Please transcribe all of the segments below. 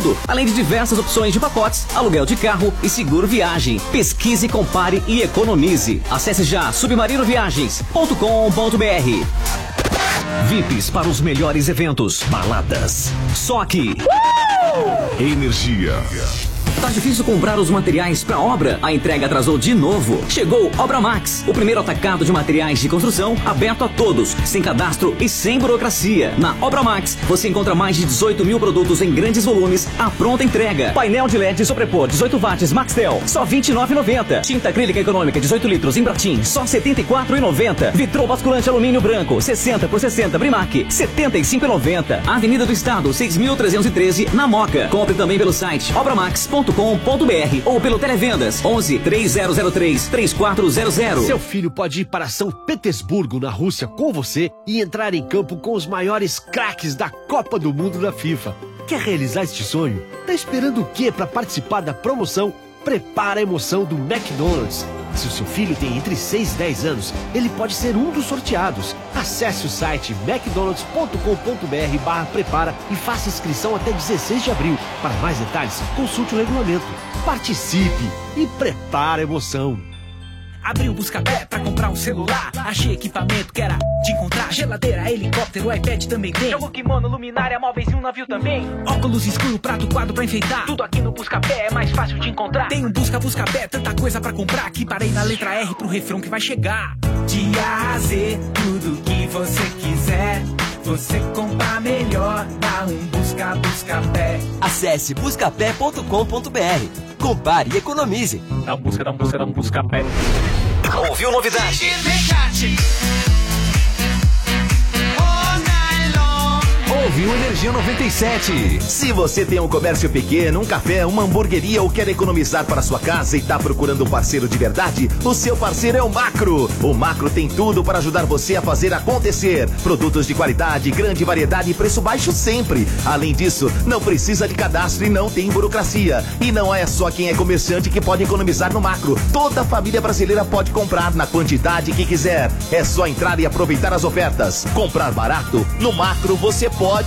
Tudo, além de diversas opções de pacotes, aluguel de carro e seguro viagem. Pesquise, compare e economize. Acesse já submarinoviagens.com.br. VIPs para os melhores eventos, baladas. Só aqui. Energia. Tá difícil comprar os materiais para obra? A entrega atrasou de novo. Chegou Obra Max, o primeiro atacado de materiais de construção aberto a todos, sem cadastro e sem burocracia. Na Obra Max, você encontra mais de 18 mil produtos em grandes volumes à pronta entrega. Painel de LED sobrepor 18 watts Maxtel, só 29,90. Tinta acrílica econômica 18 litros Embratim, só 74,90. Vitrô basculante alumínio branco 60 por 60 Brimac, 75,90. Avenida do Estado 6.313 na Moca. Compre também pelo site obramax.com com.br ou pelo Televendas 11 3003 3400. Seu filho pode ir para São Petersburgo, na Rússia, com você e entrar em campo com os maiores craques da Copa do Mundo da FIFA. Quer realizar este sonho? Tá esperando o quê para participar da promoção Prepara a Emoção do McDonald's? Se o seu filho tem entre 6 e 10 anos, ele pode ser um dos sorteados. Acesse o site mcdonalds.com.br barra prepara e faça inscrição até 16 de abril. Para mais detalhes, consulte o regulamento. Participe e prepara a emoção. Abri o Buscapé pra comprar um celular. Achei equipamento que era de encontrar. Geladeira, helicóptero, iPad também tem. Jogo kimono, luminária, móveis e um navio também. Óculos escuro, prato, quadro pra enfeitar. Tudo aqui no Buscapé é mais fácil de encontrar. Tem um Busca Buscapé, tanta coisa pra comprar. Que parei na letra R pro refrão que vai chegar. De A a Z, tudo que você quiser. Você compra melhor, dá um Busca Buscapé. Acesse buscapé.com.br. Compare e economize. Não busca, não busca, não busca pé. Ouviu novidade? Ouviu Energia 97. Se você tem um comércio pequeno, um café, uma hamburgueria ou quer economizar para sua casa e está procurando um parceiro de verdade, o seu parceiro é o Macro. O Macro tem tudo para ajudar você a fazer acontecer. Produtos de qualidade, grande variedade e preço baixo sempre. Além disso, não precisa de cadastro e não tem burocracia. E não é só quem é comerciante que pode economizar no Macro. Toda a família brasileira pode comprar na quantidade que quiser. É só entrar e aproveitar as ofertas. Comprar barato? No Macro você pode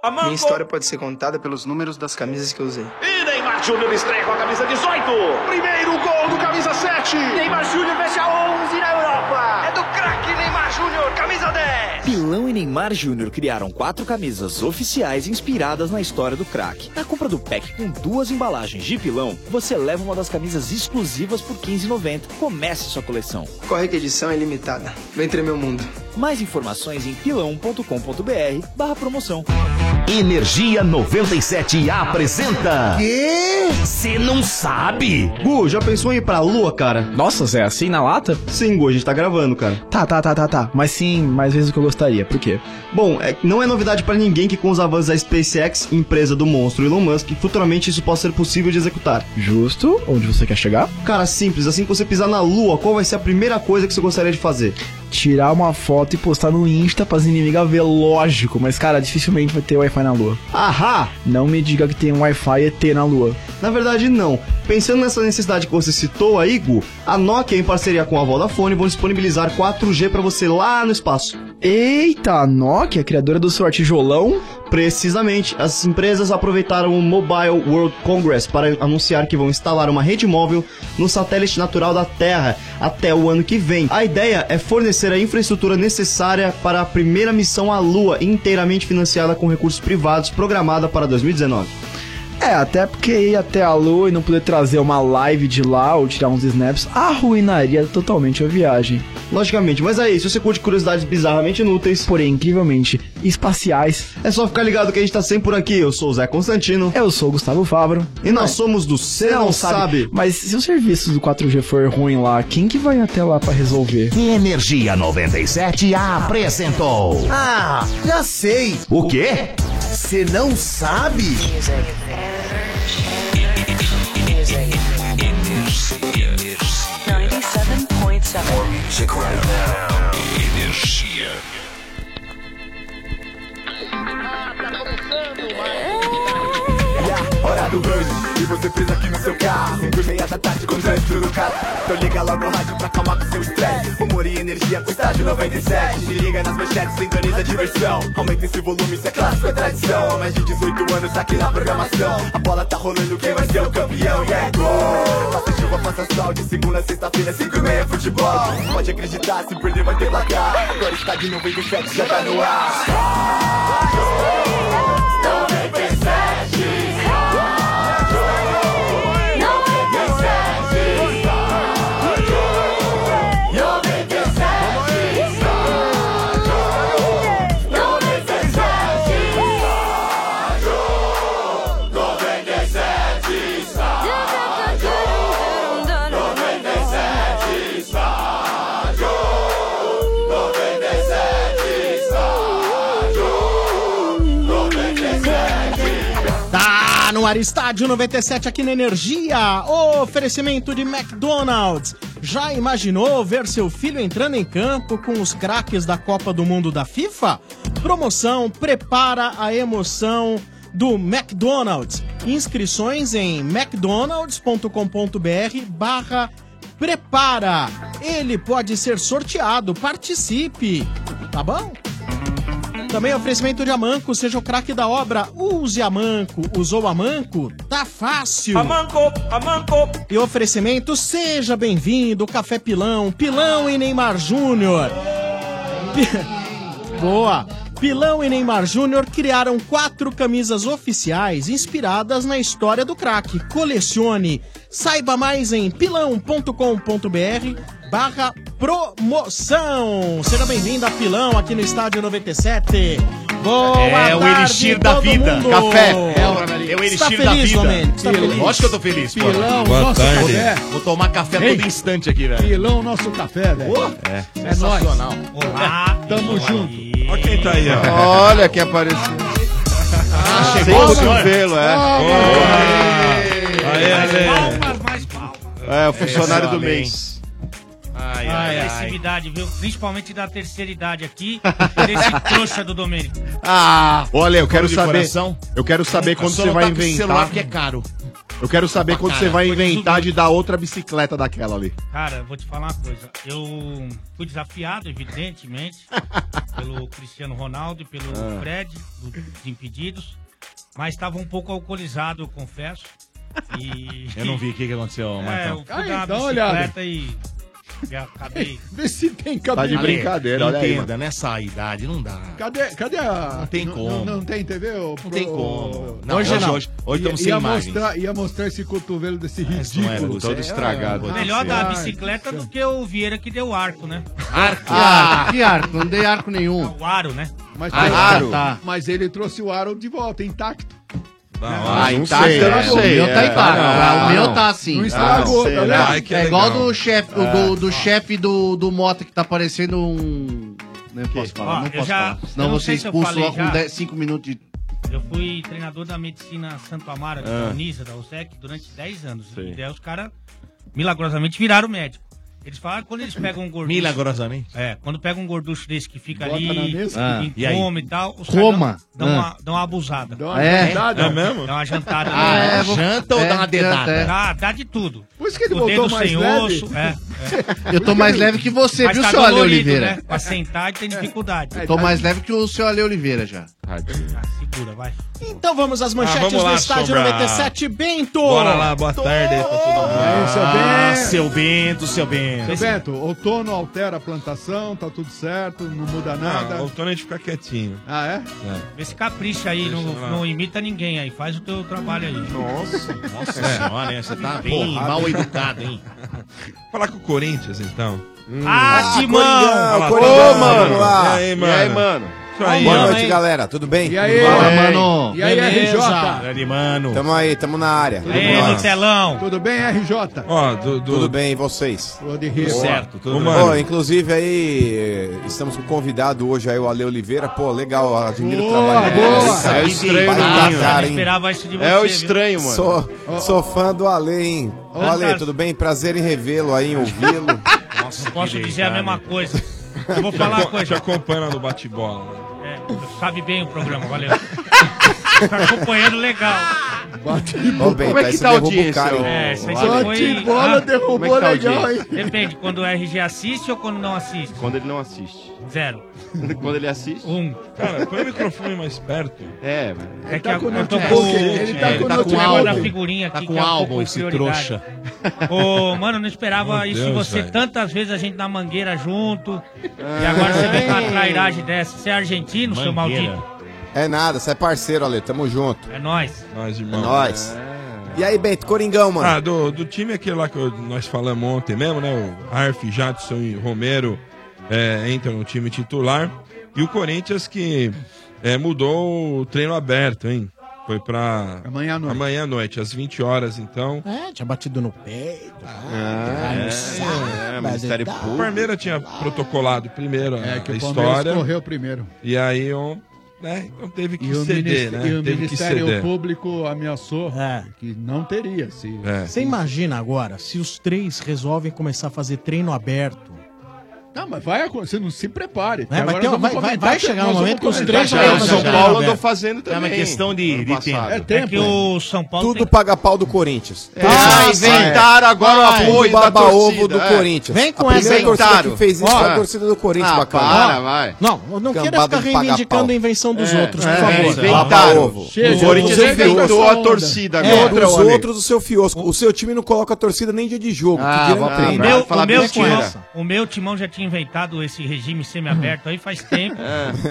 A Manco! Minha história pode ser contada pelos números das camisas que eu usei. E Neymar Júnior estreia com a camisa 18. Primeiro gol do camisa 7. Neymar Júnior fecha 11 na Europa. É do craque Neymar Júnior, camisa 10. Pilão e Neymar Júnior criaram quatro camisas oficiais inspiradas na história do craque. Na compra do pack com duas embalagens de pilão, você leva uma das camisas exclusivas por R$15,90. Comece sua coleção. Corre que a edição é limitada. Vem tremer o mundo. Mais informações em pilão.com.br barra promoção. Energia 97 apresenta. Quê? Você não sabe? Gu, já pensou em ir pra lua, cara? Nossa, Zé, assim na lata? Sim, Gu, a gente tá gravando, cara. Tá, tá, tá, tá, tá. Mas sim, mais vezes do que eu gostaria. Por quê? Bom, é, não é novidade pra ninguém que com os avanços da SpaceX, empresa do monstro Elon Musk, futuramente isso possa ser possível de executar. Justo. Onde você quer chegar? Cara, simples. Assim que você pisar na lua, qual vai ser a primeira coisa que você gostaria de fazer? tirar uma foto e postar no Insta pras inimigas ver, lógico. Mas, cara, dificilmente vai ter Wi-Fi na Lua. Ahá! Não me diga que tem um Wi-Fi ET na Lua. Na verdade, não. Pensando nessa necessidade que você citou aí, Gu, a Nokia, em parceria com a Vodafone, vão disponibilizar 4G para você lá no espaço. Eita, a Nokia, criadora do seu tijolão? Precisamente, as empresas aproveitaram o Mobile World Congress para anunciar que vão instalar uma rede móvel no satélite natural da Terra até o ano que vem. A ideia é fornecer a infraestrutura necessária para a primeira missão à Lua, inteiramente financiada com recursos privados, programada para 2019. É, até porque ir até a lua e não poder trazer uma live de lá ou tirar uns snaps arruinaria totalmente a viagem. Logicamente, mas aí, se você curte curiosidades bizarramente inúteis, porém incrivelmente espaciais, é só ficar ligado que a gente tá sempre por aqui. Eu sou o Zé Constantino. Eu sou o Gustavo Favro. E nós mas, somos do Cê Não, não sabe. sabe. Mas se o serviço do 4G for ruim lá, quem que vai até lá para resolver? Energia 97 apresentou. Ah, já sei. O quê? Você não sabe? Hora do rush, e você presa aqui no seu carro Cinco e meia da tarde com trânsito no carro Então liga logo o rádio pra acalmar com seu estresse Humor e energia com estágio 97 Se liga nas manchetes, sintoniza a diversão Aumenta esse volume, isso é clássico, é tradição Há mais de 18 anos aqui na programação A bola tá rolando, quem vai ser o campeão? E é gol! Faça chuva, faça sol, de segunda a sexta-feira Cinco e meia é futebol Pode acreditar, se perder vai ter placar Agora está de 97, já tá no ar Tá no ar Estádio 97 aqui na Energia, oferecimento de McDonald's. Já imaginou ver seu filho entrando em campo com os craques da Copa do Mundo da FIFA? Promoção prepara a emoção do McDonald's. Inscrições em mcdonalds.com.br barra prepara. Ele pode ser sorteado, participe, tá bom? Também oferecimento de Amanco, seja o craque da obra, use Amanco, usou Amanco, tá fácil. Amanco, Amanco. E oferecimento, seja bem-vindo, Café Pilão, Pilão e Neymar Júnior. Pi- Boa. Pilão e Neymar Júnior criaram quatro camisas oficiais inspiradas na história do craque. Colecione. Saiba mais em pilão.com.br barra promoção. Seja bem-vindo a Pilão aqui no Estádio 97. Boa É o tarde, elixir da todo vida. mundo. Café. É o- é o Está elixir da feliz, vida. Domênico? Está Pilão. feliz? Lógico que eu tô feliz, pô. Pilão, Boa nossa, tarde. café. Vou tomar café a todo instante aqui, velho. Pilão, nosso café, velho. É. É nóis. Olá. Tamo junto. Olha quem tá aí, Olha quem apareceu. Ah, chegou o sem senhor. cotovelo, é. Aê, aê. É, o funcionário Esse do homem, mês. Ai, Ai, ai, agressividade, viu? Principalmente da terceira idade aqui, desse trouxa do Domênico. Ah, olha, eu quero de saber. coração? Eu quero saber quando Só você não vai tá com esse inventar. celular que é caro. Eu quero saber Pra quando você cara, vai foi tudo inventar de dar outra bicicleta daquela ali. Cara, vou te falar uma coisa. Eu fui desafiado, evidentemente, pelo Cristiano Ronaldo e pelo Ah. Fred, do Desimpedidos. Mas estava um pouco alcoolizado, eu confesso. E... Eu não tá. vi o que, que aconteceu, É, eu Marcão. fui dar dá uma uma olhada. bicicleta e... e acabei... Vê se tem Tá cabelo. de brincadeira, olha aí. mano. Entenda, nessa idade não dá. Cadê, cadê a. Não tem como. Não, não tem TV? ô, pro- tem como. Não, hoje hoje não. hoje- hoje estamos Ia- sem ia imagens. Mostrar, ia mostrar esse cotovelo desse isso não é, ridículo. Guto, todo É, estragado. é, Melhor é. dar a Ai, bicicleta do que o Vieira que deu o arco, né? Arco? Ah, que arco? Não dei arco nenhum. O aro, né? Mas, Ah, aro. tá. mas ele trouxe o aro de volta, intacto. Ah, intacto eu não sei. O meu tá é. intacto. Ah, o meu não. tá assim. Não estragou, Ah, tá sei lá. vendo? É, Ai, que igual legal. do chefe do, Ah. do, do chefe do, do Mota que tá parecendo um. Não posso falar, Ó, não eu posso já- falar. eu Senão não você sei se eu expulso falei logo já. com 5 minutos de. Eu fui treinador da medicina Santo Amaro de Ah. Camisa, da USEC, durante 10 anos. E daí os caras, milagrosamente, viraram médico. Eles falam que quando eles pegam um gorducho... Milagrosamente? É, quando pegam um gorducho desse que fica Bota na ali, mesa? Ah. em E aí? coma e tal, os Coma? caras dão, dão, Ah. uma, dão uma abusada. Dão uma É? jantada? É mesmo? Dão uma jantada. Ah, né? é, vou- Janta ou é, dá uma dedada? janta, é. Dá, dá de tudo. Por isso que ele o voltou dedo mais sem leve. osso, é, é. Eu tô mais leve que você, Mas viu, tá seu Ale dolorido, Oliveira? Né? Pra sentar É. tem dificuldade. tá Tô mais leve que o seu Ale Oliveira já. Segura, vai. Então vamos às manchetes Ah, vamos lá, do Estádio Sombra. 97, Bento. Bora lá, boa tarde aí pra todo mundo. Ah, seu Bento, seu Bento. Seu Bento, outono altera a plantação, tá tudo certo, não muda nada. Ah, outono a gente fica quietinho. Ah, é? Vê se capricha aí, não, lá. não imita ninguém aí. Faz o teu trabalho aí. Nossa, Nossa senhora, hein? Você tá bem mal educado, hein? Falar com o Corinthians, então. Ah, Timão! Olha lá, Ô, Corinthians, mano! mano. lá. E aí, E aí, mano? mano? aí. Boa noite, galera. Tudo bem? E aí? Fala, mano. E aí, Beleza? RJ? Grande, mano. Tamo aí, tamo na área. E aí, Vamos lá. Nutelão? Tudo bem, RJ? Ó, do- do- Tudo bem, e vocês? Tudo de rir. Boa. Certo, tudo Ô, bem. mano, Inclusive aí, eh, estamos com um convidado hoje aí, o Ale Oliveira. Pô, legal, admiro o trabalho. dele. Esse É cara, o estranho, baita mano. cara, Eu hein? esperava isso de É você, o estranho, viu? mano. Sou, sou fã do Ale, hein? Ô, Ô, Ale, cara. tudo bem? Prazer em revê-lo aí, em ouvi-lo. Nossa, posso dizer a deitado. mesma coisa. Eu vou falar uma Te coisa. acompanho lá no bate-bola. né? É, sabe bem o programa, valeu. Tá acompanhando legal. Ô, Bento, Como é aí que você tá a derruba o audiência, cara, ô, hein? É, isso aí Bate você foi... bola, derrubou derrubou Como é que tá a legal, audiência? Depende, quando o RG assiste ou quando não assiste? Quando ele não assiste. Zero. Quando ele assiste. Um. Cara, põe o microfone mais perto. É, É tá que a- eu tô notebook, com ele- ele tá é, com tá com notebook. o álbum da figurinha Tá aqui. com que é um álbum, pouco esse prioridade. trouxa. Ô, mano, não esperava Meu isso de Deus, você velho. tantas vezes a gente na mangueira junto. E agora você vem com uma trairagem dessa. Você é argentino, seu maldito? É nada, você é parceiro, Ale. Tamo junto. É nóis. Nós, É nóis. E aí, Bento, Coringão, mano? Ah, do, do time aquele lá que eu- nós falamos ontem mesmo, né? O Arf, Jadson e Romero é, entram no time titular. E o Corinthians que é, mudou o treino aberto, hein? Foi pra. Amanhã à noite. Amanhã à noite, às 20 horas, então. É, tinha batido no peito. Ah, é. Sábado Ministério e tal. Público. O Palmeiras tinha protocolado primeiro a, É que a o história. Palmeiras correu primeiro. E aí, on, né? Então teve que E o, ceder, minist- né? e o teve Ministério que ceder. Público ameaçou que não teria. Se... É. Você imagina agora se os três resolvem começar a fazer treino aberto. Não, mas vai acontecer, não se prepare. que vai agora ter- nós vamos vai- vai- comentar- vai chegar um nós vamos momento que os comentar três já já é já vão já. São Paulo andou fazendo É uma questão de- Ano de passado. tempo. É tempo. É que o São Paulo Tudo paga pau do Corinthians. É. Ah, inventaram agora o arroz o da baba-ovo torcida, do é. Corinthians. Vem com a essa, primeira torcida inventaram. que fez isso Ó. foi a torcida do Corinthians, Ah, bacana. para, vai. Não, eu não queira Cambada ficar de pagar reivindicando pau. a invenção dos É, outros, por é, favor. inventaram. Baba-ovo. Chega, Os o outros Corinthians inventou inventou essa a onda. torcida É, agora, Os olha. outros, o seu fiosco. O seu time não coloca a torcida nem dia de jogo. Ah, que dirá vamos treino. O meu, o, meu é- timão, Mentira. o meu timão já tinha inventado esse regime semiaberto aí faz tempo.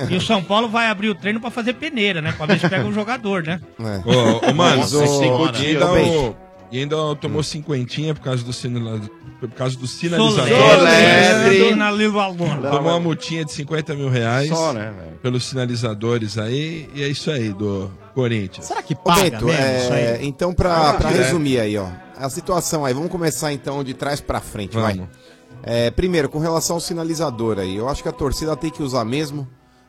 E o São Paulo vai abrir o treino pra fazer peneira, né? Pra ver se pega um jogador, né? É. Ô, ô, mano, Nossa ô, Senhora. e ainda, Também. o- e ainda tomou cinquentinha por causa do, sinal, por causa do sinalizador. Solebre. Dona Lilo Alona. Tomou uma multinha de 50 mil reais Só, né, pelos sinalizadores aí, e é isso aí do Corinthians. Será que Ô, Bento, é, Então, pra, Ah, pra é. resumir aí, ó. A situação aí, vamos começar então de trás pra frente, vai. Vamos. É, primeiro, com relação ao sinalizador aí, eu acho que a torcida tem que usar mesmo,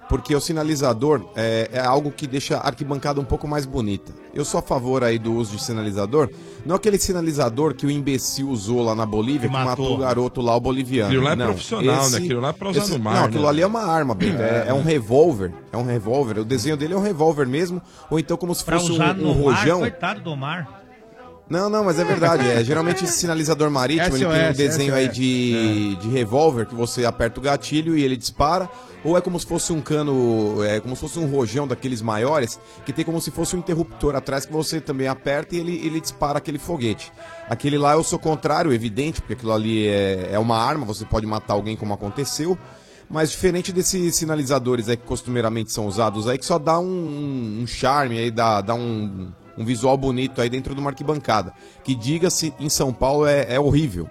porque o sinalizador é, é algo que deixa a arquibancada um pouco mais bonita. Eu sou a favor aí do uso de sinalizador, não aquele sinalizador que o imbecil usou lá na Bolívia, que, matou. o garoto lá, o boliviano. Aquilo lá é Não, profissional, né? Aquilo lá é pra usar no mar, Não, aquilo né? ali é uma arma, Bento, é, é um revólver, é um revólver, o desenho dele é um revólver mesmo, ou então como se Pra fosse um, usar um no é- mar, rojão. coitado do mar. Não, não, mas é verdade. É, geralmente esse sinalizador marítimo ele tem um SOS, desenho É, aí de, de revólver que você aperta o gatilho e ele dispara. Ou é como se fosse um cano, é como se fosse um rojão daqueles maiores, que tem como se fosse um interruptor atrás que você também aperta e ele, ele dispara aquele foguete. Aquele lá eu sou contrário, evidente, porque aquilo ali é, é uma arma, você pode matar alguém como aconteceu. Mas diferente desses sinalizadores aí que costumeiramente são usados aí, que só dá um, um- um charme aí, dá, dá um, um visual bonito aí dentro de uma arquibancada. Que diga-se, em São Paulo é, é horrível.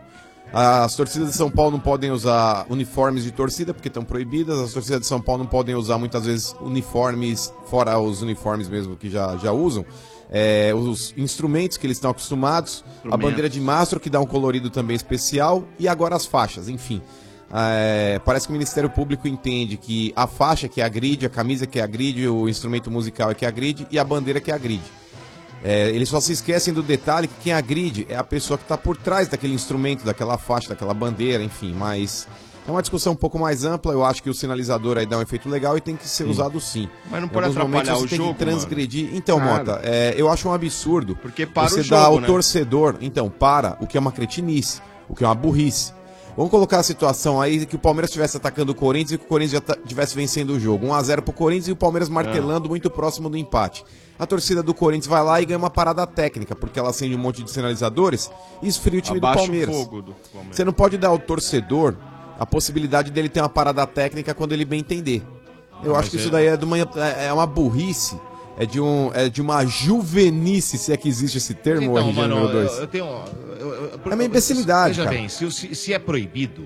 As torcidas de São Paulo não podem usar uniformes de torcida porque estão proibidas. As torcidas de São Paulo não podem usar muitas vezes uniformes, fora os uniformes mesmo que já, já usam. É, os instrumentos que eles estão acostumados, a Instrumentos. bandeira de mastro que dá um colorido também especial e agora as faixas, enfim. É, parece que o Ministério Público entende que a faixa que agride, a camisa que agride, o instrumento musical é que agride e a bandeira que agride. É, eles só se esquecem do detalhe que quem agride é a pessoa que está por trás daquele instrumento, daquela faixa, daquela bandeira, enfim, mas é uma discussão um pouco mais ampla. Eu acho que o sinalizador aí dá um efeito legal e tem que ser usado sim. Mas não Em pode alguns atrapalhar momentos o você jogo, Tem que transgredir. mano. Então, Claro. Mota, é, eu acho um absurdo. Porque para você o dá jogo, ao né? torcedor, então, para o que é uma cretinice, o que é uma burrice. Vamos colocar a situação aí que o Palmeiras estivesse atacando o Corinthians e que o Corinthians já estivesse vencendo o jogo. 1x0 pro Corinthians e o Palmeiras É. martelando muito próximo do empate. A torcida do Corinthians vai lá e ganha uma parada técnica, porque ela acende um monte de sinalizadores e esfria o time Abaixa do o Palmeiras. fogo do Palmeiras. Você não pode dar ao torcedor a possibilidade dele ter uma parada técnica quando ele bem entender. Eu Ah, acho mas que isso é- daí é, de uma, é- é uma burrice, é de, um, é de uma juvenice, se é que existe esse termo, Então, RG mano, número eu- dois. eu tenho- É uma imbecilidade, Veja cara. bem, se, o- se- se é proibido,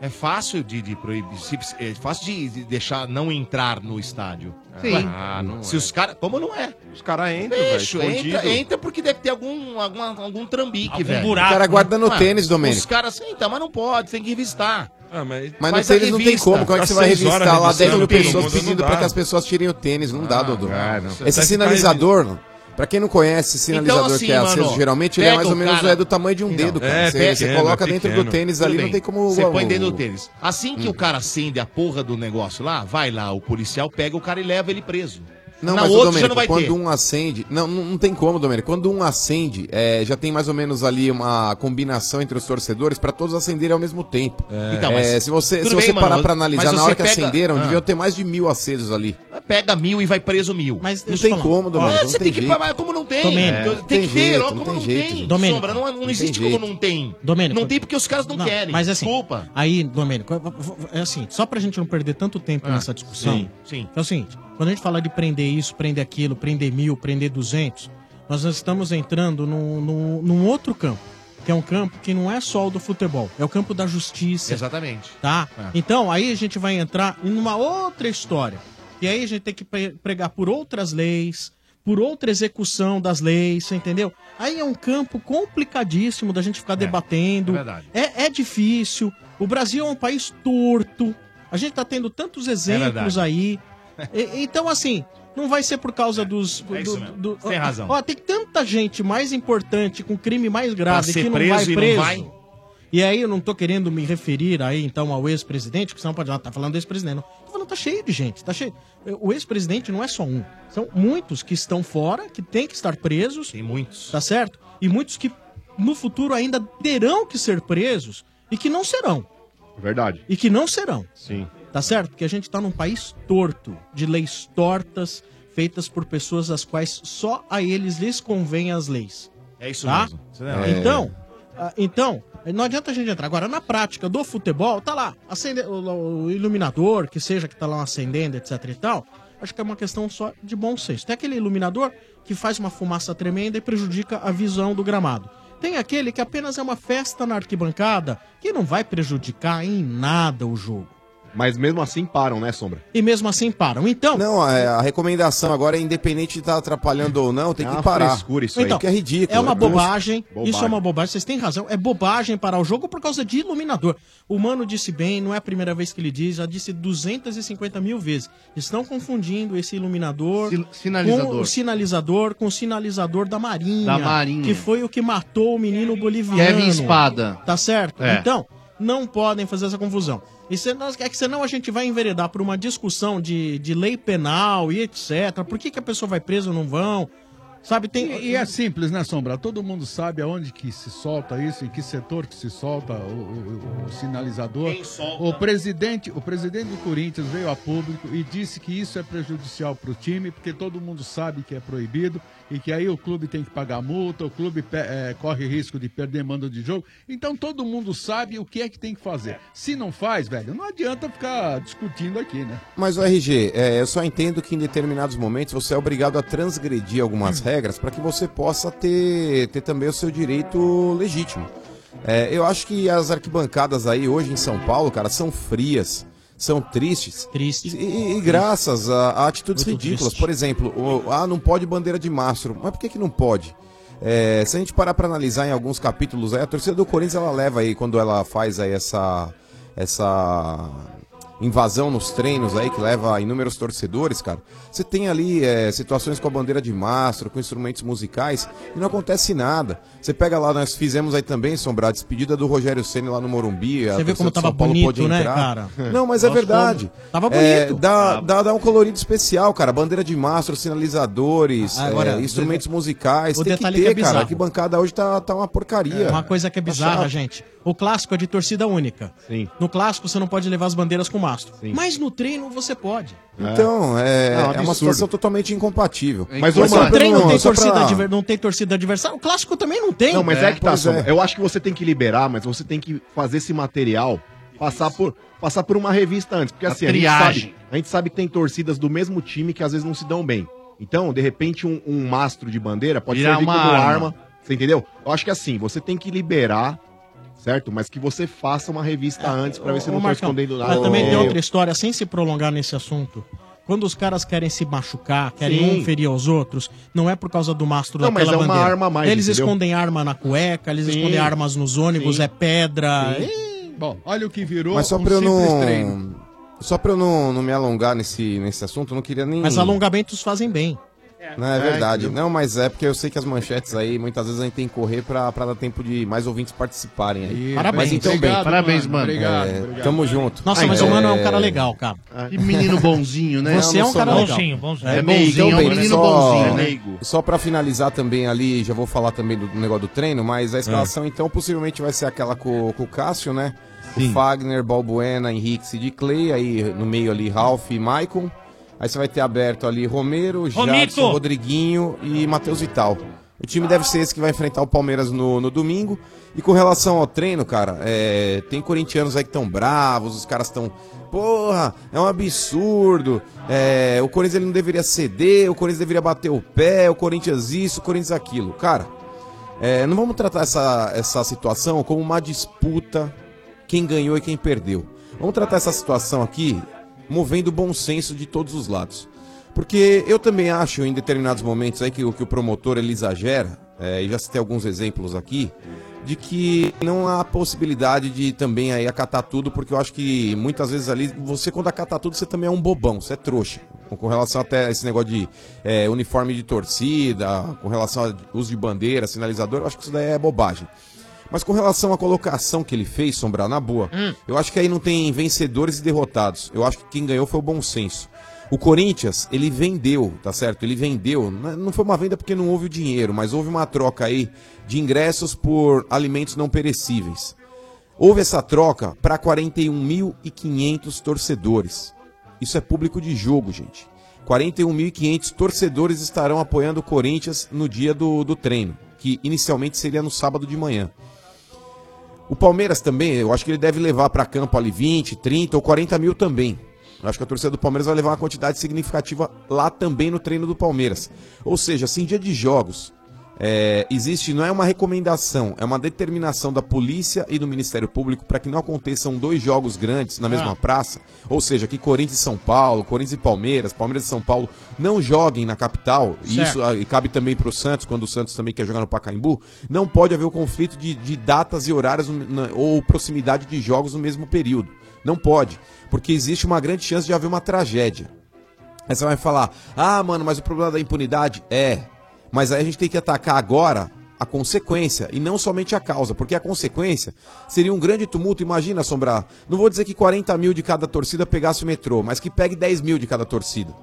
É fácil de, de proibir, se- é fácil de, de deixar não entrar no estádio. Sim. Ah, não é. Se os caras. Como não é? Os caras entram, velho, entra, escondido. entra porque deve ter algum, alguma, algum trambique, Algum velho. buraco, O cara né? guardando Ah, tênis, Domênico. Os caras, sim, tá, mas não pode, tem que revistar. Ah, mas... Mas no tênis não tem como. Como é que você vai revistar né? lá 10 mil pessoas pedindo pra que as pessoas tirem o tênis? Não dá, Dodô. Ah, Você Esse tá sinalizador, mano, pra quem não conhece, esse sinalizador Então, assim, que é aceso mano, geralmente, ele é pega mais ou o menos cara- é do tamanho de um dedo, cara. É, você, pequeno, você coloca é dentro pequeno. do tênis ali, Tudo não bem. tem como. um- Você põe o- dentro do tênis. Assim que o cara acende a porra do negócio lá, vai lá, o policial pega o cara e leva ele preso. Não, Na mas outra o Domênico, já não vai quando ter. um acende. Não, não, não tem como, Domênico. Quando um acende, é, já tem mais ou menos ali uma combinação entre os torcedores pra todos acenderem ao mesmo tempo. É, Então, mas- se você, tudo se você bem, mano, parar pra mas analisar, você na hora que pega- acenderam, Ah. deviam ter mais de mil acesos tá ali. Pega mil e vai preso mil. Mas Não tem um como, Domênico. É, não você tem, que jeito. pagar como não tem. Domênico, É, não tem, tem que ter, jeito, logo não como não tem tem. jeito. Domênico, Domênico, Sombra, não, não não existe tem como jeito. não tem. Domênico. Não tem porque os caras não, querem. Mas assim, Desculpa. aí, Domênico, é assim, só pra gente não perder tanto tempo Ah, nessa discussão. sim, sim. É o seguinte, quando a gente fala de prender isso, prender aquilo, prender mil, prender 200, nós estamos entrando num, num, num outro campo, que é um campo que não é só o do futebol, é o campo da justiça. Exatamente. Tá? É. Então, aí a gente vai entrar em uma outra história. E aí a gente tem que pre- pregar por outras leis, por outra execução das leis, você entendeu? Aí é um campo complicadíssimo da gente ficar debatendo. é verdade. É, é difícil. O Brasil é um país torto. A gente tá tendo tantos exemplos É verdade. aí. E- então, assim, não vai ser por causa dos. é isso mesmo. Você tem ó, razão. Ó, tem tanta gente mais importante, com crime mais grave, ser que não preso vai e não preso. E, vai? aí eu não tô querendo me referir aí, então, ao ex-presidente, porque senão pode ah, tá falando do ex-presidente. Não. Tô falando, tá cheio de gente, tá cheio. O ex-presidente não é só um. São muitos que estão fora, que têm que estar presos. Tem muitos. Tá certo? E muitos que no futuro ainda terão que ser presos e que não serão. Verdade. E que não serão. Sim. Tá certo? Porque a gente tá num país torto, de leis tortas, feitas por pessoas às quais só a eles lhes convém as leis. É isso tá? mesmo. Isso é- Então, ah, então, não adianta a gente entrar. Agora, na prática do futebol, tá lá, acende, o, o iluminador, que seja que tá lá acendendo, etc e tal, acho que é uma questão só de bom senso. Tem aquele iluminador que faz uma fumaça tremenda e prejudica a visão do gramado. Tem aquele que apenas é uma festa na arquibancada, que não vai prejudicar em nada o jogo. Mas mesmo assim param, né, Sombra? E mesmo assim param. Então. Não, é, a recomendação agora é independente de estar atrapalhando ou não, tem É que uma parar. frescura isso aí. Então, Porque é ridículo. É uma né? Como- bobagem, Isso é uma bobagem. Vocês têm razão. É bobagem parar o jogo por causa de iluminador. O Mano disse bem, não é a primeira vez que ele diz, já disse 250 mil vezes. Estão confundindo esse iluminador Sin- sinalizador. com o sinalizador com o sinalizador da Marinha. Da Marinha. Que foi o que matou o menino boliviano. Kevin Espada. Tá certo? É. Então, não podem fazer essa confusão. E senão, é que senão a gente vai enveredar por uma discussão de, de lei penal e etc. Por que, que a pessoa vai presa ou não vão? Sabe, tem. E, e é simples, né, Sombra? Todo mundo sabe aonde que se solta isso, em que setor que se solta o, o- o- o sinalizador. O presidente, o presidente do Corinthians veio a público e disse que isso é prejudicial para o time, porque todo mundo sabe que é proibido e que aí o clube tem que pagar multa, o clube pe- eh, corre risco de perder mando de jogo. Então todo mundo sabe o que é que tem que fazer. Se não faz, velho, não adianta ficar discutindo aqui, né? Mas o RG, é, eu só entendo que em determinados momentos você é obrigado a transgredir Hum. algumas regras para que você possa ter, ter também o seu direito legítimo. É, eu acho que as arquibancadas aí hoje em São Paulo, cara, são frias, são tristes. Tristes. E, e- e graças a, a atitudes Muito ridículas. triste. Por exemplo, o- ah, não pode bandeira de mastro. Mas por que, que não pode? É, se a gente parar para analisar em alguns capítulos, aí, a torcida do Corinthians ela leva aí, quando ela faz aí essa, essa invasão nos treinos aí, que leva inúmeros torcedores, cara. Você tem ali é, situações com a bandeira de mastro, com instrumentos musicais, e não acontece nada. Você pega lá, nós fizemos aí também, Sombra, a despedida do Rogério Senna lá no Morumbi. a Você vê torcida como do tava São Paulo bonito, pôde né, entrar. cara? Não, mas é Nossa, verdade. tava É, bonito. dá, dá, dá um colorido especial, cara. Bandeira de mastro, sinalizadores, Ah, agora, é, instrumentos musicais. o Tem que detalhe que é ter, cara. bizarro. Que bancada hoje tá, tá uma porcaria. Uma coisa que é Tá bizarra, chato. gente. O clássico é de torcida única. No clássico você não pode levar as bandeiras com mastro. Mas no treino você pode. Então, é, É um é uma absurdo. situação totalmente incompatível. Mas no só pra treino não tem, só torcida pra- adver- não tem torcida adversária. O clássico também não tem. Não, mas é, que tá, pois é. Sombra. Eu acho que você tem que liberar, mas você tem que fazer esse material passar por, passar por uma revista antes. Porque Uma assim, a gente, triagem. sabe, a gente sabe que tem torcidas do mesmo time que às vezes não se dão bem. Então, de repente, um, um mastro de bandeira pode Virar servir uma como arma. arma. Você entendeu? Eu acho que assim, você tem que liberar certo? Mas que você faça uma revista antes pra ver se eu Ô, não tô Marcão, escondendo nada. É. Mas também tem Eu- outra história, sem se prolongar nesse assunto. Quando os caras querem se machucar, querem Sim. um ferir aos outros, não é por causa do mastro Não, mas daquela é uma bandeira. arma a mais, Eles entendeu? escondem arma na cueca, eles Sim. escondem armas nos ônibus, Sim. é pedra. Sim. e- Bom, olha o que virou Mas só um pra eu simples não. treino. Só pra eu não, não me alongar nesse, nesse assunto, eu não queria nem. Mas alongamentos fazem bem. Não, é verdade. não, mas é porque eu sei que as manchetes aí, muitas vezes a gente tem que correr pra, pra dar tempo de mais ouvintes participarem aí. Isso. Parabéns. mas então Obrigado, bem. Parabéns, mano. Obrigado, É, obrigado. Tamo junto. então Nossa, mas o mano é um cara legal, cara. Que menino bonzinho, né? Você é um cara legal. É bonzinho, é um menino bonzinho, né? Só pra finalizar também ali, já vou falar também do, do negócio do treino, mas a escalação então possivelmente vai ser aquela com, com o Cássio, né? O Fagner, Balbuena, Henrique, Sid Clay, aí no meio ali Ralph e Maicon. Aí você vai ter aberto ali Romero, Jackson, Romito! Rodriguinho e Matheus Vital. O time deve ser esse que vai enfrentar o Palmeiras no, no domingo. E com relação ao treino, cara, é, tem corintianos aí que estão bravos, os caras estão. Porra, é um absurdo. é, o Corinthians ele não deveria ceder, o Corinthians deveria bater o pé, o Corinthians isso, o Corinthians aquilo. Cara, é, não vamos tratar essa, essa situação como uma disputa quem ganhou e quem perdeu. Vamos tratar essa situação aqui movendo o bom senso de todos os lados. Porque eu também acho em determinados momentos aí que, o- que o promotor ele exagera, é, e já citei alguns exemplos aqui, de que não há possibilidade de também aí acatar tudo, porque eu acho que muitas vezes ali, você quando acata tudo, você também é um bobão, você é trouxa. Com- Com relação até a esse negócio de é, uniforme de torcida, com relação ao uso de bandeira, sinalizador, eu acho que isso daí é bobagem. Mas com relação à colocação que ele fez, Sombra, na boa, eu acho que aí não tem vencedores e derrotados. Eu acho que quem ganhou foi o bom senso. O Corinthians, ele vendeu, tá certo? Ele vendeu. N- Não foi uma venda porque não houve o dinheiro, mas houve uma troca aí de ingressos por alimentos não perecíveis. Houve essa troca para 41.500 torcedores. Isso é público de jogo, gente. 41.500 torcedores estarão apoiando o Corinthians no dia do, do treino, que inicialmente seria no sábado de manhã. O Palmeiras também, eu acho que ele deve levar para campo ali 20, 30 ou 40 mil também. Eu acho que a torcida do Palmeiras vai levar uma quantidade significativa lá também no treino do Palmeiras. Ou seja, assim, dia de jogos, é, existe, não é uma recomendação, é uma determinação da polícia e do Ministério Público para que não aconteçam dois jogos grandes na mesma Ah. praça. Ou seja, que Corinthians e São Paulo, Corinthians e Palmeiras, Palmeiras e São Paulo não joguem na capital. E Certo. isso ah, e cabe também para o Santos, quando o Santos também quer jogar no Pacaembu, não pode haver o conflito de, de datas e horários no- na- ou proximidade de jogos no mesmo período. Não pode, porque existe uma grande chance de haver uma tragédia. Aí você vai falar, ah, mano, mas o problema da impunidade é. Mas aí a gente tem que atacar agora a consequência e não somente a causa, porque a consequência seria um grande tumulto. Imagina, Assombrar, não vou dizer que 40 mil de cada torcida pegasse o metrô, mas que pegue 10 mil de cada torcida.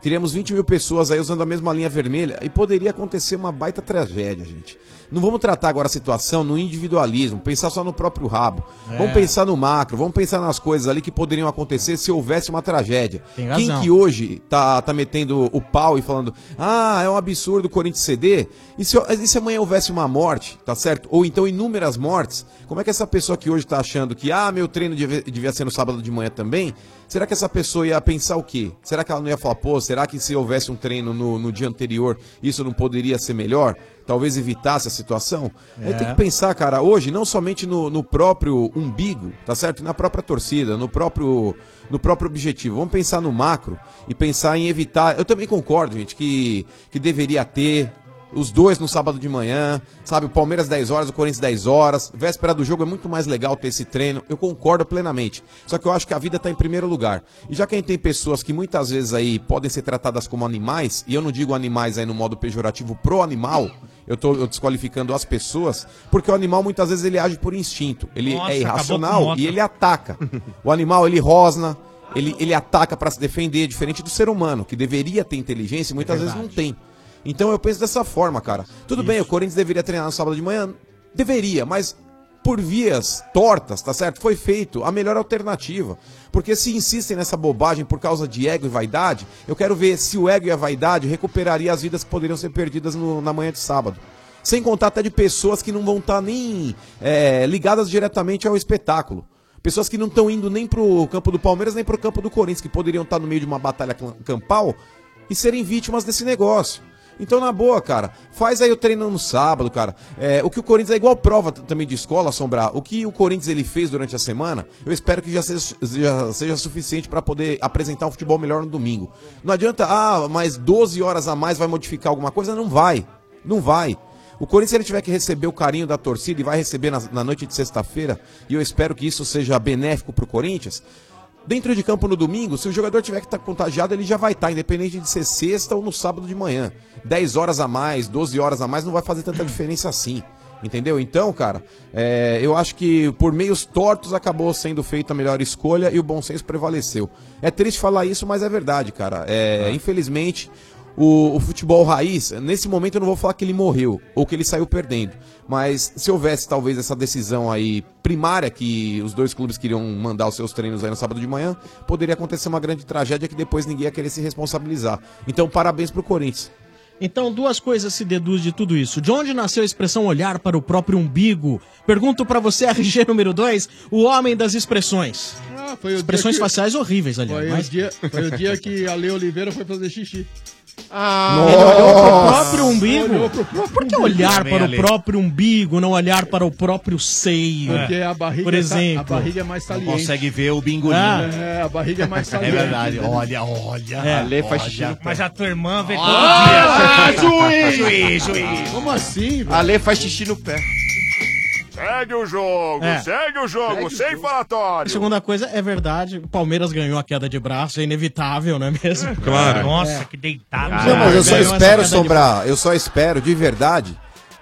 Teríamos 20 mil pessoas aí usando a mesma linha vermelha e poderia acontecer uma baita tragédia, gente. Não vamos tratar agora a situação no individualismo, pensar só no próprio rabo. É. Vamos pensar no macro, vamos pensar nas coisas ali que poderiam acontecer se houvesse uma tragédia. Tem Quem razão. que hoje tá, tá metendo o pau e falando, ah, é um absurdo o Corinthians ceder? E se, e se amanhã houvesse uma morte, tá certo? Ou então inúmeras mortes, como é que essa pessoa que hoje tá achando que, ah, meu treino deve- devia ser no sábado de manhã também, será que essa pessoa ia pensar o quê? Será que ela não ia falar, pô, será que se houvesse um treino no, no dia anterior, isso não poderia ser melhor? Talvez evitasse a situação? Aí É. tem que pensar, cara, hoje, não somente no, no próprio umbigo, tá certo? Na própria torcida, no próprio, no próprio objetivo. Vamos pensar no macro e pensar em evitar. Eu também concordo, gente, que, que deveria ter. Os dois no sábado de manhã, sabe? O Palmeiras 10 horas, o Corinthians 10 horas. Véspera do jogo é muito mais legal ter esse treino. Eu concordo plenamente. Só que eu acho que a vida tá em primeiro lugar. E já que a gente tem pessoas que muitas vezes aí podem ser tratadas como animais, e eu não digo animais aí no modo pejorativo pro animal, eu tô eu desqualificando as pessoas, porque o animal muitas vezes ele age por instinto. Ele Nossa, é acabou com irracional moto. e ele ataca. O animal ele rosna, ele, ele ataca para se defender, diferente do ser humano, que deveria ter inteligência e muitas É vezes não tem. Então eu penso dessa forma, cara. Tudo bem, o Corinthians deveria treinar no sábado de manhã? Deveria, mas por vias tortas, tá certo? Foi feito a melhor alternativa. Porque se insistem nessa bobagem por causa de ego e vaidade, eu quero ver se o ego e a vaidade recuperaria as vidas que poderiam ser perdidas no- na manhã de sábado. Sem contar até de pessoas que não vão estar nem é, ligadas diretamente ao espetáculo. Pessoas que não estão indo nem pro campo do Palmeiras, nem pro tá campo do Corinthians, que poderiam estar no meio de uma batalha cla- campal e serem vítimas desse negócio. Então, na boa, cara, faz aí o treino no sábado, cara. É, o que o Corinthians é igual prova t- também de escola, assombrar. O que o Corinthians ele fez durante a semana, eu espero que já seja, já seja suficiente pra poder apresentar um futebol melhor no domingo. Não adianta, ah, mas 12 horas a mais vai modificar alguma coisa? Não vai. Não vai. O Corinthians se ele tiver que receber o carinho da torcida e vai receber na, na noite de sexta-feira, e eu espero que isso seja benéfico pro Corinthians. Dentro de campo no domingo, se o jogador tiver que estar contagiado, ele já vai estar, independente de ser sexta ou no sábado de manhã. 10 horas a mais, 12 horas a mais, não vai fazer tanta diferença assim. Entendeu? Então, cara, é, eu acho que por meios tortos acabou sendo feita a melhor escolha e o bom senso prevaleceu. É triste falar isso, mas é verdade, cara. É, Infelizmente, o, o futebol raiz, nesse momento eu não vou falar que ele morreu ou que ele saiu perdendo, mas se houvesse talvez essa decisão aí primária que os dois clubes queriam mandar os seus treinos aí no sábado de manhã, poderia acontecer uma grande tragédia que depois ninguém ia querer se responsabilizar. Então, parabéns pro Corinthians. Então, duas coisas se deduz de tudo isso. De onde nasceu a expressão olhar para o próprio umbigo? Pergunto pra você, RG número 2, o homem das expressões. Ah, foi o dia expressões que- faciais horríveis, aliás. Foi, mas- o dia, foi o dia que a Lei Oliveira foi fazer xixi. Ah, ele olhou pro próprio umbigo. Por que olhar para o próprio umbigo, não olhar para o próprio seio? Porque a barriga, Por tá- exemplo. a barriga é mais saliente. Consegue ver o bingolinho. Ah. É, a barriga é mais saliente. É verdade. Olha, olha. É. Ale faz Olha. xixi no Mas a tua irmã vê todo Ah, dia. juiz! Juiz, juiz. Como assim, velho? Ale faz xixi no pé. Segue o jogo, É. segue o jogo, Segue o sem A falatório. segunda coisa, é verdade, o Palmeiras ganhou a queda de braço, é inevitável, não é mesmo? claro. Nossa, que Ah, deitado. Não, mas eu só Ganhou essa queda espero, de Sombrar, eu só espero, de verdade,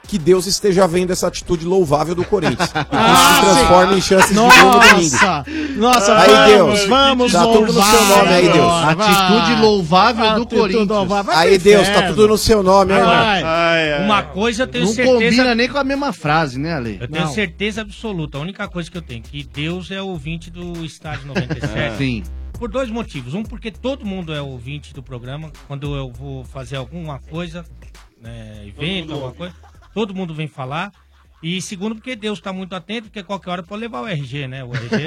que Deus esteja vendo essa atitude louvável do Corinthians. E que isso se transforma em chances de gol no domingo. Nossa! Nossa, Aí, vamos, Deus, vamos, tá tudo no seu nome aí, Deus. Atitude louvável do Corinthians. Aí, Deus, tá tudo no seu nome, hein, Vai. irmão? Uma coisa eu tenho Não certeza. combina nem com a mesma frase, né, Ale? Eu tenho certeza absoluta. A única coisa que eu tenho que Deus é ouvinte do estádio 97. É. Sim. Por dois motivos. Um, porque todo mundo é ouvinte do programa. Quando eu vou fazer alguma coisa, né, evento, mundo alguma ouve. coisa, todo mundo vem falar. E segundo, porque Deus está muito atento, porque qualquer hora pode levar o RG, né? O Ah. RG.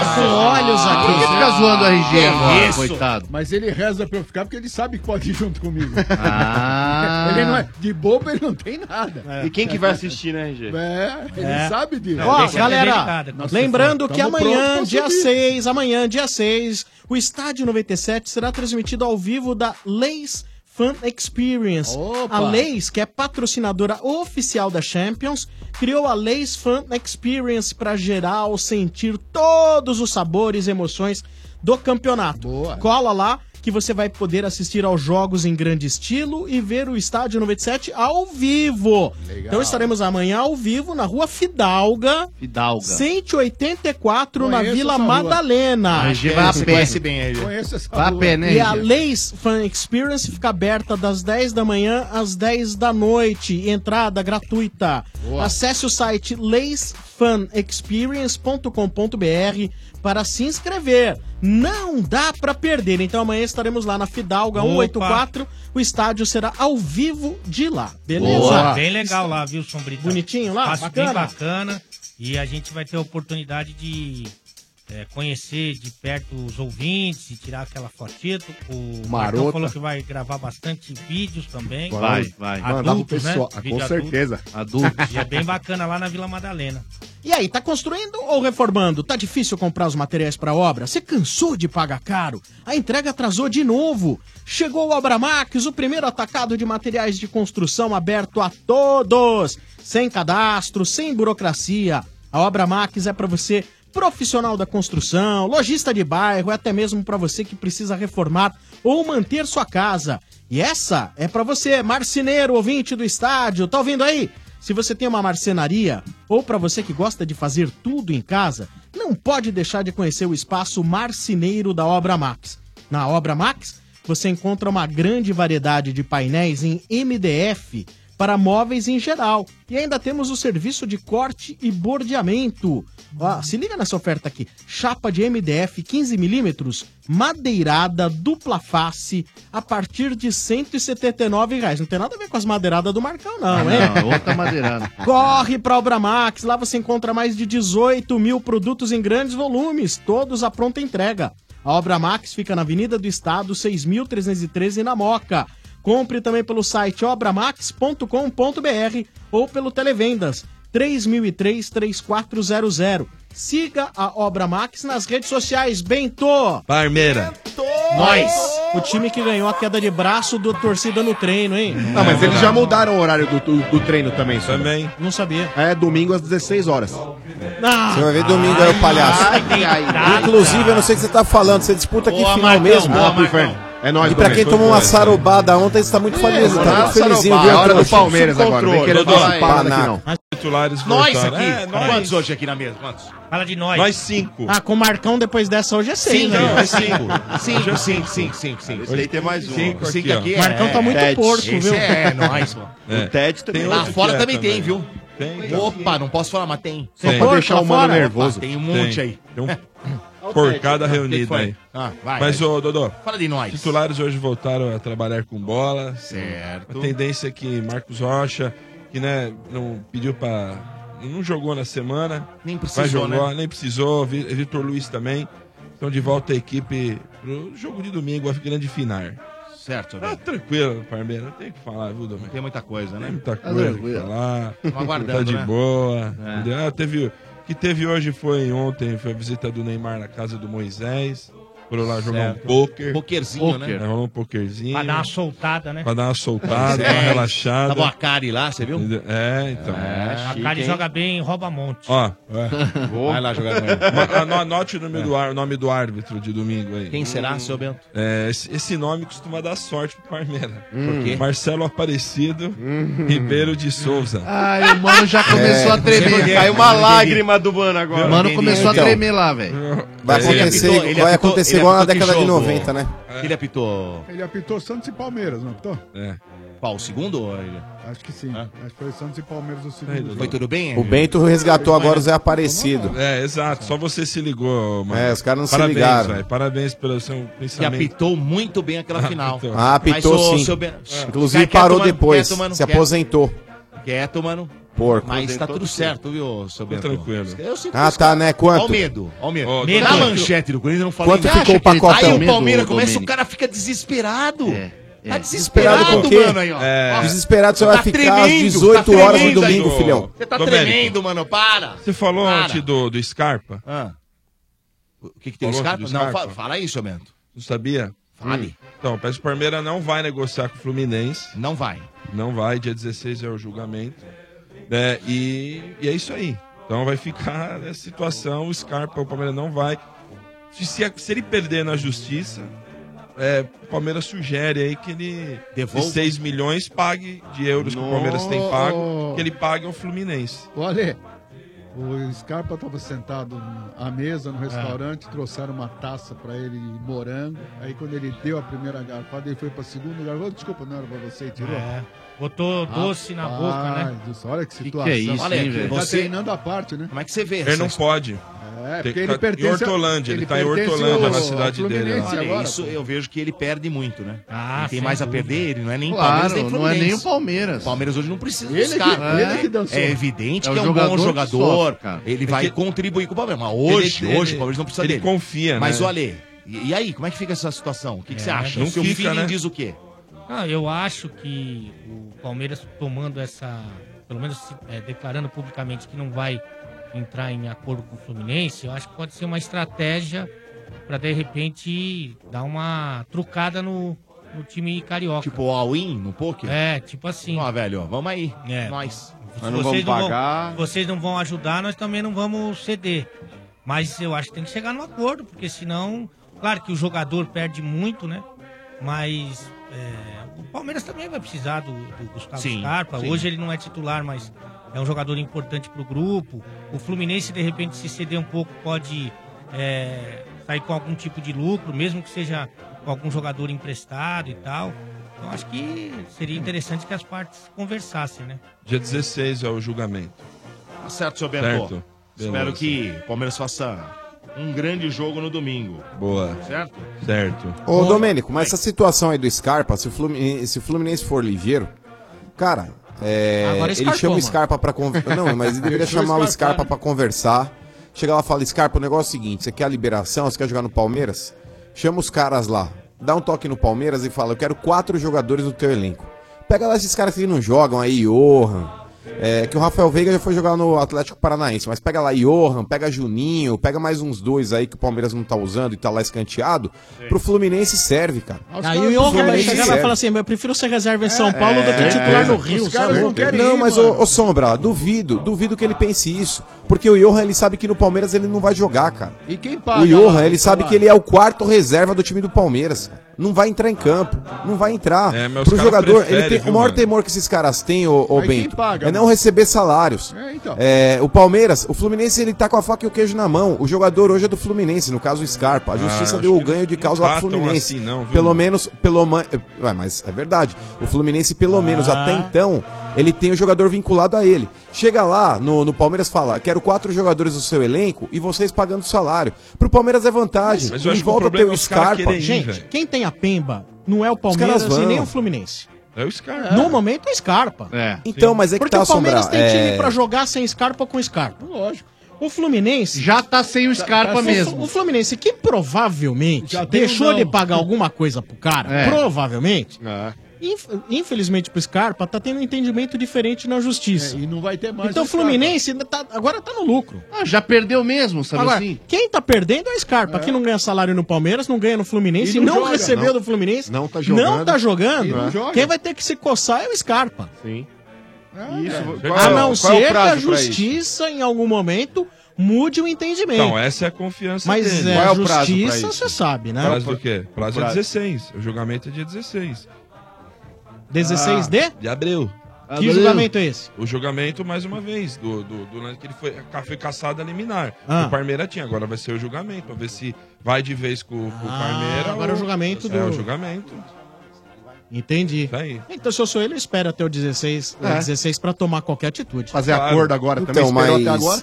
Isso, olhos aqui. Ah. É, Por que fica né? zoando o RG agora, coitado? Mas ele reza pra eu ficar porque ele sabe que pode ir junto comigo. Ah. Ele não é, de bobo ele não tem nada. E quem que vai assistir, né, RG? É, ele É. sabe disso. Não, Ó, deixa galera, delicada, com lembrando certeza. que Tamo amanhã, pronto pra dia subir. 6, amanhã, dia 6, o Estádio 97 será transmitido ao vivo da Leis Fan Experience. Opa! A Leis, que é patrocinadora oficial da Champions, criou a Leis Fan Experience para geral sentir todos os sabores e emoções do campeonato. Cola lá que você vai poder assistir aos jogos em grande estilo e ver o Estádio 97 ao vivo. Legal. Então estaremos amanhã ao vivo na Rua Fidalga, Fidalga. 184 na Conheço Vila essa rua. Madalena. Ah, RG vai a Você pé. conhece bem, RG. Conheço essa Vai a rua. pé, né, E a RG? Leis Fan Experience fica aberta das 10 da manhã às 10 da noite. Entrada gratuita. Boa. Acesse o site leisfanexperience.com.br para se inscrever. Não dá para perder. Então amanhã estaremos lá na Fidalga Opa. 184. O estádio será ao vivo de lá. Beleza? Boa. Bem legal lá, viu, Sombrita? Bonitinho lá? bem Bacana? bacana. E a gente vai ter a oportunidade de é, conhecer de perto os ouvintes, de tirar aquela fotito. O Marcão Marota. falou que vai gravar bastante vídeos também. Vai, vai. Mandar pro Adultos, né? pessoal, ah, com Vídeo certeza. Adultos. E é bem bacana lá na Vila Madalena. E aí, tá construindo ou reformando? Tá difícil comprar os materiais pra obra? Você cansou de pagar caro? A entrega atrasou de novo. Chegou o Abramax, o primeiro atacado de materiais de construção aberto a todos, sem cadastro, sem burocracia. A Obra Max é pra você profissional da construção, lojista de bairro, é até mesmo para você que precisa reformar ou manter sua casa. E essa é para você, marceneiro, ouvinte do estádio, tá ouvindo aí? Se você tem uma marcenaria ou para você que gosta de fazer tudo em casa, não pode deixar de conhecer o espaço marceneiro da Obra Max. Na Obra Max, você encontra uma grande variedade de painéis em MDF para móveis em geral. E ainda temos o serviço de corte e bordeamento. Ó, se liga nessa oferta aqui: chapa de MDF 15mm, madeirada, dupla face, a partir de R$ 179 reais. Não tem nada a ver com as madeiradas do Marcão, não, hein? Ah, Não, é outra madeirada. Corre pra Obra Max, lá você encontra mais de 18 mil produtos em grandes volumes, todos à pronta entrega. A Obra Max fica na Avenida do Estado, 6.313, na Moca. Compre também pelo site obramax.com.br ou pelo Televendas 3003-3400. Siga a Obra Max nas redes sociais. Bento! Parmeira. Nós! O time que ganhou a queda de braço do torcida no treino, hein? Não, É mas eles já mudaram o horário do, do- do treino também, senhor. Também. Não sabia. É domingo às 16 horas. Ah. Você vai ver domingo aí, o palhaço. Ah, Inclusive, eu não sei o que você tá falando. Você disputa aqui Boa, final Marcão, mesmo. boa, Ah, pro inferno. É nóis, E pra quem Domingos. tomou uma Foi, foi. sarobada ontem, você tá muito feliz. Tá muito felizinho, sarobada. viu? É hora do trouxa? Palmeiras agora, Subcontrole. vem querer Dodô, falar parada aqui, não. Panaca. Titulares Nós voltaram. aqui. É, nós. Quantos hoje aqui na mesa? Quantos? Fala de nós. Nós cinco. Ah, com o Marcão depois dessa hoje é seis, Cinco, né? é cinco. é Cinco, cinco, cinco, cinco, cinco. Esse aí tem mais um, Cinco, ó. cinco aqui. é. O Marcão tá muito Ted. porco, Esse viu? É, nóis, mano. É. O Ted também. Tem Lá outro fora que é também, também. tem, viu? Tem, Opa, não posso falar, mas tem. Só Tem. pra deixar o mano nervoso. tem um monte Tem. aí. Tem um- Porcada Que que reunida né? foi? aí. Ah, vai, Mas, vai. ô, Dodô. Fala de nós. Titulares hoje voltaram a trabalhar com bola. Certo. A tendência é que Marcos Rocha, que né, não pediu pra. Não jogou na semana. Nem precisou, vai jogar, né? Nem precisou. Vi- Vitor Luiz também. Estão de volta a equipe pro jogo de domingo, a grande final. Certo, Tá tranquilo, Parmeira. Não tem o que falar, viu, Domingo? Tem muita coisa, né? Tem muita Tá coisa tranquilo. pra falar. Tamo aguardando, Tá de né? boa. É. entendeu? Ah, teve, o que teve hoje foi ontem, foi a visita do Neymar na casa do Moisés. Foram lá jogar Certo. um poker. Pokerzinho, né? É, rolou um pokerzinho. Pra dar uma soltada, né? Pra dar uma soltada, dar uma É. relaxada. Tava o Akari lá, você viu? É, então. a Kali joga bem, rouba monte. Ó, é. Vou. Vai lá jogar com ele. Ma- ano- Anote o nome, do, ar- o nome do árbitro de domingo aí. Quem será, seu Bento? É, esse, esse nome costuma dar sorte pro Parmeira. Hum. Por quê? Marcelo Aparecido Hum. Ribeiro de Souza. É. Ai, o mano já É. começou a tremer. Caiu uma lágrima do mano agora. O mano Entendi. começou Então, a tremer lá, velho. Vai Ele acontecer- apitou, ele vai apitou- acontecer ele igual na apitou que década de jogo? 90, né? Ele apitou. Ele apitou Santos e Palmeiras, não apitou? É. Qual, o segundo? ou ele? Acho que sim. Acho que foi Santos e Palmeiras o segundo. Foi tudo bem? O Bento resgatou agora o Zé Aparecido. É, exato. Só você se ligou, mano. É, os caras não se Parabéns, ligaram. velho. Parabéns pelo seu E pensamento. apitou muito bem aquela final. Ah, apitou Mas, ô, sim. seu Ben- Inclusive Fica quieto, parou mano, depois. quieto, mano, se quieto. aposentou. Quieto, mano. Porco. Mas tá Aposentou tudo por certo, viu, seu Bento? tranquilo. Eu sinto Ah, isso, tá, cara. né? Quanto? Ó o medo, ó o medo. Ó, Na Domênico. manchete do Corinthians não falei Quanto ficou o pacotão? Aí o Palmeiras Medo, começa, o Domênico. É, cara fica desesperado. Tá desesperado, Desesperado com o quê? mano, aí, ó. É. Ó, Desesperado, você tá vai ficar às tremendo, 18 horas tá no tremendo aí, domingo, ô. filhão. Você tá Domênico. tremendo, mano, para. Você falou Para. antes do, do Scarpa? Ah. O que, que tem, Scarpa? Não, fa- fala aí, seu Bento. Não sabia? Fale. Então, o Pérez Parmeira não vai negociar com o Fluminense. Não vai. Não vai, dia 16 é o julgamento. né? e, e é isso aí. Então vai ficar nessa situação, o Scarpa, o Palmeiras não vai. Se, se- se ele perder na justiça, é, o Palmeiras sugere aí que ele Devolva. de 6 milhões pague de euros que o Palmeiras tem pago, que ele pague ao Fluminense. Olha, o Scarpa estava sentado n- à mesa no restaurante, trouxeram uma taça para ele e morango. Aí quando ele deu a primeira garfada, ele foi para a segunda garfada. Desculpa, não era para você e tirou. É. Botou doce na Rapaz boca, né? do céu, olha que Que que é situação. isso, olha hein, aqui, velho? Tá Você- treinando a parte, né? Como é que você vê? Ele não pode. É, Tem- porque ele tá- pertence Em a- Hortolândia, ele, ele tá em pertence Hortolândia, ao- na ao cidade dele. lá. Olha, isso eu vejo que ele perde muito, né? Ah, Não tem sem mais a dúvida. perder, ele não é nem Claro, Palmeiras, nem não Fluminense. é nem o Palmeiras. O Palmeiras hoje não precisa Ele dos que- caras. ele que dançou. É evidente É que o é um bom jogador que jogador, sofre, cara. ele É vai que- contribuir com o Palmeiras, mas hoje, Ele- hoje ele- o Palmeiras não precisa ele dele. confia, Mas né? olha, e, e aí, como é que fica essa situação? O que, que É, você acha? não o seu fica, feeling né? diz o quê? Não, Ah, eu acho que o Palmeiras tomando essa. Pelo menos é, declarando publicamente que não vai entrar em acordo com o Fluminense, eu acho que pode ser uma estratégia para de repente dar uma trucada no, no time carioca. Tipo, o all-in no poker? É, tipo assim. Ó, velho, ó, vamos aí. É. Nós. Se vocês vão- se vocês não vão ajudar, nós também não vamos ceder. Mas eu acho que tem que chegar num acordo, porque senão, claro que o jogador perde muito, né? Mas é, o Palmeiras também vai precisar do, do Gustavo Sim, Scarpa. sim. Hoje ele não é titular, mas é um jogador importante para o grupo. O Fluminense, de repente, se ceder um pouco, pode é, sair com algum tipo de lucro, mesmo que seja com algum jogador emprestado e tal. Então acho que seria interessante que as partes conversassem, né? Dia 16 é o julgamento. Tá certo, seu Bento. Certo. Espero Beleza. que o Palmeiras faça um grande jogo no domingo. Boa. Certo? Certo. Ô, Domênico, mas essa situação aí do Scarpa, se o Fluminense, se o Fluminense for ligeiro, cara, é, Agora ele escarpou, chama o mano. Scarpa pra conversar. Não, mas ele deveria Deixou chamar o escarpar, Scarpa né? pra conversar. Chega lá e fala, Scarpa, o negócio é o seguinte, você quer a liberação, você quer jogar no Palmeiras? Chama os caras lá. dá um toque no Palmeiras e fala: Eu quero quatro jogadores no teu elenco. Pega lá esses caras que não jogam aí, Johan. É, que o Rafael Veiga já foi jogar no Atlético Paranaense, mas pega lá Johan, pega Juninho, pega mais uns dois aí que o Palmeiras não tá usando e tá lá escanteado. Pro Fluminense serve, cara. Aí o Yoga vai chegar e vai falar assim: "Mas eu prefiro ser reserva em São Paulo É, do que titular no Rio. sabe? Não, mas ô, ô Sombra, duvido, duvido que ele pense isso. Porque o Johan, ele sabe que no Palmeiras ele não vai jogar, cara. E quem O Johan, tá ele sabe que ele é o quarto reserva do time do Palmeiras. cara. Não vai entrar em campo, não vai entrar. É, mas os Pro caras jogador, preferem, ele tem, viu, o maior mano? temor que esses caras têm, ô, ô Mas quem Bento, paga, é não mano? receber salários. É, então. É, o Palmeiras, o Fluminense, ele tá com a faca e o queijo na mão. O jogador hoje é do Fluminense, no caso o Scarpa. A justiça Ah, acho deu o ganho de causa lá pro tratam Fluminense. assim, não, viu, pelo mano? menos, pelo ma- Ué, mas é verdade. O Fluminense, pelo menos Ah. até então, ele tem o jogador vinculado a ele. Chega lá no, no Palmeiras fala: quero quatro jogadores do seu elenco e vocês pagando salário. Pro Palmeiras é vantagem. Mas eu acho E que o volta problema ter é os caras querem ir, Gente, velho. quem tem a Pemba não é o caras Palmeiras e vão. nem o Fluminense. É o Scarpa. No momento é Scarpa. É. Então, mas é que Porque tá o Palmeiras tem Sombra, time é- pra jogar sem Scarpa com Scarpa. Lógico. O Fluminense. Já tá sem o Scarpa mesmo. O Fluminense, que provavelmente tem deixou um não. de pagar alguma coisa pro cara, É. provavelmente. É. Inf- Infelizmente pro Scarpa, tá tendo um entendimento diferente na justiça. É, e não vai ter mais Então o o Scarpa. Fluminense tá- agora tá no lucro. Ah, já perdeu mesmo, sabe Agora, assim? quem tá perdendo é o Scarpa, que não ganha salário no Palmeiras, não ganha no Fluminense, E não, não joga. recebeu Não. do Fluminense, Não tá jogando. não tá jogando. E não joga. Quem vai ter que se coçar é o Scarpa. Sim. Isso, a é não ser que a justiça, em algum momento, mude o entendimento. Então, essa é a confiança Mas dele. é, Qual é o prazo justiça, pra isso? você sabe, né? Prazo do quê? Prazo, é Prazo. 16. O julgamento é dia 16. 16 de? Ah, De abril. Que julgamento é esse? O julgamento, mais uma vez, do, do, do lance que ele foi, ca- foi caçado a liminar. Ah. O Parmeira tinha, agora vai ser o julgamento, pra ver se vai de vez com, com o Parmeira. Ah, agora ou- o julgamento É, do- o julgamento. Entendi. Aí. Então, se eu sou ele, eu espero até o 16, É. 16 pra tomar qualquer atitude. Fazer Claro. acordo agora também, Então, esperou mas- até agora?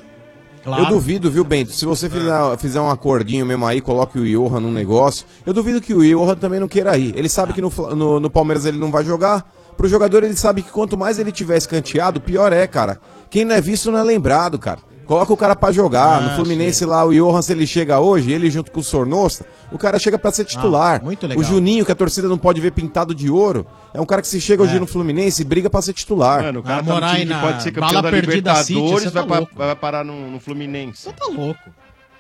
Claro. É. Eu duvido, viu, Bento? Se você fizer, fizer um acordinho mesmo aí, coloque o Johan num negócio. Eu duvido que o Johan também não queira ir. Ele sabe que no, Fla- no- no Palmeiras ele não vai jogar. Pro jogador, ele sabe que quanto mais ele tiver escanteado, pior é, cara. Quem não é visto não é lembrado, cara. Coloca o cara pra jogar. Ah, no Fluminense lá, o Johan, se ele chega hoje, ele junto com o Sornosta, o cara chega pra ser titular. Ah, muito legal. O Juninho, que a torcida não pode ver pintado de ouro, é um cara que se chega hoje no Fluminense e briga pra ser titular. Mano, o Ah, cara tá no time que pode ser campeão da Libertadores, vai, pa- vai parar no, no Fluminense. Você tá louco.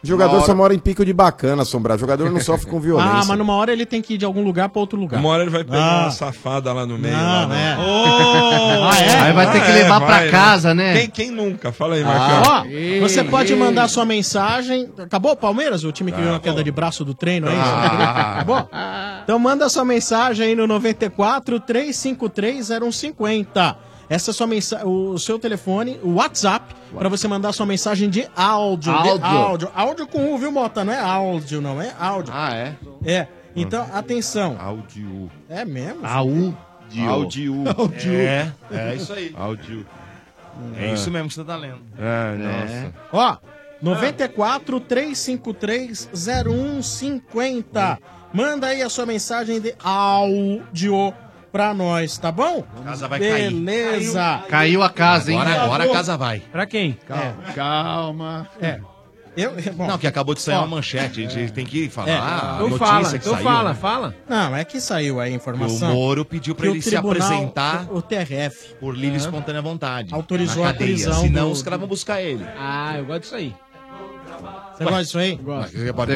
Jogador Uma hora- só mora em pico de bacana, Sombra. Jogador não sofre com violência. Ah, mas numa hora ele tem que ir de algum lugar pra outro lugar. Uma hora ele vai pegar Ah. uma safada lá no meio. Não, lá, é. Ô! Ah, é? Aí vai ter que levar pra né? casa, né? Ah. Quem, quem nunca? Fala aí, Ó, Marcão. você pode mandar sua mensagem. Acabou o Palmeiras? O Tá, time que ganhou a queda de braço do treino, é isso? Ah. Acabou? Então manda sua mensagem aí no 94 353 0150. Essa é sua mensagem, o seu telefone, o WhatsApp, pra você mandar sua mensagem de áudio. Áudio. De áudio. Áudio com U, viu, Mota? Não é áudio, não, é áudio. Ah, é? É. Então, atenção. Áudio. É mesmo? Áudio. Áudio. Áudio. É, é isso aí. Áudio. É isso mesmo que você tá lendo. É, É. nossa. Ó, 94 353 0150. Manda aí a sua mensagem de áudio pra nós, tá bom? casa vai cair. Beleza. Caiu a casa, hein? Agora, agora a casa vai. Pra quem? Calma. É. Calma. É. Eu, é, bom. Não, que acabou de sair Ó. uma manchete, a gente tem que falar É. a Então ah, notícia fala, que então saiu. fala, né? fala. Não, é que saiu aí a informação. O Moro pediu pra que o ele se tribunal, apresentar O TRF. Por livre e É. espontânea vontade. Autorizou Na a cadeia, prisão Senão do- os caras vão buscar ele. Ah, eu gosto disso aí. Você gosta disso aí? Gosto.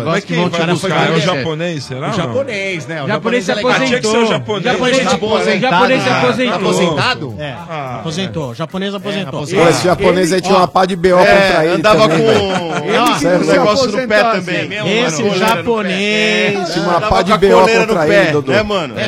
Mas quem vai buscar? É o japonês, será? O ou não? japonês, né? O Japonês se é legal. aposentou. Tinha que ser o japonês. Japonês Tá se aposentado, Japonês se cara. aposentou. Tá aposentado? É, aposentou. O japonês É, aposentou. É, Pô, esse japonês aí tinha uma pá de BO É, contra ele. também, velho. Isso é louco. Esse É. japonês. Ah, Tinha uma pá de BO contra ele, Dodô. né,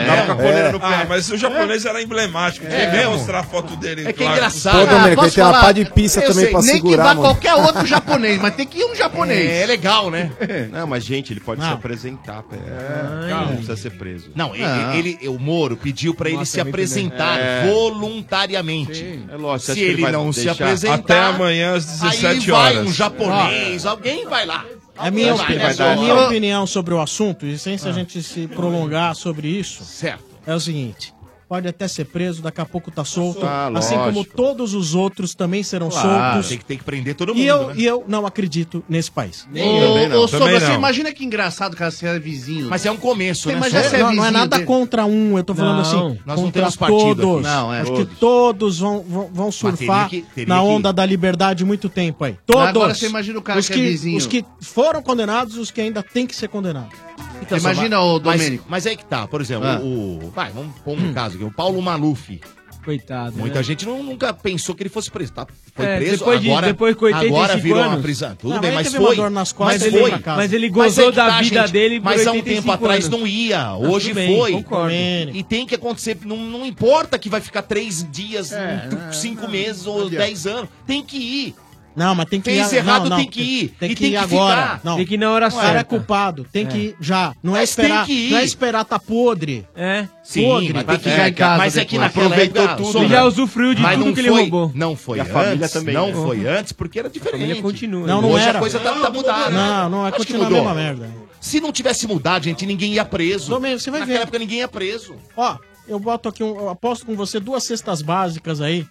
Tava com a coleira É. no pé. Ah, mas o japonês era emblemático. É. Tinha que mostrar a foto dele. É que é engraçado. Pô, Domênico, Ah, ele tem uma posso pá falar? de pizza Eu também sei, pra nem segurar, que vá mano. qualquer outro japonês, mas tem que ir um japonês. É, é legal, né? É. Não, mas gente, ele pode se Não. apresentar. pé. É. Não precisa ser preso. Não, ele, ele- o Moro pediu pra ele Nossa, se é muito apresentar legal. É. voluntariamente. É lógico, você se acha que ele, ele vai não se deixar? apresentar, Até amanhã às aí 17 vai horas. um japonês, alguém vai lá. A É minha, Vai, opini- né, a Dodô? minha opinião sobre o assunto, e sem se a gente se prolongar sobre isso, certo. é o seguinte: pode até ser preso, daqui a pouco tá solto. Ah, assim como lógico. todos os outros também serão Claro, soltos. Ah, Tem que, tem que prender todo mundo, E eu, né? e eu não acredito nesse país. Ô, ô, Sombra, você imagina que engraçado, cara, você é vizinho. Mas é um começo, Você né? imagina Sombra? você é Não, não é vizinho nada dele. contra um, eu tô falando Não, assim. nós não contra temos partido todos. aqui. Não, é, Acho todos. que todos vão, vão, vão surfar teria que- teria na que- onda da liberdade muito tempo aí. Todos. Mas agora você imagina o cara os que é vizinho. Os que foram condenados, os que ainda têm que ser condenados. Então, Imagina, Sombra, ô, Domênico. Mas, mas aí que tá, por exemplo, Ah. o, o- Vai, vamos pôr um caso aqui. O Paulo Maluf. Coitado. Muita né? gente não- nunca pensou que ele fosse preso. Tá, foi É, preso, depois de- agora, depois com 85 agora virou uma anos. prisão. Tudo Não, bem, mas mas ele teve uma foi. dor nas costas mas e foi. foi pra casa. Mas é tá, ele Mas gozou aí que tá, da vida dele por Mas há um 85 tempo atrás anos. não ia. Ah, Hoje tudo bem, foi. concordo. E tem que acontecer. Não, não importa que vai ficar três dias, É, um- cinco meses ou adianta. dez anos. Tem que ir. Não, mas tem que Fez ir. errado, não, não, tem que ir. Tem E que ir tem que agora. ficar. Não. Tem que ir na hora O cara é certa. culpado. Tem É. que ir já. Não é Mas tem esperar. que ir. Não é esperar tá podre. É. Sim, podre. mas tem tá- é, mas é que naquela Aproveitou época, tudo. Sombra, Já usufruiu de mas tudo não que ele foi- roubou. Não foi E a antes, família também, Não né? foi antes, porque era diferente. Não, continua, né? Não, não Hoje era. a coisa tá, tá mudada. Não, não, é Acho que continua a mudou. mesma merda. Se não tivesse Tá, mudado, gente, ninguém ia preso. Domênico, você vai Naquela ver. época ninguém ia preso. Ó, eu boto aqui, um, eu aposto com você duas cestas básicas aí.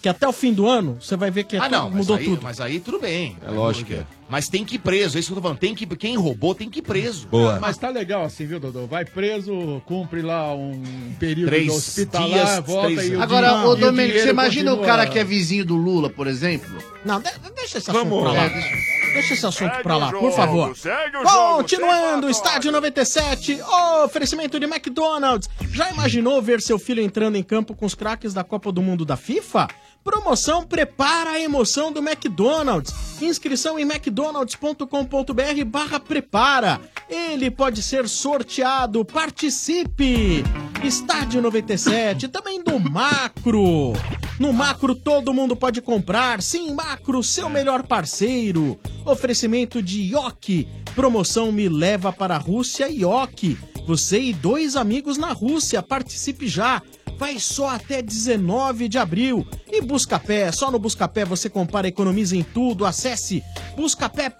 Que até o fim do ano, você vai ver que É é Ah, tudo- não, mas mudou aí, tudo. mas aí tudo bem. É lógico. Mas tem que ir preso, é isso que eu tô falando. Tem que, quem roubou tem que ir preso. Ah, Mas tá legal assim, viu, Dodô? Vai preso, cumpre lá um período Três hospitalar, dias, volta três e o Agora, dinheiro- ô e o Domênico, você dinheiro imagina o continua- cara que é vizinho do Lula, por exemplo? Não, de- deixa esse assunto Vamos. pra lá. É, deixa... esse assunto pra lá, o por jogo, favor. segue o jogo, Continuando, estádio 97, oferecimento de McDonald's. Já imaginou ver seu filho entrando em campo com os craques da Copa do Mundo da FIFA? Promoção Prepara a Emoção do McDonald's. Inscrição em mcdonalds.com.br barra prepara. Ele pode ser sorteado. Participe! Estádio 97, também do Macro. No Macro todo mundo pode comprar. Sim, Macro, seu melhor parceiro. Oferecimento de Yoki. Promoção Me Leva para a Rússia Yoki. Você e dois amigos na Rússia, participe já. Vai só até 19 de abril. E Buscapé, só no Buscapé você compara e economiza em tudo. Acesse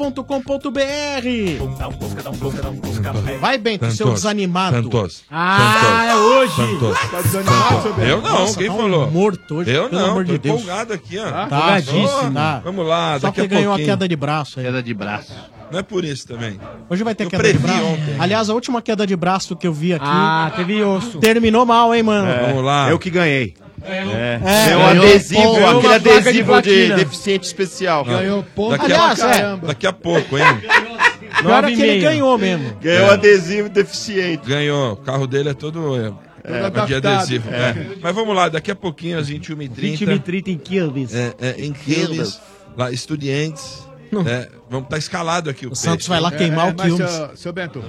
um buscapé.com.br. Vai, Bento, seu Santos, desanimado. Santos, Ah, é hoje. Santos. Tá desanimado, seu Bento? Eu não, Nossa, quem tá um falou? Morto hoje, eu pelo não, amor tô de Deus. empolgado aqui, ó. Tá empolgadíssimo. Tá. Vamos lá, Só daqui a que ganhou a pouquinho. queda de braço aí. Queda de braço. Não é por isso também. Hoje vai ter queda de braço. Aliás, a última queda de braço que eu vi aqui. Ah, teve osso. Terminou mal, hein, mano? É, Vamos lá. Eu eu que que ganhei. É, É um adesivo, aquele adesivo de deficiente especial. Ganhou ponto daqui, Aliás, a, é. daqui a pouco, hein? É. Pior é que ele ganhou mesmo. Ganhou adesivo deficiente. Ganhou. O carro dele é todo. É, de adaptado. adesivo. É. é. Mas vamos lá, daqui a pouquinho, às 21h30. 21h30 em Kilbis. É, é, em Quilmes, lá, estudiantes. É, vamos estar escalado aqui. O, Santos vai lá queimar o É, mas, Quilmes. Seu, seu Bento.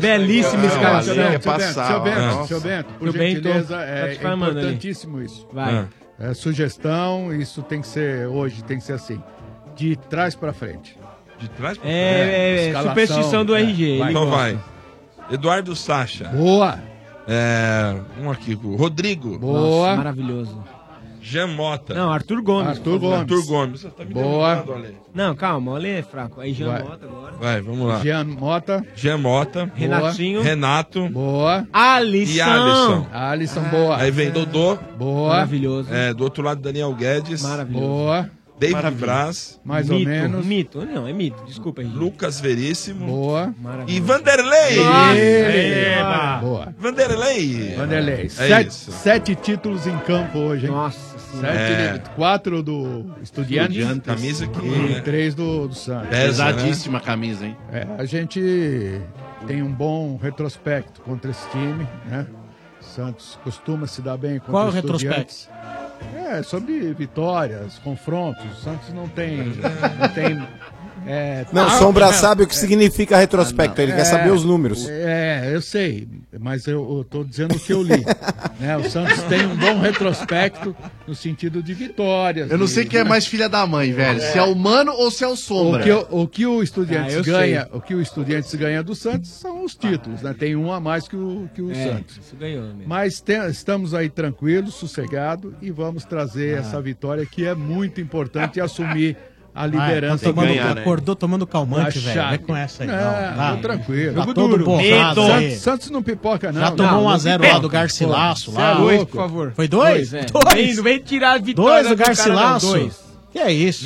Belíssima Seu- escalação. Seu Bento, É seu passar, ó. Bento, Nossa. seu Bento, por Seu Bento, gentileza, tá é te chamando ali. importantíssimo isso. Vai. Ah. É, sugestão, isso tem que ser hoje, tem que ser assim. De trás pra frente. De trás pra É, é, é, superstição do RG. ele então gosta. vai. Eduardo Sacha. Boa. É, um aqui. o Rodrigo. Nossa, Maravilhoso. Jean Mota. Não, Arthur Gomes. Arthur Gomes. Arthur Gomes. Tá me derrubando, Ale. Não, calma, o Ale é fraco. Aí né? já Vai. bota agora. Vai, vamos lá. Jean Mota. Jean Mota. Renatinho. Boa. Renato. Boa. Alisson. E Alisson. Alisson, boa. Aí vem Dodô. Boa. Maravilhoso. É, do outro lado, Daniel Guedes. Maravilhoso. Boa. David Maravilha. Braz. Mito, Mito, não, é mito. Desculpa aí. Lucas Veríssimo. Boa. E Vanderlei. Nossa, Eba. Boa. Vanderlei. Vanderlei, É sete, isso. sete títulos em campo hoje, hein? Nossa senhora. É. Quatro do Estudiantes. Estudiantes. Camisa que- é. E três do, do Santos. Pesa, né? Pesadíssima camisa, hein? É, a gente tem um bom retrospecto contra esse time, né? Santos costuma se dar bem contra Qual é o os Estudiantes. É, sobre vitórias, confrontos. O Santos não tem. Não, tem, é, Ah, Não, Ah, tal- Sombra né? sabe o que significa retrospecto, ele quer saber os números. É, eu sei, mas eu, eu tô dizendo o que eu li. né? O Santos tem um bom retrospecto no sentido de vitórias. Eu não de- sei quem é mais filha da mãe, velho. Se é o Mano ou se é o O Sombra. que o, o que o Estudiantes Ah, eu ganha, sei. o que o Estudiantes ganha do Santos são os títulos, né? Tem um a mais que o, que o É, Santos. Isso ganhou, mesmo. Mas tem- estamos aí Ah. tranquilos, sossegados e vamos trazer essa vitória que é muito importante e assumir a liberança tá tomando, Acordou tomando Tá calmante, velho. chato. Vem com essa aí. Não, tá. tô tranquilo. Tá Jogo todo duro. Medo. borrado aí. Santos- Santos não pipoca, não. Já Não, tomou não 1x0 lá pipoca. do Garcilaço. Pô, lá. cê é louco, por favor. Foi dois? Dois, é. Dois. Vem- vem tirar a vitória Dois do do cara, não, Garcilaço. dois. Que é isso?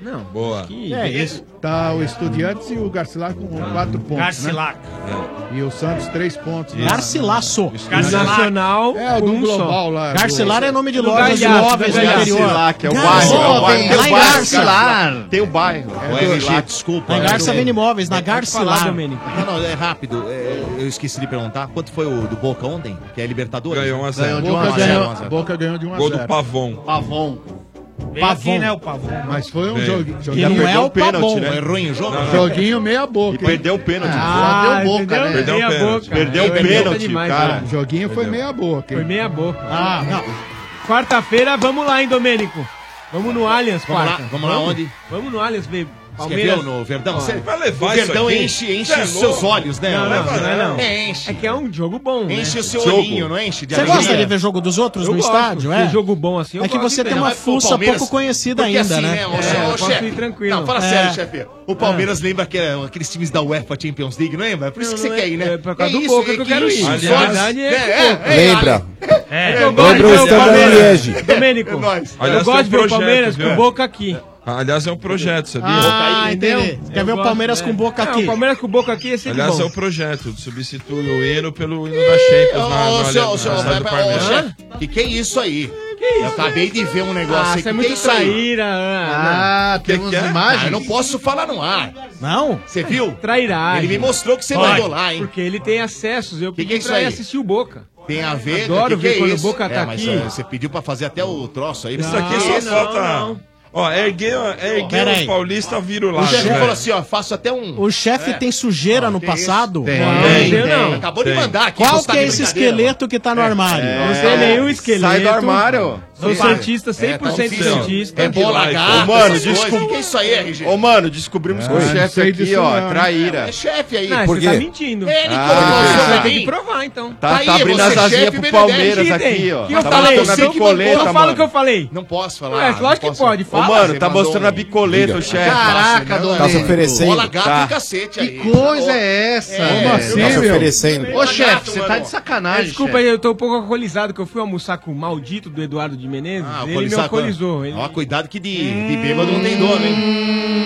Não. Boa. Que é medo. isso. Tá o Estudiantes e o Garcilac com quatro pontos. Garcilac. Né? E o Santos, três pontos. né? Garcilaço. Isso. Garcilac. Nacional. É, o do Um só. Global lá. Garcilar do- é nome de do loja de Galhaço, móveis do do Galhaço. interior. Garcilac, é o Garçom, bairro, é o bairro. vem lá em Tem o bairro, Garcilar. Tem o bairro. É do Egito, desculpa. Na Garça vem imóveis, na Garcilar. Garcilar. Não, não, é rápido. é, eu esqueci de perguntar. Quanto foi o do Boca ontem? Que é Libertadores? Ganhou 1 a 0. Ganhou de 1 Boca a 0. ganhou- 1 a 0. Boca ganhou de 1 a 0. Gol do Pavon. Pavon. Veio aqui, né, o Pavon? Mas foi um Veio. jogo. E jogo- não perdeu é o pênalti, Pavon. né? É ruim o jogo? Não, não. Joguinho meia boca. E perdeu o pênalti. Ah, Perdeu o entendeu? Boca, né? Perdeu o Meia pênalti. boca. Perdeu né? o Perdeu. pênalti, Demais, cara. O joguinho foi Perdeu. meia boca. Foi meia boca. Ah, não. Quarta-feira, vamos lá, hein, Domênico? Vamos no Allianz, Vamos quarta. lá, vamos lá, onde? Vamos no Allians, baby. Palmeiras no Verdão. Ó. Você o Verdão enche, enche os seus olhos, né? Não, não, não, É, é não. É, É que é um jogo bom. né? Enche o seu Jogo. olhinho, não é enche de Você alegria? gosta de ver jogo dos outros Eu no gosto, estádio? É. de jogo bom assim, eu É que gosto você de tem ver. uma Mas o fuça Palmeiras- pouco conhecida porque ainda, assim, né? né, o- É, eu Ô, posso chefe. ir tranquilo. Não, fala É. sério, chefe. O Palmeiras lembra que era aqueles times da UEFA Champions League, não lembra? É Por isso Não, que você não quer é- ir, né? é por causa do isso, Boca que eu quero ir. isso, Aliás, olha, verdade é que o Boca. é, é, Lembra? É, É, eu Lembra gosto de o ver o Estandão Palmeiras. É Liege. Domênico, eu Aliás, gosto de tem um ver o projeto, Palmeiras viu? com o Boca aqui. Aliás, é um projeto, sabia? Ah, né? entendeu? É, Quer ver o né? Palmeiras com Boca né? Não, aqui? o Palmeiras com o Boca aqui é sempre Aliás, bom. é o projeto. Substitui o hino pelo hino da Champions na, Ô, na, seu- na, seu- na cidade do ô, Palmeiras. chefe, Que que é isso aí? Eu acabei de ver um negócio Ah, aí. você é que muito que isso aí? traíra. Ah, Que que é? imagens? Ah, eu não posso falar no ar. Não? Você viu? Trairá. Ele me mostrou que você Pode, mandou lá, hein? Porque ele tem acessos. Eu Que pedi que é isso pra aí? ele assistir o Boca. Tem a ver, que Adoro que ver é quando isso? o Boca tá É, mas, aqui. ah, Você pediu pra fazer até o troço aí. é Isso aqui só falta. Ó, é- ergueu, ergueu Pera aí. o paulista O virulado. chefe né? velho. falou assim, ó, faço até um... O chefe É. tem sujeira no que passado? isso? Tem, Não, tem, tem. tem. Acabou de mandar aqui, Qual você tá que é de esse brincadeira, É. esqueleto que tá no armário? Não tem nenhum esqueleto. Sai do armário. Sai. Sou É, tá Santista, 100% difícil. Santista. É bola gata, Ô, mano, essas coisas. desculpa. Que que é isso aí, RG? Ô, mano, descobrimos que Ah, o não tá chefe sei aqui, disso ó, não. né? traíra. É chefe aí. Não, Por você quê? tá mentindo. Ele Ah, colocou isso pra Você tem mim. que provar, então. Tá- tá abrindo você, as asinhas chefe, pro Benedetti. Palmeiras Acreditem. aqui, ó. Que eu Tá falei, mostrando a você que mandou. bicoleta, Eu falo mano. o que eu falei. Não posso falar. Ué, lógico não que posso. pode, Ô, fala. mano, tá Você mandou mostrando um- a bicoleta, Liga. o chefe. Caraca, Nossa, Tá se oferecendo. Bola gata Tá. e cacete aí. Que coisa é essa? Como assim, Tá se meu? oferecendo. Ô, chefe, você tá de sacanagem. Desculpa aí, eu tô um pouco alcoolizado, que eu fui almoçar com o maldito do Eduardo de Menezes. Ah, ele me Hum. alcoolizado. alcoolizou. Ele... Ó, cuidado que de, de bêbado não tem dono, hein?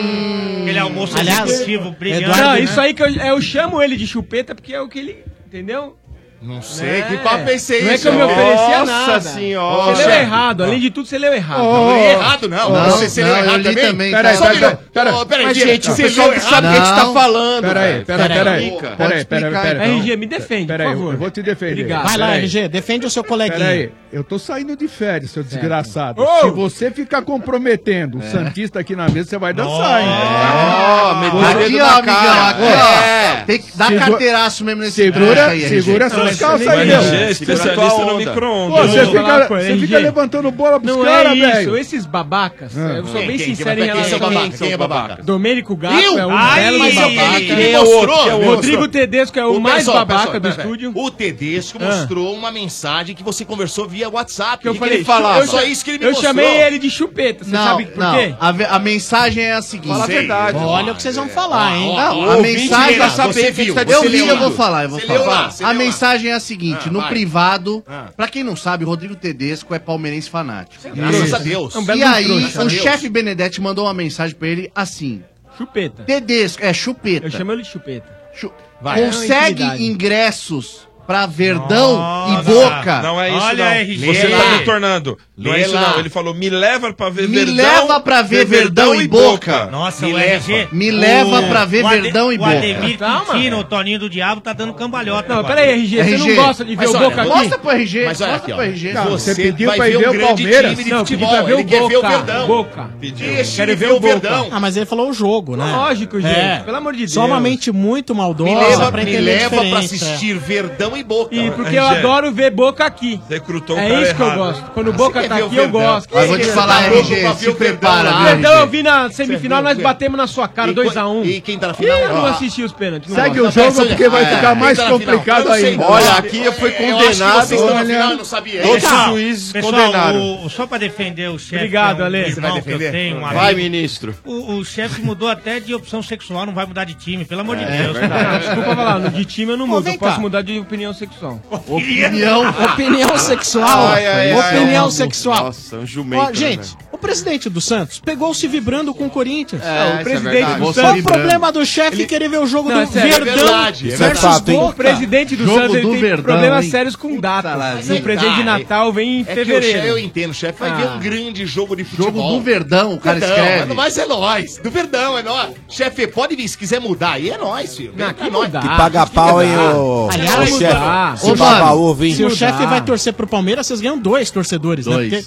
Aquele almoço Aliás, executivo brilhante. não, né? isso aí que eu, é, eu chamo ele de chupeta porque é o que ele. Entendeu? Não sei É. que papo é esse aí, Não é que eu me chefe. oferecia Nossa nada. senhora. Você leu Chefe. errado. Além de tudo, você Oh. leu errado. Não, eu li errado, não. Não, você você leu não, eu errado li também? também, tá. Peraí, cara. só um Peraí, minuto. Ô, Peraí, Mas, gente, gente, o você pessoal leu não sabe o errado. que a gente tá Não. falando. Peraí, velho. peraí, peraí. Explica. Peraí, peraí, peraí. RG, me defende, Peraí, por favor. eu vou te defender. Obrigado. Vai lá, É Peraí. RG, defende o seu coleguinha. Peraí, eu tô saindo de férias, seu desgraçado. Ô! Se você ficar comprometendo o Santista aqui na mesa, você vai dançar, hein? Ó, metade Aqui, do ó, na amigão, cara. aqui, ó. É. Tem que dar Segura- carteiraço mesmo nesse Segura, treco aí, RG. segura Não, essas mas calças aí, excelente. meu. É, Segura tua especialista no onda. micro-ondas. Pô, você Vou falar fica, com você ele, fica gente. levantando bola pros Não é caras, isso, velho. esses babacas, eu sou Quem, bem quem, quem, sincero em quem é relação seu a babaca? isso. Quem é babaca? Domênico Gato Eu? é um Ai, belo mas eu babaca. quem me É o mostrou? outro, é o Quem Rodrigo mostrou? Tedesco é o, mais pessoal, babaca pessoal, do pera, pera. estúdio. O Tedesco mostrou uma mensagem que você conversou via WhatsApp. Ah. Que eu O falei, ele falava? eu Só cha- isso que ele me eu mostrou. chamei ele de chupeta, você Não, sabe por quê? não. A, ve- a mensagem é a seguinte. Fala a verdade. Olha o que vocês vão falar, hein? Não, Ó, a ouvinte mensagem verá, é saber você o que viu, tá você Eu li, leu eu vou lá. falar, eu vou Você falar. leu lá, você a leu lá. mensagem é a seguinte, Ah, no vai. privado, Ah. pra quem não sabe, Rodrigo Tedesco é palmeirense fanático. Graças a Deus. É um belo E aí, trouxa. o Deus. chefe Benedetti mandou uma mensagem pra ele assim: Chupeta. Tedesco, é chupeta. Eu chamo ele de chupeta. Chu- Vai. Consegue É uma entidade. ingressos pra Verdão Nossa. e Boca. Não é isso, Ah, Olha, não. RG. Você Lê tá lá. me tornando. Não Lê é isso, lá. não. Ele falou, me leva pra ver Me Verdão. leva pra ver Verdão e Boca. Nossa, Me o leva. RG. Me leva o- pra ver o Ade- Verdão e o Boca. Ademir Um. Calma, Quintino, velho. o Toninho do Diabo, tá dando cambalhota. Não, agora. peraí, RG, você RG, não gosta de ver mas o olha, Boca aqui? Mostra pro RG, Mas olha mostra aqui, ó. pro RG. Não, Mostra. você pediu pra ir ver o Palmeiras? um time de Não, pedi futebol. pra ver ele o quer ver o Boca. Verdão. Boca. Esse Quero time ver vê o Boca. Ah, mas ele falou o jogo, né? Lógico, gente. Pelo amor de Só Deus. uma mente muito maldosa Me leva, pra me entender a leva pra diferença. assistir Verdão Verdão e Boca. E porque eu adoro ver Boca aqui. Recrutou é isso que eu gosto. Quando o Boca tá aqui, eu gosto. Mas vou te falar, RG, se prepara, O viu, Verdão, RG? eu vi na semifinal, nós batemos na sua cara, E 2x1. Um. e quem tá na final? Ih, eu não Ó, assisti os pênaltis. não Segue gosto. o jogo, porque vai ficar É, mais quem tá na final? complicado Eu sei, ainda. não. Olha, aqui eu fui condenado, olha, todos os Pessoal, juízes pessoal, condenaram. o- só para defender o chefe. Obrigado, que é um Ale. irmão Você vai que eu defender? tenho, um Vai, amigo. ministro. O, o chefe mudou até de opção sexual, não vai mudar de time, pelo amor de É, Deus. verdade. cara. Não, desculpa falar, no de time eu não Pô, mudo, vem eu posso cá. mudar de opinião sexual. Opinião. Opinião sexual. Ai, ai, ai, opinião ai. sexual. Nossa, um Ó, gente, o presidente do Santos pegou-se vibrando com o Corinthians. É, isso é verdade. Qual Você o vibrando. problema do chefe querer ver o jogo Não, é do sério, é Verdão verdade, é versus fato, hein? Boca? O presidente do Jogo Santos ele do tem Verdão, problemas hein? sérios com data. Mas O é presente de verdade. Natal vem em É que o fevereiro. chefe- eu entendo, chefe, vai Ah. ver um grande jogo de futebol. Jogo do Verdão, o cara Verdão, escreve. Mas, não vai ser nós. Do Verdão, é nós. Chefe, pode vir, se quiser mudar, aí é nós, filho. Vem cá, nós. Ah, Que paga pau, é hein, ô. Aliás, ô, mudar. chefe. Se Ô, mano, baba ovo, hein? se o chefe Ah. vai torcer pro Palmeiras, vocês ganham dois torcedores, Dois. né?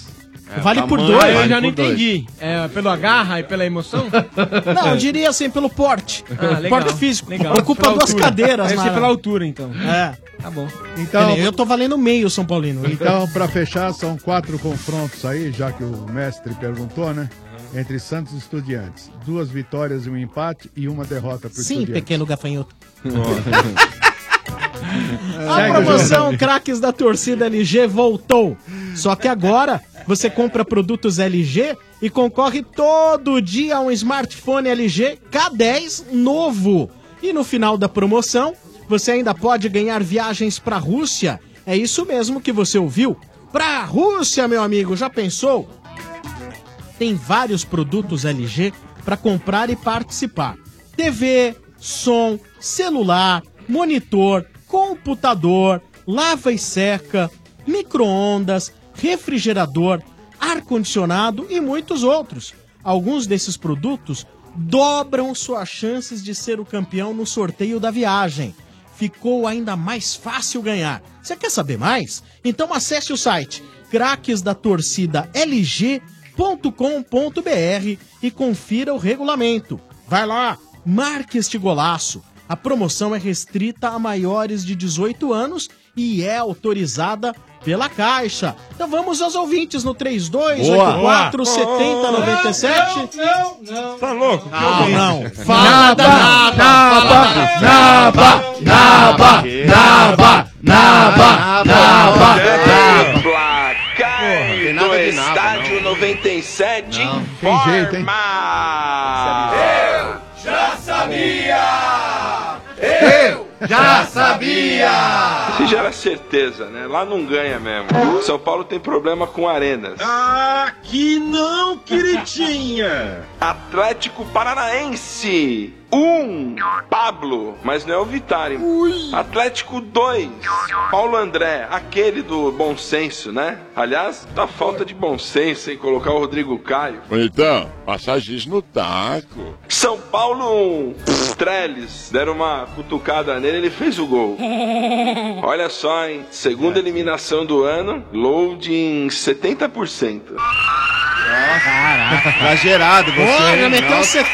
É, Porque vale por tamanho, dois. eu Vale já não por dois. entendi. É pelo agarra e pela emoção? Não, eu diria assim, pelo porte. Ah, legal, porte físico. legal. Ocupa Pela duas altura. cadeiras, Deve ser mano. pela altura, então. É. Tá bom. Então, Então- eu tô valendo meio São Paulino. Então, para fechar, são quatro confrontos aí, já que o mestre perguntou, né? Entre Santos e Estudiantes. Duas vitórias e um empate e uma derrota pro Sim, Estudiantes. pequeno gafanhoto. A Segue o promoção jogo. Craques da Torcida LG voltou. Só que agora você compra produtos LG e concorre todo dia a um smartphone LG K10 novo. E no final da promoção, você ainda pode ganhar viagens para a Rússia. É isso mesmo que você ouviu. Pra Rússia, meu amigo, já pensou? tem vários produtos LG para comprar e participar. TV, som, celular, monitor, computador, lava e seca, micro-ondas, refrigerador, ar-condicionado e muitos outros. Alguns desses produtos dobram suas chances de ser o campeão no sorteio da viagem ficou ainda mais fácil ganhar. Você quer saber mais? Então acesse o site craquesdatorcidalg.com.br e confira o regulamento. Vai lá, marque este golaço. A promoção é restrita a maiores de 18 anos e é autorizada pela Caixa. Então vamos aos ouvintes no 3284 7097. Não, não. Tá louco? Não, Ah, não. Fala da Naba, fala da Naba, Naba, Naba, Naba, Naba. nada do de nada, estádio 97 Tem jeito, hein? Eu já sabia! Eu já Ah, sabia! Isso gera certeza, né? Lá não ganha mesmo. São Paulo tem problema com arenas. Aqui não, queridinha! Atlético Paranaense 1, um, Pablo, mas não é o Vitari. Atlético 2, Paulo André, aquele do bom senso, né? Aliás, tá falta de bom senso em colocar o Rodrigo Caio. Então, passagem no taco. São Paulo 1, Trellis, deram uma cutucada nele, ele fez o gol. Olha só, hein? Segunda eliminação do ano, load em 70%. Tá gerado, você. Porra, hein? meteu Nossa. 70%.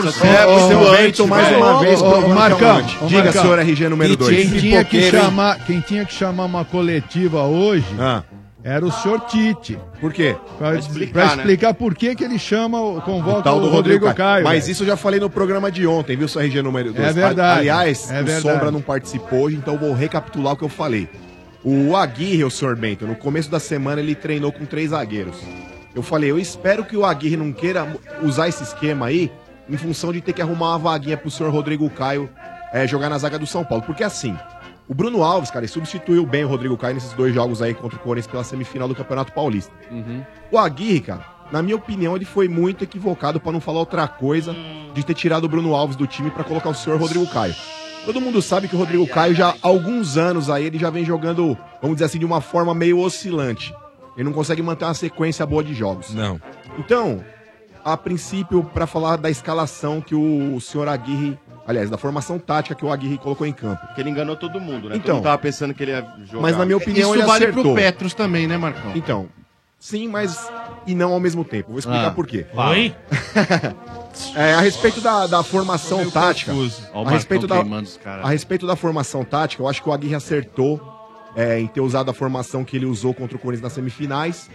70%. É, você aumenta Ô, mais uma ô, vez. ô, provando ô, que é um Marcão, amante. ô, Diga, Marcão. senhor RG número E 2. Quem, tinha que chamar- quem tinha que chamar uma coletiva hoje Ah. era o senhor Tite. Por quê? Pra, explicar, Pra explicar, pra né? explicar por que, que ele chama, o- convoca O tal do Rodrigo, Caio. Mas velho. isso eu já falei no programa de ontem, viu, seu RG número 2? É verdade, Aliás, é o verdade. Sombra não participou hoje, então eu vou recapitular o que eu falei. O Aguirre, o senhor Bento, no começo da semana ele treinou com três zagueiros. Eu falei, eu espero que o Aguirre não queira usar esse esquema aí em função de ter que arrumar uma vaguinha pro senhor Rodrigo Caio eh, jogar na zaga do São Paulo. Porque assim, o Bruno Alves, cara, ele substituiu bem o Rodrigo Caio nesses dois jogos aí contra o Corinthians pela semifinal do Campeonato Paulista. O Aguirre, cara, na minha opinião, ele foi muito equivocado pra não falar outra coisa de ter tirado o Bruno Alves do time pra colocar o senhor Rodrigo Caio. Todo mundo sabe que o Rodrigo Caio já há alguns anos aí ele já vem jogando, vamos dizer assim, de uma forma meio oscilante. Ele não consegue manter uma sequência boa de jogos. Não. Então, a princípio, pra falar da escalação que o senhor Aguirre, aliás, da formação tática que o Aguirre colocou em campo. Porque ele enganou todo mundo, né? Então. todo mundo tava pensando que ele ia jogar. Mas na minha opinião Isso ele vale acertou. pro Petro. também, né, Marcão? Então, Sim, mas e não ao mesmo tempo. Vou explicar Ah, por quê. vai. É, a respeito da, da formação tática, confuso. Ó, o a respeito, Marcão da, queimando os caras. a respeito da formação tática, eu acho que o Aguirre acertou é, em ter usado a formação que ele usou contra o Corinthians nas semifinais.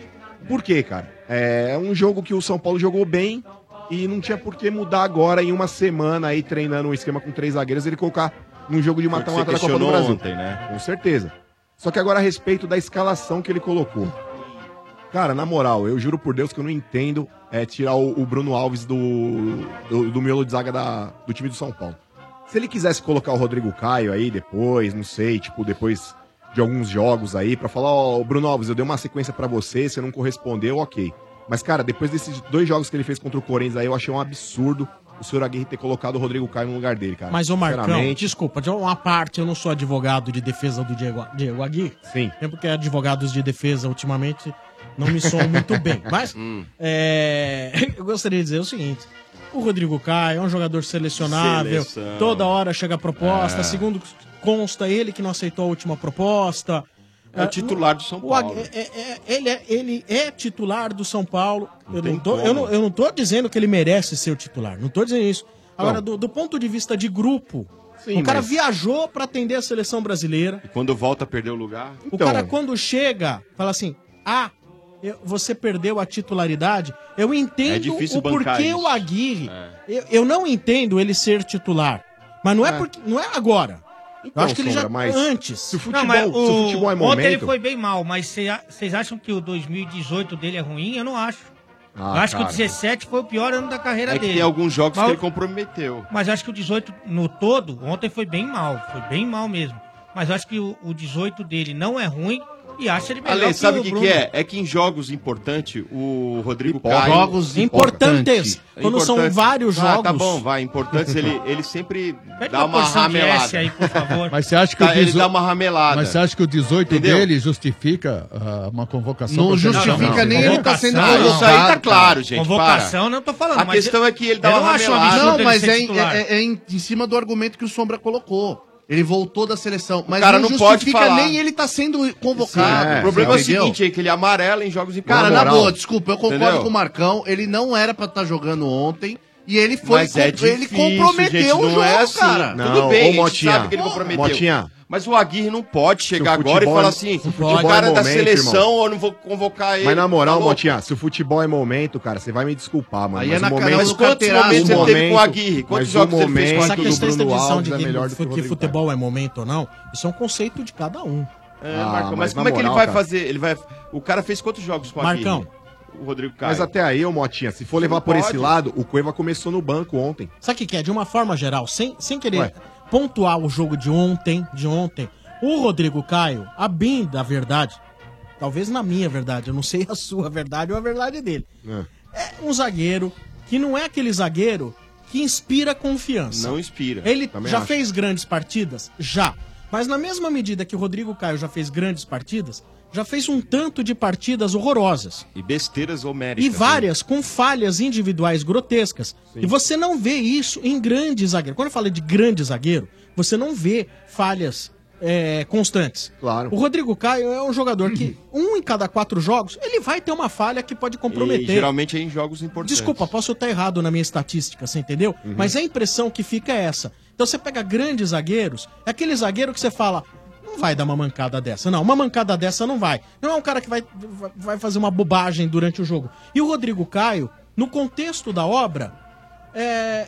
Por quê, cara? É um jogo que o São Paulo jogou bem e não tinha por que mudar agora em uma semana aí treinando um esquema com três zagueiros ele colocar num jogo de Foi o que mata-mata da você Copa do questionou Brasil. ontem, né? Com certeza. Só que agora a respeito da escalação que ele colocou. Cara, na moral, eu juro por Deus que eu não entendo é tirar o, o Bruno Alves do, do, do miolo de zaga da- do time do São Paulo. Se ele quisesse colocar o Rodrigo Caio aí depois, não sei, tipo, depois de alguns jogos aí, pra falar, ó, Bruno Alves, eu dei uma sequência pra você, você não correspondeu, ok. Mas, cara, depois desses dois jogos que ele fez contra o Corinthians aí, eu achei um absurdo o senhor Aguirre ter colocado o Rodrigo Caio no lugar dele, cara. Mas, ô Marcão, Sinceramente, desculpa, de uma parte, eu não sou advogado de defesa do Diego, Diego Aguirre. Sim. É porque advogados de defesa, ultimamente, não me soam muito bem. Mas, Hum. é, eu gostaria de dizer o seguinte. O Rodrigo Caio é um jogador selecionável. Seleção. Toda hora chega a proposta. É. Segundo consta, ele que não aceitou a última proposta. Ah, É o titular do São o Agui- Paulo. é- é- é- ele, é, ele é titular do São Paulo. eu, tem não tô, como. eu, não, eu não tô dizendo que ele merece ser o titular. Não tô dizendo isso. Agora, do, do ponto de vista de grupo, Sim, o cara mas- viajou para atender a seleção brasileira. Quando volta a perder o lugar. O cara, quando chega, fala assim: ah, eu- você perdeu a titularidade. Eu É entendo difícil o bancar porquê isso. o Aguirre. Eu, eu não entendo ele ser titular. Mas não é, porque. Não é agora. Então, eu acho que ele já. Antes. Então, Se o futebol- se o futebol é Ontem ele momento- foi bem mal, mas cê- vocês acham que o 2018 dele é ruim? Eu não acho. Ah, eu acho que cara. o 17 foi o pior ano da carreira É que dele. tem alguns jogos Mas que o- ele comprometeu. Mas eu acho que o 18 no todo, ontem foi bem mal. Foi bem mal mesmo. Mas eu acho que o, o 18 dele não é ruim e acho ele melhor Ale, sabe o o que, Bruno. que é? É que em jogos importantes, o Rodrigo Importa. Caio... Jogos importantes. Importante. Quando são vários Ah, tá jogos. bom, vai. Importantes, ele, ele sempre dá uma uma porção de ramelada. S aí, por favor. Mas você acha que Tá, o ele 18 dá uma ramelada. Mas você acha que o 18 Entendeu? dele justifica ah, uma convocação? Não pra seleção? justifica Não, não. nem ele tá sendo Convocação, convocado. isso aí tá cara. claro, gente, Convocação, para. não tô falando, A mas questão é que ele dá eu uma não acho um ramelada. absurdo Não, ele mas ser é em- titular. É, é em, em cima do argumento que o Sombra colocou. Ele voltou da seleção, mas cara não pode falar. nem ele tá sendo convocado. o problema é o entendeu? seguinte, é que ele amarela em jogos importantes. Cara, na boa, desculpa, eu concordo Entendeu? com o Marcão. Ele não era pra estar jogando ontem. E ele foi. Mas é difícil, ele comprometeu gente, o não jogo, é assim. cara. Não, Tudo Tudo bem. bem, a a gente gente sabe que ele Pô, comprometeu. Motinha. Mas o Aguirre não pode chegar Se o agora e futebol falar é- assim, se o futebol o cara é é da momento, seleção, irmão. eu não vou convocar ele. Mas na moral, Tá louco? Motinha, se o futebol é momento, cara, você vai me desculpar, mano. Aí mas é na o momento, cara, mas quantos momentos ele teve com o Aguirre? Quantos mas o jogos ele fez com momento o Essa do questão da Bruno divisão Alves de é que, melhor fu- do que o que Rodrigo futebol é momento ou não, isso é um conceito de cada um. É, Marcão, mas, como é que ele vai fazer? Ele vai... O cara fez quantos jogos com o Aguirre? Marcão. O Rodrigo Caio. Mas até aí, ô Motinha, se for levar por pode. esse lado, o Cueva começou no banco ontem. Sabe o que, que é? De uma forma geral, sem, sem querer Ué. pontuar o jogo de ontem, de ontem, o Rodrigo Caio, a bem da verdade, talvez na minha verdade, eu não sei a sua verdade ou a verdade dele, é um zagueiro que não é aquele zagueiro que inspira confiança. Não inspira. Ele Também já acho. fez grandes partidas? Já. Mas na mesma medida que o Rodrigo Caio já fez grandes partidas, já fez um tanto de partidas horrorosas. E besteiras homéricas. E várias, com falhas individuais grotescas. Sim. E você não vê isso em grande zagueiro. Quando eu falo de grande zagueiro, você não vê falhas é, constantes. Claro. O Rodrigo Caio é um jogador que, um em cada quatro jogos, ele vai ter uma falha que pode E comprometer. geralmente é em jogos importantes. Desculpa, posso estar errado na minha estatística, você entendeu? Mas a impressão que fica é essa. Então você pega grandes zagueiros, é aquele zagueiro que você fala, não vai dar uma mancada dessa. Não, uma mancada dessa não vai. Não é um cara que vai, vai- vai fazer uma bobagem durante o jogo. E o Rodrigo Caio, no contexto da obra, é,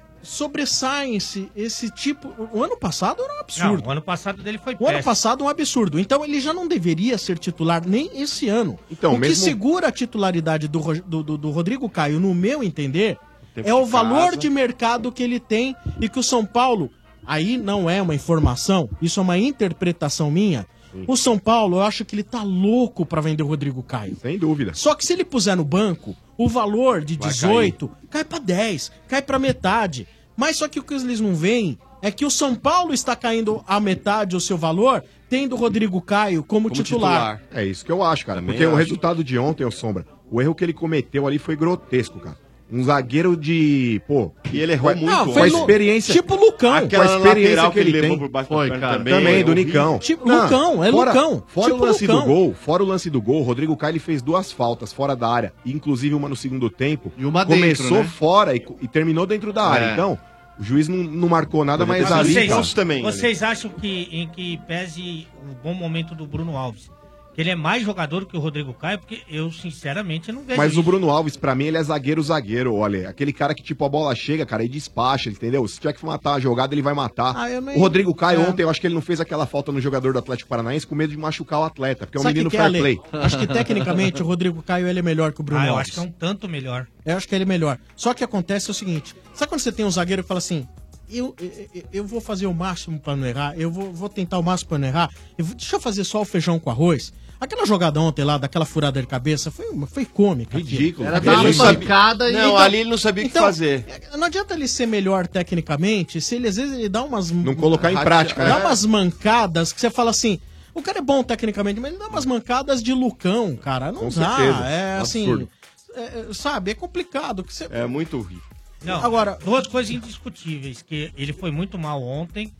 sobressaem-se esse tipo. O ano passado era um absurdo. Não, o ano passado dele foi O ano péssimo. passado, um absurdo. Então, ele já não deveria ser titular nem esse ano. Então, o que mesmo- segura a titularidade do, Ro- do, do- do Rodrigo Caio, no meu entender, tempo é o de valor casa. de mercado que ele tem e que o São Paulo. Aí não é uma informação, isso é uma interpretação minha. O São Paulo, eu acho que ele tá louco pra vender o Rodrigo Caio. Sem dúvida. Só que se ele puser no banco, o valor de Vai 18 cai pra 10, cai pra metade. Mas só que o que eles não veem é que o São Paulo está caindo a metade o seu valor, tendo o Rodrigo Caio como, titular. É isso que eu acho, cara. Também porque o acho. resultado de ontem, ô Sombra, o erro que ele cometeu ali foi grotesco, cara. Um zagueiro de. Pô. E ele errou com a- muito Com a no- experiência. Tipo o Lucão. Aquela com a experiência que ele, levou tem. por baixo Foi, cara. Também, também do Nicão. Tipo, não, Lucão, é fora, Lucão. Fora tipo o lance Lucão. do gol, fora o lance do gol, o Rodrigo Caio fez duas faltas fora da área, inclusive uma no segundo tempo. E uma Começou dentro, né? fora e, e terminou dentro da área. É. Então, o juiz não, não marcou nada, mas Mas assim, ali... vocês, cara, vocês acham que em que pese o bom momento do Bruno Alves, que ele é mais jogador que o Rodrigo Caio? Porque eu, sinceramente, não vejo. Mas o isso. Bruno Alves, pra mim, ele é zagueiro, zagueiro, olha. Aquele cara que, tipo, a bola chega, cara, e despacha, entendeu? Se tiver que matar a jogada, ele vai matar. Ah, eu nem- O Rodrigo Caio, É. ontem, eu acho que ele não fez aquela falta no jogador do Atlético Paranaense com medo de machucar o atleta, porque é um Sabe o menino que que é, fair Ale? play. Acho que tecnicamente o Rodrigo Caio ele é melhor que o Bruno Ah, eu Alves. acho que é um tanto melhor. Eu acho que ele é melhor. Só que acontece é o seguinte: sabe quando você tem um zagueiro que fala assim, eu, eu, eu vou fazer o máximo pra não errar, eu vou, vou tentar o máximo pra não errar, eu vou- deixa eu fazer só o feijão com arroz? Aquela jogada ontem lá, daquela furada de cabeça, foi, uma- foi cômica. Ridículo. Era dar uma pancada e- então Não, ali ele não sabia o que fazer. é, Não adianta ele ser melhor tecnicamente se ele às vezes ele dá umas. Não colocar em prática, né? Dá umas mancadas que você fala assim. O cara é bom tecnicamente, mas ele dá umas mancadas de Lucão, cara. Não Com dá. certeza. É assim. Absurdo. é, é, sabe, é complicado. Que você... É muito horrível. Não, Agora- duas coisas indiscutíveis, que ele foi muito mal ontem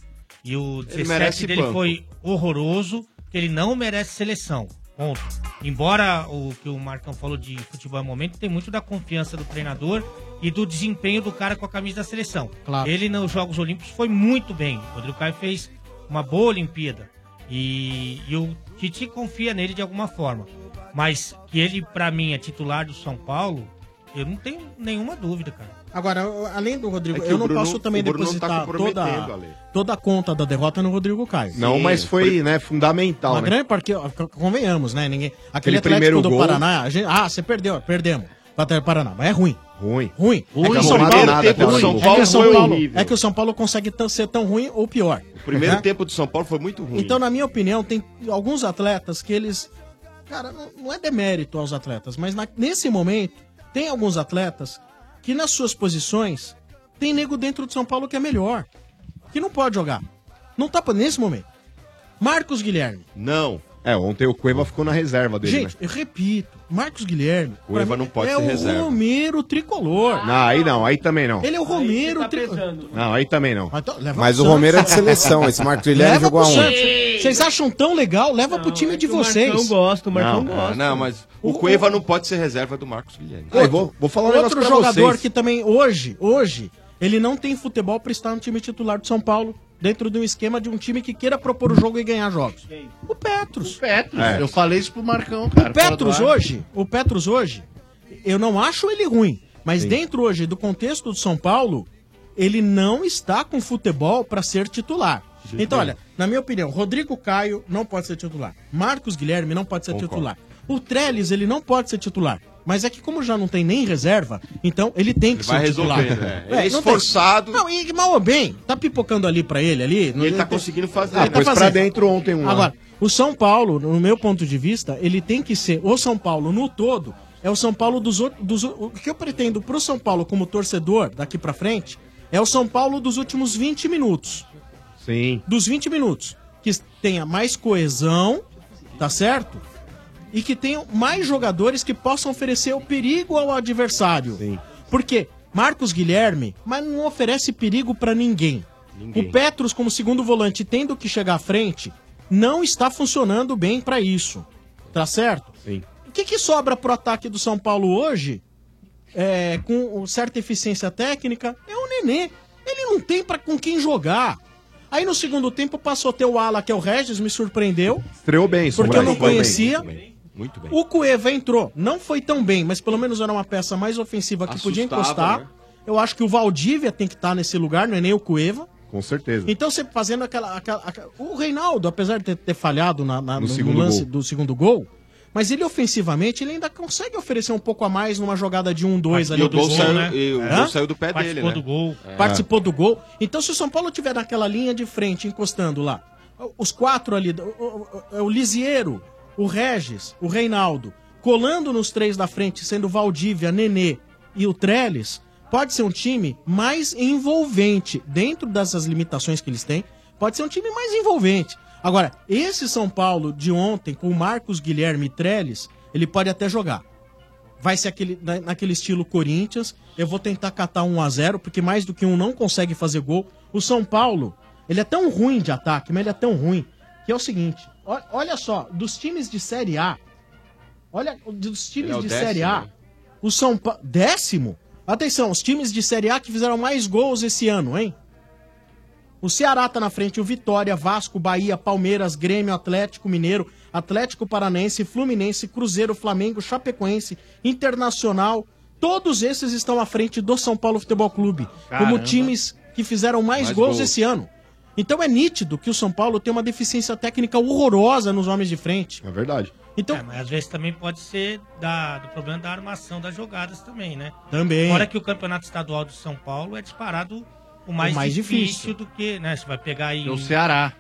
e o merece 17 dele banco. foi horroroso, que ele não merece seleção. Ponto. Embora o que o Marcão falou de futebol é momento, tem muito da confiança do treinador e do desempenho do cara com a camisa da seleção. Claro. Ele nos Jogos Olímpicos foi muito bem. O Rodrigo Caio fez uma boa Olimpíada. E, e o Titi confia nele de alguma forma. Mas que ele, pra mim, é titular do São Paulo, eu não tenho nenhuma dúvida, cara. Agora, eu- além do Rodrigo, É que eu o não Bruno- posso também o Bruno tá depositar toda, comprometendo, Ale. toda a conta da derrota no Rodrigo Caio. Não, mas foi, né, fundamental, Uma né? grande partida, convenhamos, né? Ninguém, aquele Aquele Atlético primeiro do gol. Paraná, a gente- ah, você perdeu, perdemos. O Atlético do Paraná, mas é ruim. Ruim. Ruim. Ruim. É que o O São primeiro Paulo, tempo do ruim. São é que Paulo o São foi Paulo, horrível. é que o São Paulo consegue tão- ser tão ruim ou pior. O primeiro Né? tempo do São Paulo foi muito ruim. Então, na minha opinião, tem alguns atletas que eles. Cara, não- não é demérito aos atletas, mas na- nesse momento, tem alguns atletas que nas suas posições tem nego dentro do São Paulo que é melhor. Que não pode jogar. Não tá pra- nesse momento. Marcos Guilherme. Não. É, ontem o Cueva ficou na reserva dele, né? Gente, eu repito, Marcos Guilherme. O Eva pra mim, não pode é ser o reserva. Romero tricolor. né? Não, aí não, aí também não. Ele é o Romero tricolor. Não, aí também não. Mas, então, Mas o Romero é de seleção, esse Marcos Guilherme Leva jogou pro aonde? Santos. Vocês acham tão legal? Leva pro time de vocês. não, ah, Não, mas o, Cueva não pode ser reserva do Marcos Guilherme. Outro- um um negócio Outro pra jogador vocês. que também, hoje, hoje, ele não tem futebol pra estar no time titular do São Paulo, dentro de um esquema de um time que queira propor o jogo e ganhar jogos. O Petros. O Petros. É. Eu falei isso pro Marcão, cara. o fora do Petros ar. hoje, o Petros hoje, eu não acho ele ruim, mas dentro hoje do contexto do São Paulo, ele não está com futebol para ser titular. Então, olha, na minha opinião, Rodrigo Caio não pode ser titular. Marcos Guilherme não pode ser titular. O Trellis, ele não pode ser titular. Mas é que como já não tem nem reserva, então ele tem que vai ser titular. resolver, né? Ele é não tem- esforçado. Não, e mal ou bem, tá pipocando ali pra ele ali. não- ele tá não tem- conseguindo fazer. Ah, né? pôs pra Fazer. dentro ontem um. Agora, o São Paulo, no meu ponto de vista, ele tem que ser o São Paulo no todo. É o São Paulo dos outros. dos ou- O que eu pretendo pro São Paulo como torcedor daqui pra frente é o São Paulo dos últimos 20 minutos. Sim. Dos 20 minutos. Que tenha mais coesão, tá certo? E que tenham mais jogadores que possam oferecer o perigo ao adversário. Sim. Porque Marcos Guilherme, mas não oferece perigo pra ninguém. O Petros, como segundo volante, tendo que chegar à frente, não está funcionando bem pra isso. Tá certo? Sim. O que, que sobra pro ataque do São Paulo hoje, é, com certa eficiência técnica, é o Nenê. Ele não tem pra com quem jogar. Aí no segundo tempo passou a ter o Ala, que é o Regis, me surpreendeu. Estreou bem, Porque eu não Sombra. conhecia. Muito bem, Muito bem. O Cueva entrou, não foi tão bem, mas pelo menos era uma peça mais ofensiva que podia Assustava, encostar. né? Eu acho que o Valdívia tem que estar nesse lugar, não é nem o Cueva. Com certeza. Então você fazendo aquela, aquela- aquela- O Reinaldo, apesar de ter, ter falhado na- na- no, No segundo lance gol. do segundo gol, mas ele ofensivamente ele ainda consegue oferecer um pouco a mais numa jogada de 1-2 E ali o do gol gol, saiu- né? e o Hã? gol saiu do pé Participou dele, né? do gol. É. Participou do gol. Então se o São Paulo tiver naquela linha de frente encostando lá, os quatro ali, o, o, o- o Lisieiro, o Regis, o Reinaldo, colando nos três da frente, sendo Valdívia, Nenê e o Trellis, pode ser um time mais envolvente dentro dessas limitações que eles têm. Pode ser um time mais envolvente. Agora, esse São Paulo de ontem com o Marcos Guilherme e Trellis, ele pode até jogar vai ser aquele, na- naquele estilo Corinthians. Eu vou tentar catar 1 a 0 porque mais do que um não um consegue fazer gol. O São Paulo, ele é tão ruim de ataque, mas ele é tão ruim, que é o seguinte: ó- olha só, dos times de Série A, olha, dos times Ele é o de décimo, Série A, né? o São Paulo. Décimo? Atenção, os times de Série A que fizeram mais gols esse ano, hein? O Ceará tá na frente, o Vitória, Vasco, Bahia, Palmeiras, Grêmio, Atlético Mineiro, Atlético Paranense, Fluminense, Cruzeiro, Flamengo, Chapecoense, Internacional. Todos esses estão à frente do São Paulo Futebol Clube, Caramba. como times que fizeram mais, Mais gols, gols. esse ano. Então é nítido que o São Paulo tem uma deficiência técnica horrorosa nos homens de frente. É verdade. Então, É, mas às vezes também pode ser da- do problema da armação das jogadas também, né? Também. Fora que o campeonato estadual de São Paulo é disparado o mais, mais difícil, do que, né? Você vai pegar aí. É o um- Ceará.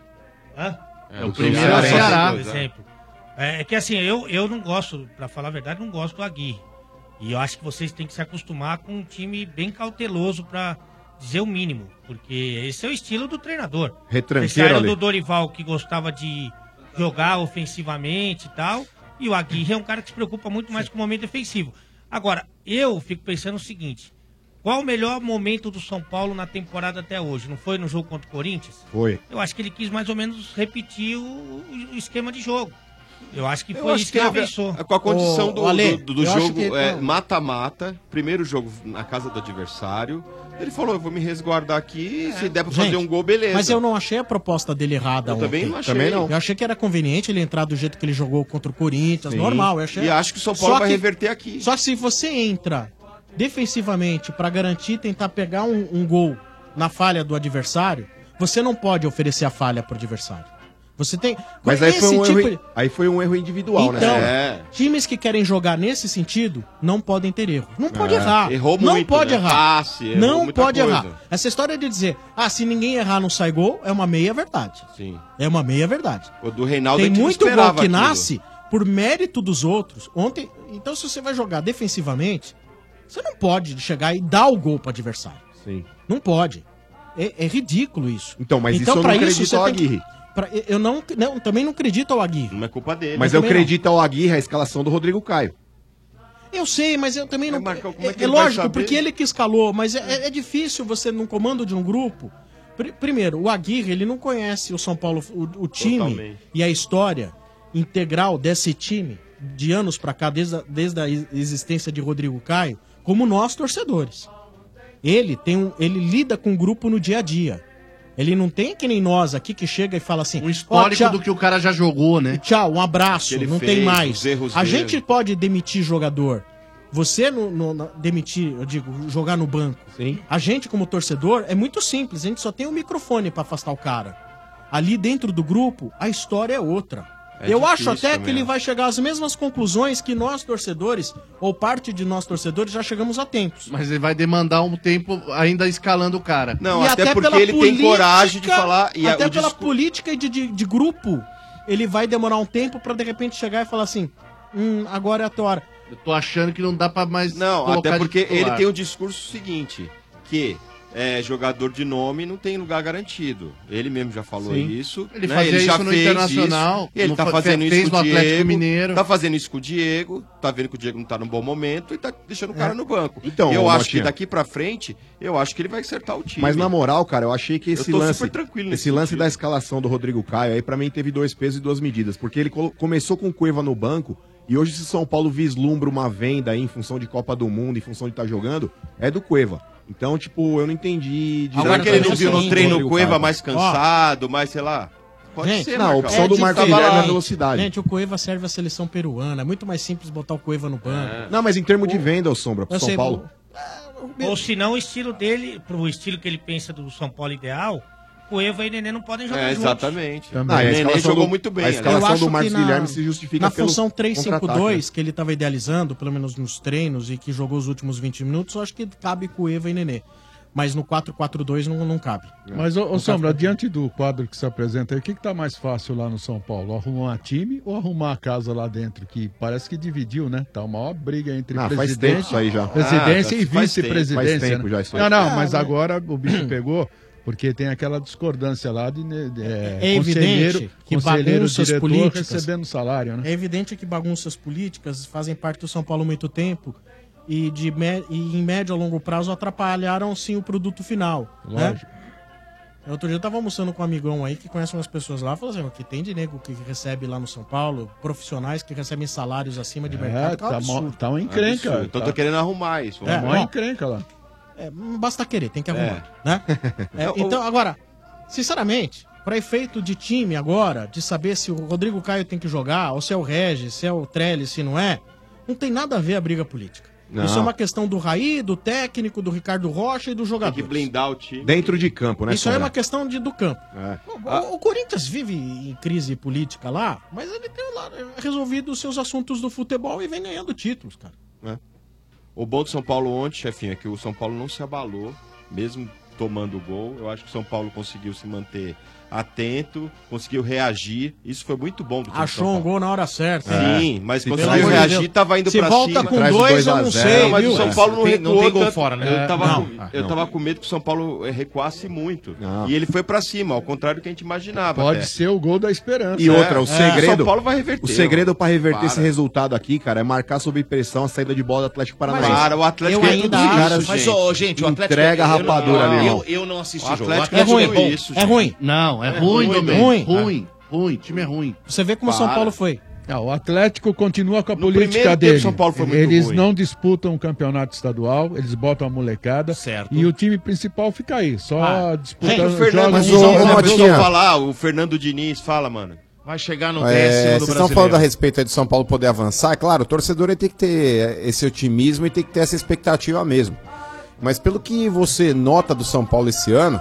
Hã? É, o primeiro é o Ceará. Por exemplo. É é que assim, eu, eu não gosto, pra falar a verdade, não gosto do Aguirre. E eu acho que vocês têm que se acostumar com um time bem cauteloso pra dizer o mínimo. Porque esse é o estilo do treinador. Retranqueiro Vocês saíram ali. do Dorival que gostava de jogar ofensivamente e tal. E o Aguirre é um cara que se preocupa muito mais com o momento defensivo. Agora, eu fico pensando o seguinte: qual o melhor momento do São Paulo na temporada até hoje? Não foi no jogo contra o Corinthians? Foi. Eu acho que ele quis mais ou menos repetir o, o- o esquema de jogo. Eu acho que Eu foi acho isso que é que ele teve- pensou. É Com a condição Ô, do, Ale, do- do- do eu acho jogo que- é, não. mata-mata, primeiro jogo na casa do adversário. Ele falou: eu vou me resguardar aqui, se der pra fazer Gente, um gol, beleza. Mas eu não achei a proposta dele errada Eu ontem. também não achei. Também não. Eu achei que era conveniente ele entrar do jeito que ele jogou contra o Corinthians, Sim. normal. Eu achei... E acho que o São Paulo vai reverter aqui. Só que se você entra defensivamente pra garantir tentar pegar um, um gol na falha do adversário, você não pode oferecer a falha pro adversário. Você tem. Mas aí foi, Esse um tipo erro, de- aí foi um erro individual, então, né? times que querem jogar nesse sentido não podem ter erro. Não pode É, errar. errou não muito, pode né? errar. Passe, errou não muita pode coisa. errar. Essa história de dizer, ah, se ninguém errar não sai gol, é uma meia verdade. Sim. É uma meia verdade. O do Reinaldo a Tem gente não muito gol que esperava aquilo. nasce por mérito dos outros. Ontem, então se você vai jogar defensivamente, você não pode chegar e dar o gol pro adversário. Sim. Não pode. É, é ridículo isso. Então, mas isso eu não pra acredito você ao tem que- Aguirre. pra- eu não, não, também não acredito ao Aguirre. Não é culpa dele. Mas eu acredito ao Aguirre a escalação do Rodrigo Caio. Eu sei, mas eu também não. é, é que é ele vai lógico, saber? porque ele que escalou, mas é, é- é difícil você, num comando de um grupo. Pri- primeiro, o Aguirre, ele não conhece o São Paulo, o, o time Totalmente. e a história integral desse time, de anos pra cá, desde a, desde a ex- existência de Rodrigo Caio, como nós torcedores. Ele tem um, ele lida com o grupo no dia a dia. Ele não tem que nem nós aqui que chega e fala assim. Um Histórico do que o cara já jogou, né? Tchau, um abraço, Que ele não fez, tem mais. os erros a dele. gente pode demitir jogador. Você no, no- na- demitir, eu digo, jogar no banco. Sim. A gente, como torcedor, é muito simples. A gente só tem um microfone pra afastar o cara. Ali dentro do grupo, a história é outra. É eu difícil acho até que mesmo. ele vai chegar às mesmas conclusões que nós, torcedores, ou parte de nós, torcedores, já chegamos a tempos. Mas ele vai demandar um tempo ainda escalando o cara. Não, E pela política- Até o pela discurso- política de, de, de grupo, ele vai demorar um tempo pra de repente chegar e falar assim: hum, agora é a tua hora. Eu tô achando que não dá pra mais. Não, colocar até porque de ele titular. tem o discurso seguinte, que é, jogador de nome não tem lugar garantido. Ele mesmo já falou Sim. isso. né, Ele fazia ele isso no Internacional, isso. Ele no tá fa- fazendo fez isso com no o Atlético Diego. Mineiro. Tá fazendo isso com o Diego. Tá vendo que o Diego não tá num bom momento e tá deixando o cara É. no banco. Então, eu ô, acho Motinha. que daqui pra frente, eu acho que ele vai acertar o time. Mas na moral, cara, eu achei que Eu esse tô lance, super tranquilo nesse esse lance sentido. da escalação do Rodrigo Caio aí pra mim teve dois pesos e duas medidas, porque ele colo- começou com o Cueva no banco e hoje se São Paulo vislumbra uma venda aí em função de Copa do Mundo, em função de estar jogando, é do Cueva. Então, tipo, eu não entendi. direito Será que ele não essa viu questão no do treino Rodrigo Cueva Caio. mais cansado, mais, sei lá? Pode Gente, ser, não, a Marcão. É opção do Marcos tava Guilherme lá. é velocidade. Gente, o Coeva serve a seleção peruana. É muito mais simples botar o Coeva no banco. Não, mas em termos de venda, ô Sombra, pro Eu São sei, Paulo. Ou se não, o estilo dele, pro estilo que ele pensa do São Paulo ideal, o Eva e o Nenê não podem jogar É, juntos. exatamente. Também. Ah, e a escalação do- a escalação Eu acho do Marcos que na- Guilherme se justifica Na pelo função contra-ataque, 352, né? que ele estava idealizando, pelo menos nos treinos, e que jogou os últimos 20 minutos, eu acho que cabe com o Eva e Nenê. Mas no 442 não, não cabe. É. Mas, ô, ô, No Sombra, diante do quadro que se apresenta aí, o que, que tá mais fácil lá no São Paulo? Arrumar time ou arrumar a casa lá dentro? Que parece que dividiu, né? Tá uma maior briga entre Ah, faz presidente- tempo isso aí já. presidência Ah, e faz tempo, vice-presidência. faz tempo né? já isso aí. Não, não, Ah, mas né? agora o bicho pegou. Porque tem aquela discordância lá de né, de, é, É evidente conselheiro, que conselheiro bagunças diretor políticas- recebendo salário, né? É evidente que bagunças políticas fazem parte do São Paulo há muito tempo e, de mé- e em médio a longo prazo atrapalharam sim o produto final. né? Lógico. Outro dia eu tava almoçando com um amigão aí que conhece umas pessoas lá, falou assim, o que tem de nego que recebe lá no São Paulo, profissionais que recebem salários acima de mercado, que é um tá, mó, absurdo. tá uma encrenca. Absurdo. Então tá- tô querendo arrumar isso. É, Vamos bom. lá. encrenca lá. É, não basta querer, tem que arrumar, né? É, então, agora, sinceramente, para efeito de time agora, de saber se o Rodrigo Caio tem que jogar, ou se é o Regis, se é o Trellis, se não é, não tem nada a ver a briga política. Não. Isso é uma questão do Raí, do técnico, do Ricardo Rocha e do jogador. Tem que blindar o time. Dentro de campo, né? Isso aí é Sombra? uma questão de, do campo. É. O, o Corinthians vive em crise política lá, mas ele Então, tem lá resolvido os seus assuntos do futebol e vem ganhando títulos, cara. né? O bom do São Paulo ontem, chefinho, é que o São Paulo não se abalou, mesmo tomando o gol. Eu acho que o São Paulo conseguiu se manter atento, conseguiu reagir. Isso foi muito bom do time do São Achou um gol na hora certa. né? Sim, mas Pelo conseguiu amor de reagir, Deus. tava indo Se pra volta cima. com dois, eu não sei, mas viu? o São Paulo não, Tem- não recuou. tem gol tanto. fora, né? Eu tava, Não. com, Ah, eu não. tava com medo que o São Paulo eh, recuasse muito. E ele foi pra cima, ao contrário do que a gente imaginava. Pode até. ser o gol da esperança. E outra, o É. segredo. São Paulo vai reverter, O segredo pra reverter Para. esse resultado aqui, cara, é marcar sob pressão a saída de bola do Atlético Paranaense. Para, o Atlético Porque é tudo os isso, caras, gente. Mas, ô, gente, o Atlético entrega é- a eu não- rapadura ali, eu- ó. eu não assisti O jogo. Atlético É ruim, Atlético é é ruim. Não, é ruim, ruim, Domênico. ruim. Ruim, ruim, ruim. Time é ruim. Você vê como o São Para. Paulo foi. Ah, o Atlético continua com a primeiro política tempo, dele. São Paulo foi muito eles ruim. não disputam o campeonato estadual, eles botam a molecada. E o time principal fica aí, só disputando Então, Gente, o jogos- Fernando Diniz, jogos- eu jogos- preciso falar, o Fernando Diniz, fala, mano. Vai chegar no É, décimo vocês do estão falando a brasileiro. respeito aí do São Paulo poder avançar, é claro, o torcedor ele tem que ter esse otimismo e tem que ter essa expectativa mesmo. Mas pelo que você nota do São Paulo esse ano,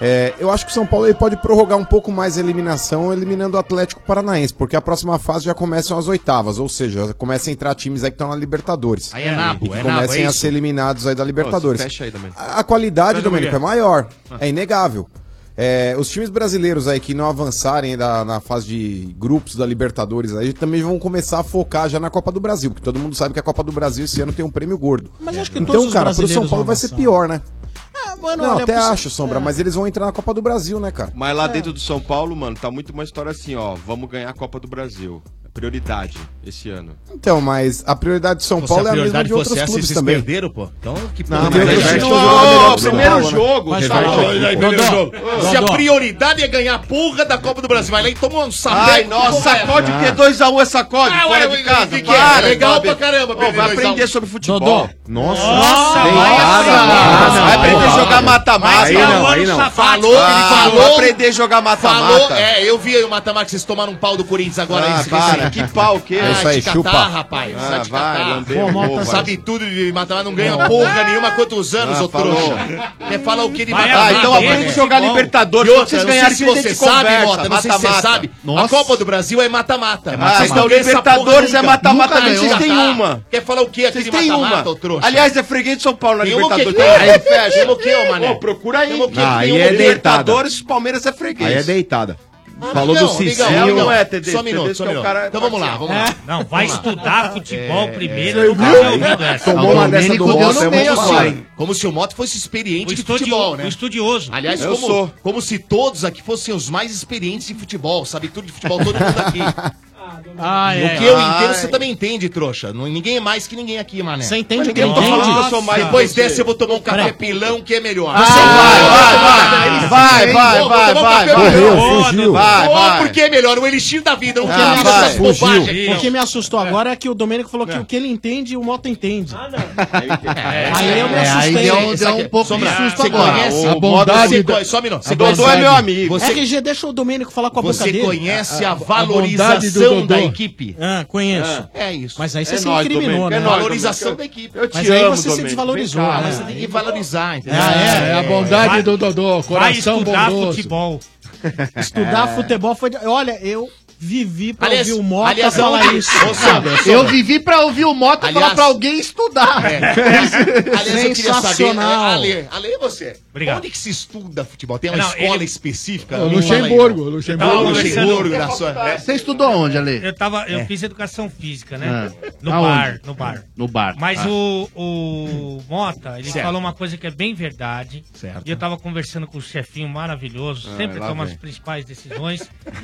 é, eu acho que o São Paulo ele pode prorrogar um pouco mais a eliminação, eliminando o Atlético Paranaense, porque a próxima fase já começam as oitavas, ou seja, já começam a entrar times aí que estão na Libertadores. Aí é nabo, e que é nabo, comecem é a isso? ser eliminados aí da Libertadores. fecha aí, Domênico. Ah, a a qualidade, Fecha, Domênico, é Domênico. maior. Tá Ah. É inegável. É, os times brasileiros aí que não avançarem da- na fase de grupos da Libertadores aí também vão começar a focar já na Copa do Brasil, porque todo mundo sabe que a Copa do Brasil esse ano tem um prêmio gordo. Mas acho que então, todos os cara, pro São brasileiros Paulo vão vai ser avançar. pior, né? Ah, mano, não, olha, É. até pro- acho, Sombra, mas eles vão entrar na Copa do Brasil, né, cara? Mas lá dentro do São Paulo, mano, tá muito uma história assim, ó. Vamos ganhar a Copa do Brasil. É Prioridade esse ano. Então, mas a prioridade de São Pô, se a Paulo é a mesma prioridade de outros fosse essa, clubes vocês também. perderam, pô. Então, que Não, porra. mas Mas reverte não, o jogo não, dentro do primeiro São Paulo, né? jogo, Mas cara. tá bom. Olha aí, Dodô, primeiro jogo. Se a Dodô. prioridade é ganha a porra da Copa do Brasil, vai lá e toma um sapé. Ai, nossa, sacode o quê? 2x1 um é sacode? Ah, fora ué, de casa. que que é? Legal Bob. pra caramba, Ô, Vai perder 2 a um. aprender sobre futebol. Dodô. Nossa, Nossa, tem vai nada, aprender. mano. Ah, não, Vai aprender aí a jogar não. mata-mata. Aí não, aí não. Falou, Ah, ele falou. falou. Vai aprender a jogar Falou, mata-mata. é, eu vi aí o Mata-Mata que vocês tomaram um pau do Corinthians agora. Ah, esse- para, esse- que pau o quê? Ah, É isso aí, te chupa. catar, rapaz. Ah, vai te vai, catar. lamber Pô, o Mota, ovo, Sabe tudo de Mata-Mata, não ganha porra nenhuma há quantos anos, Ah, ô falou. trouxa. Quer falar o que de Vai, Mata-Mata? ah, então aprende a jogar Libertadores, E quando vocês outra, não sei ganharem, se a gente você conversa, sabe, Mota, não sei se você mata-mata. sabe. A Nossa. Copa do Brasil é mata-mata. Ah, Vocês então não ganham essa Libertadores porra é nunca. mata-mata, Nunca vocês ganhou. têm uma. Quer falar o que aqui de Vocês têm uma. Mata-Mata, ô trouxa? Aliás, é freguês de São Paulo na Tem uma que- Libertadores. um Aí Aí fecha. tem o quê, ô, mané? Ô, procura aí. Tem o quê? Ah, aí Tem o é Libertadores, Libertadores, Palmeiras é freguês. Aí é deitada. Falou Amigão, do Cicelo. amigão, amigão. Não é, Tedesco, Só um minuto, Tedesco só um é o minuto. cara Então vamos lá, vamos lá. Não, vai estudar É. futebol primeiro. Você nunca viu? vai ouvir dessa. Tomou uma dessa do Mota, Domênico deu é no muito meio, fácil. assim. Como se o Mota fosse experiente de O estudi- futebol, né? o estudioso. Aliás, Eu como, sou. como se todos aqui fossem os mais experientes de futebol, sabe tudo de futebol, todo mundo aqui. Ai, no ai, que eu ai. entendo, você também entende, trouxa. Não- Ninguém é mais que ninguém aqui, mané. Você entende Mas o que eu ninguém entendo? fala que eu sou mais. Depois Nossa. dessa eu vou tomar um café pilão que é melhor. Ah, vai, vai, vai, vai, Vou tomar um vai, café vai. pilão. Morreu, Vou, fugiu. Dudu. Vai, Vou, vai. Porque é melhor, o elixir da vida. Eu Ah, não O que, quero me mais essas assustou, bobagens aqui, o que não. me assustou agora é que o Domênico falou que o que ele entende, o Mota entende. Ah, não. Aí eu me É, aí assustei. deu- deu um pouco Sombra, de susto você agora. conhece- A bondade você da- conhece- só um minuto, A você bondade- conhece- Dodô é meu amigo. Você- RG, deixa o Domênico falar com a boca Você dele. conhece a A- a valorização bondade do da Dodô. equipe? Ah, conheço. É isso. Mas aí você É se nóis, incriminou, Domênico, né? é nóis, Valorização Domênico. da equipe. Eu Mas te aí amo, você se Domênico. desvalorizou. Vem cá, né? mas você tem que valorizar, entendeu? Ah, é, a bondade do Dodô, coração estudar bondoso. futebol. Estudar É. futebol foi. de- Olha, eu vivi pra Aliás- ouvir o Mota aliás, falar eu- isso. Ô, Sombra, Eu vivi pra ouvir o Mota Aliás- falar pra alguém estudar. é. Aliás, eu queria saber. é, Ale, Ale, é você. Obrigado. Onde que se estuda futebol? Tem uma Não, escola ele- específica? Não, Me fala aí, Luxemburgo, então. Luxemburgo. Não, Luxemburgo, Luxemburgo. da sua. Você estudou onde, Ale? Eu, tava, eu É. fiz educação física, né? Ah. No Aonde? bar, no bar. No bar. Mas Ah. o, o Mota, ele Certo. falou uma coisa que é bem verdade. Certo. E eu tava conversando com o chefinho maravilhoso, Ah, sempre lá toma vem. as principais decisões.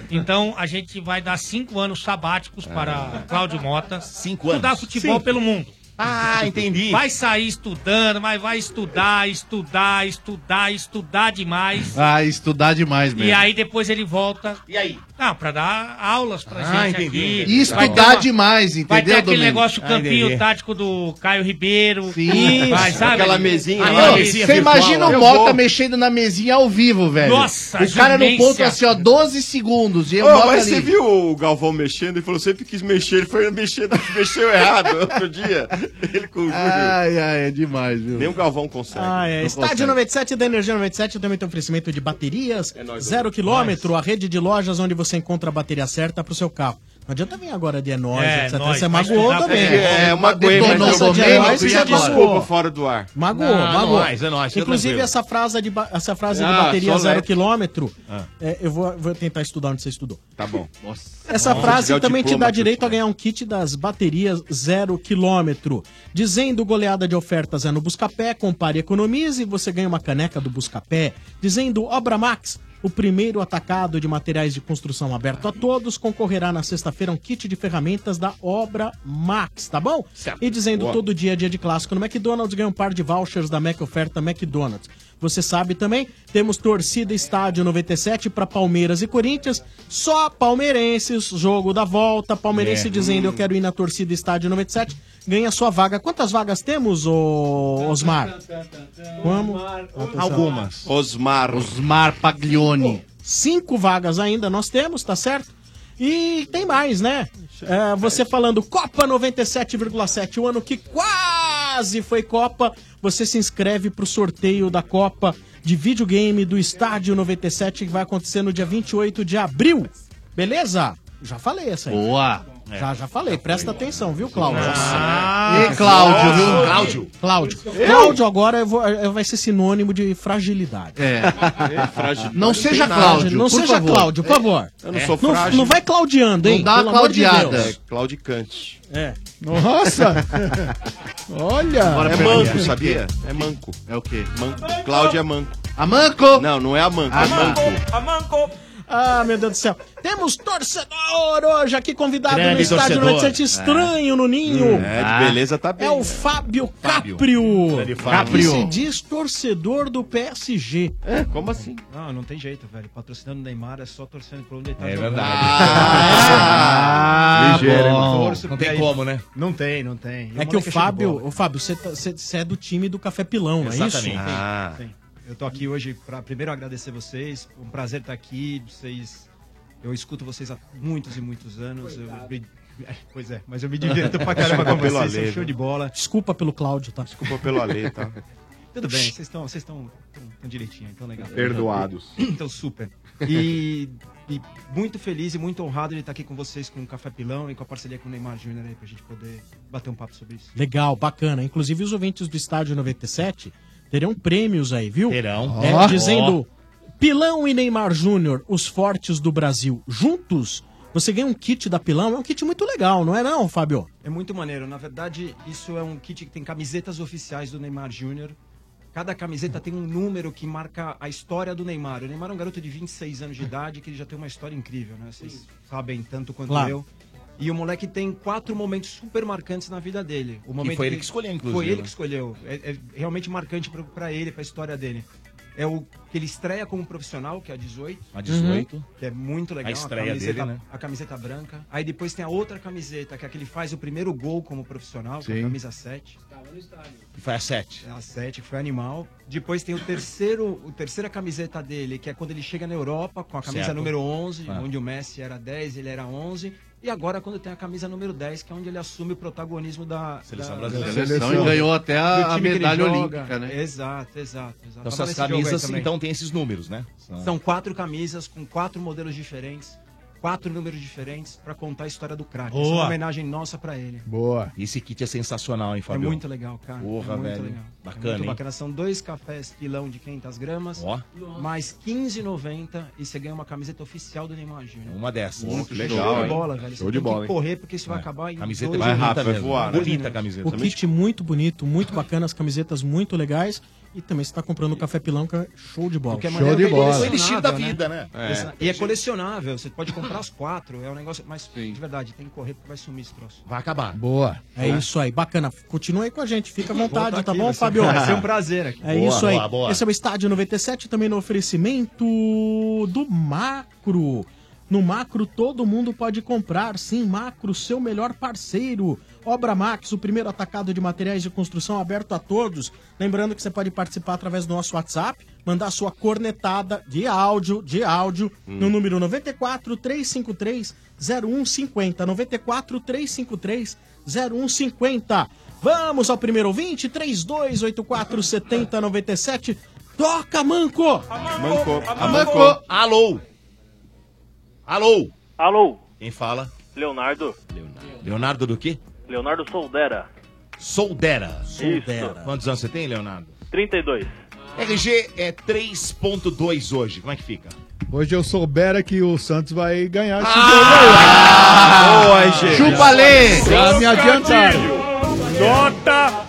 então a gente vai dar cinco anos sabáticos para Cláudio Mota. Cinco Estudar anos. futebol Ah. Cinco. pelo mundo. Ah, entendi. Vai sair estudando, mas vai estudar, estudar, estudar, estudar demais. Ah, estudar demais mesmo. E aí depois ele volta. E aí? Não, pra dar aulas pra Ah, gente entendi. aqui. E Vai ter estudar uma- demais, entendeu, Vai ter aquele Domênico? negócio Ah, campinho entendi. tático do Caio Ribeiro. Sim, Vai, sabe? aquela mesinha. Aí, lá. ó, Você imagina o Mota mexendo na mesinha ao vivo, velho. Nossa, O cara no jumência. ponto assim, ó, 12 segundos. E o Ô, Mota mas você ali. viu o Galvão mexendo? Ele falou, sempre quis mexer, ele foi mexer, mexeu errado outro dia. Ele com o Júlio. Ai, ai, é demais, viu? Nem o Galvão consegue. Ah, É, Não Estádio consegue. É 97 da Energia 97 também tem oferecimento de baterias, nóis, zero Rodrigo. quilômetro, a rede de lojas onde você encontra a bateria certa pro seu carro. Não adianta vir agora de é nóis, É, etc. nóis, você vai magoou estudar, também. é, é, magoei, mas Detonou eu essa de é magoei, nóis, mas você pedi magoou. desculpa fora do ar. Magoou, Não, magoou. é nóis, é nóis, tá Inclusive tranquilo. essa frase de, ba- essa frase de Ah, bateria só zero leve. quilômetro, Ah. é, eu vou, vou tentar estudar onde você estudou. Tá bom. Essa Nossa, tiver frase o também te diploma, dá direito a ganhar um kit das baterias zero quilômetro. Dizendo goleada de ofertas é no Buscapé, compare e economize, você ganha uma caneca do Buscapé. Dizendo Obra Max, o primeiro atacado de materiais de construção aberto a todos, concorrerá na sexta-feira a um kit de ferramentas da Obra Max, tá bom? E dizendo Boa. todo dia é dia de clássico no McDonald's, ganha um par de vouchers da Mac Oferta McDonald's. Você sabe também, temos torcida estádio 97 para Palmeiras e Corinthians, só palmeirenses, jogo da volta, palmeirense É. dizendo eu quero ir na torcida estádio 97, ganha sua vaga. Quantas vagas temos, ô Osmar? Vamos. Algumas. Osmar. Osmar Paglioni. Cinco vagas ainda nós temos, tá certo? E tem mais, né? É, você falando Copa 97,7, o um ano que quase foi Copa, você se inscreve pro sorteio da Copa de videogame do Estádio 97 que vai acontecer no dia 28 de abril. Beleza? Já falei essa aí. É. Boa. Já, já falei. Presta atenção, viu, Cláudio? Ah, E Cláudio, viu? Cláudio. Cláudio. Cláudio agora eu vou- eu- vai ser sinônimo de fragilidade. É. É, frágil. Não seja Não, Cláudio. Não por seja favor. Cláudio, por favor. Eu não sou não, frágil. não vai claudiando, hein? Não dá uma Pelo amor de claudiada. Deus. É, Claudicante. É. Nossa! Olha! Bora é perguntar. manco, sabia? É manco. É o quê? Manco. Cláudio é manco. A manco? Não, não é a manco, é manco. Ah, meu Deus do céu. Temos torcedor hoje aqui convidado Grande no estádio torcedor. 97 estranho no Ninho. É, de beleza tá bem. É o Fábio Caprio. Grande Que Fábio. se diz torcedor do PSG. É, como assim? Não, não tem jeito, velho. Patrocinando o Neymar é só torcendo pra onde ele tá É jogando. verdade. Ah, Ah, Ligeiro, hein? bom. Torço Não pra tem ir. como, né? Não tem, não tem. É que o Fábio, o Fábio, você tá- você você é do time do Café Pilão, não é isso? Exatamente. Sim, Ah. sim. Eu tô aqui hoje pra primeiro agradecer vocês. Um prazer estar aqui. Vocês, eu escuto vocês há muitos e muitos anos. Eu me- pois é, mas eu me divirto pra caramba com Desculpa pelo vocês. Ale, São show viu? de bola. Desculpa pelo Cláudio, tá? né? Desculpa pelo Ale, tá? Tudo bem, vocês estão vocês estão tão, tão direitinho, então legal. Perdoados. Então super. E, e muito feliz e muito honrado de estar aqui com vocês com o Café Pilão e com a parceria com o Neymar Júnior aí pra gente poder bater um papo sobre isso. Legal, bacana. Inclusive, os ouvintes do Estádio 97 terão prêmios aí, viu? Terão. Ó. É, Dizendo, Pilão e Neymar Júnior, os fortes do Brasil, juntos, você ganha um kit da Pilão. É um kit muito legal, não é não, Fábio? É muito maneiro. Na verdade, isso é um kit que tem camisetas oficiais do Neymar Júnior. Cada camiseta tem um número que marca a história do Neymar. O Neymar é um garoto de 26 anos de idade que ele já tem uma história incrível, né? Vocês sabem tanto quanto Claro. eu. E o moleque tem quatro momentos super marcantes na vida dele. O momento foi ele que escolheu, inclusive, Foi ele né? que escolheu. É, é realmente marcante pra- pra ele, pra história dele. É o que ele estreia como profissional, que é a 18. A 18. Que é muito legal. A estreia camiseta, dele, né? A camiseta branca. Aí depois tem a outra camiseta, que é a que ele faz o primeiro gol como profissional, com a Sim. camisa 7. Foi a 7. É a 7, que foi animal. Depois tem o terceiro, o terceira camiseta dele, que é quando ele chega na Europa, com a camisa Certo. número 11, Ah. onde o Messi era 10, ele era 11. E agora quando tem a camisa número 10, que é onde ele assume o protagonismo da Seleção da- brasileira. da- Seleção, e ganhou até a do time que ele medalha joga. É, olímpica, né? Exato, exato. exato. Então, Tava essas nesse jogo aí camisas, também. então, tem esses números, né? São quatro camisas com quatro modelos diferentes, quatro números diferentes pra contar a história do craque. Essa é uma Boa. homenagem nossa pra ele. Boa. Esse kit é sensacional, hein, É Fabio? muito legal, cara. Porra, é muito velho. legal. Bacana, é muito hein? bacana. São dois cafés pilão de 500 gramas, Ó. mais 15,90 e você ganha uma camiseta oficial do Neymar Júnior. Uma dessas. Muito Muito legal. legal, Show de hein? bola, velho. Show de Você tem bola, que hein? correr porque isso vai É. acabar em Camiseta dois vai minutos. rápido, vai voar, né? Bonita. Bonita a camiseta. O kit muito bonito, muito bacanas, camisetas muito legais. E também você tá comprando o café pilão, que é show de bola. Porque é show maneiro, é colecionável, Ele né? da vida, né? Exato. E é colecionável, você pode comprar as quatro, é um negócio. Mas, de verdade, tem que correr porque vai sumir esse troço. Vai acabar. Boa. É, isso aí. Bacana. Continua aí com a gente. Fica à vontade, Volta tá aqui, bom, vai ser- Fabio? vai ser um prazer aqui. É Boa, isso aí. boa, boa. Esse é o Estádio 97, também no oferecimento do Macro. No Macro todo mundo pode comprar, sim, Macro, seu melhor parceiro. Obra Max, o primeiro atacado de materiais de construção aberto a todos. Lembrando que você pode participar através do nosso WhatsApp, mandar sua cornetada de áudio, de áudio, Hum. no número 94 353 0150. 94 353 0150. Vamos ao primeiro ouvinte, 3284 7097. Toca, Manco! Mancou. Amanco. Alô. Alô. Alô, Quem fala? Leonardo. Leonardo do quê? Leonardo Soldera. Soldera. Soldera. Quantos anos você tem, Leonardo? 32. RG é 3.2 hoje. Como é que fica? Hoje eu soubera que o Santos vai ganhar esse Ah! boa, jogo RG. Chupa, Lê! Já me adiantaram. Nota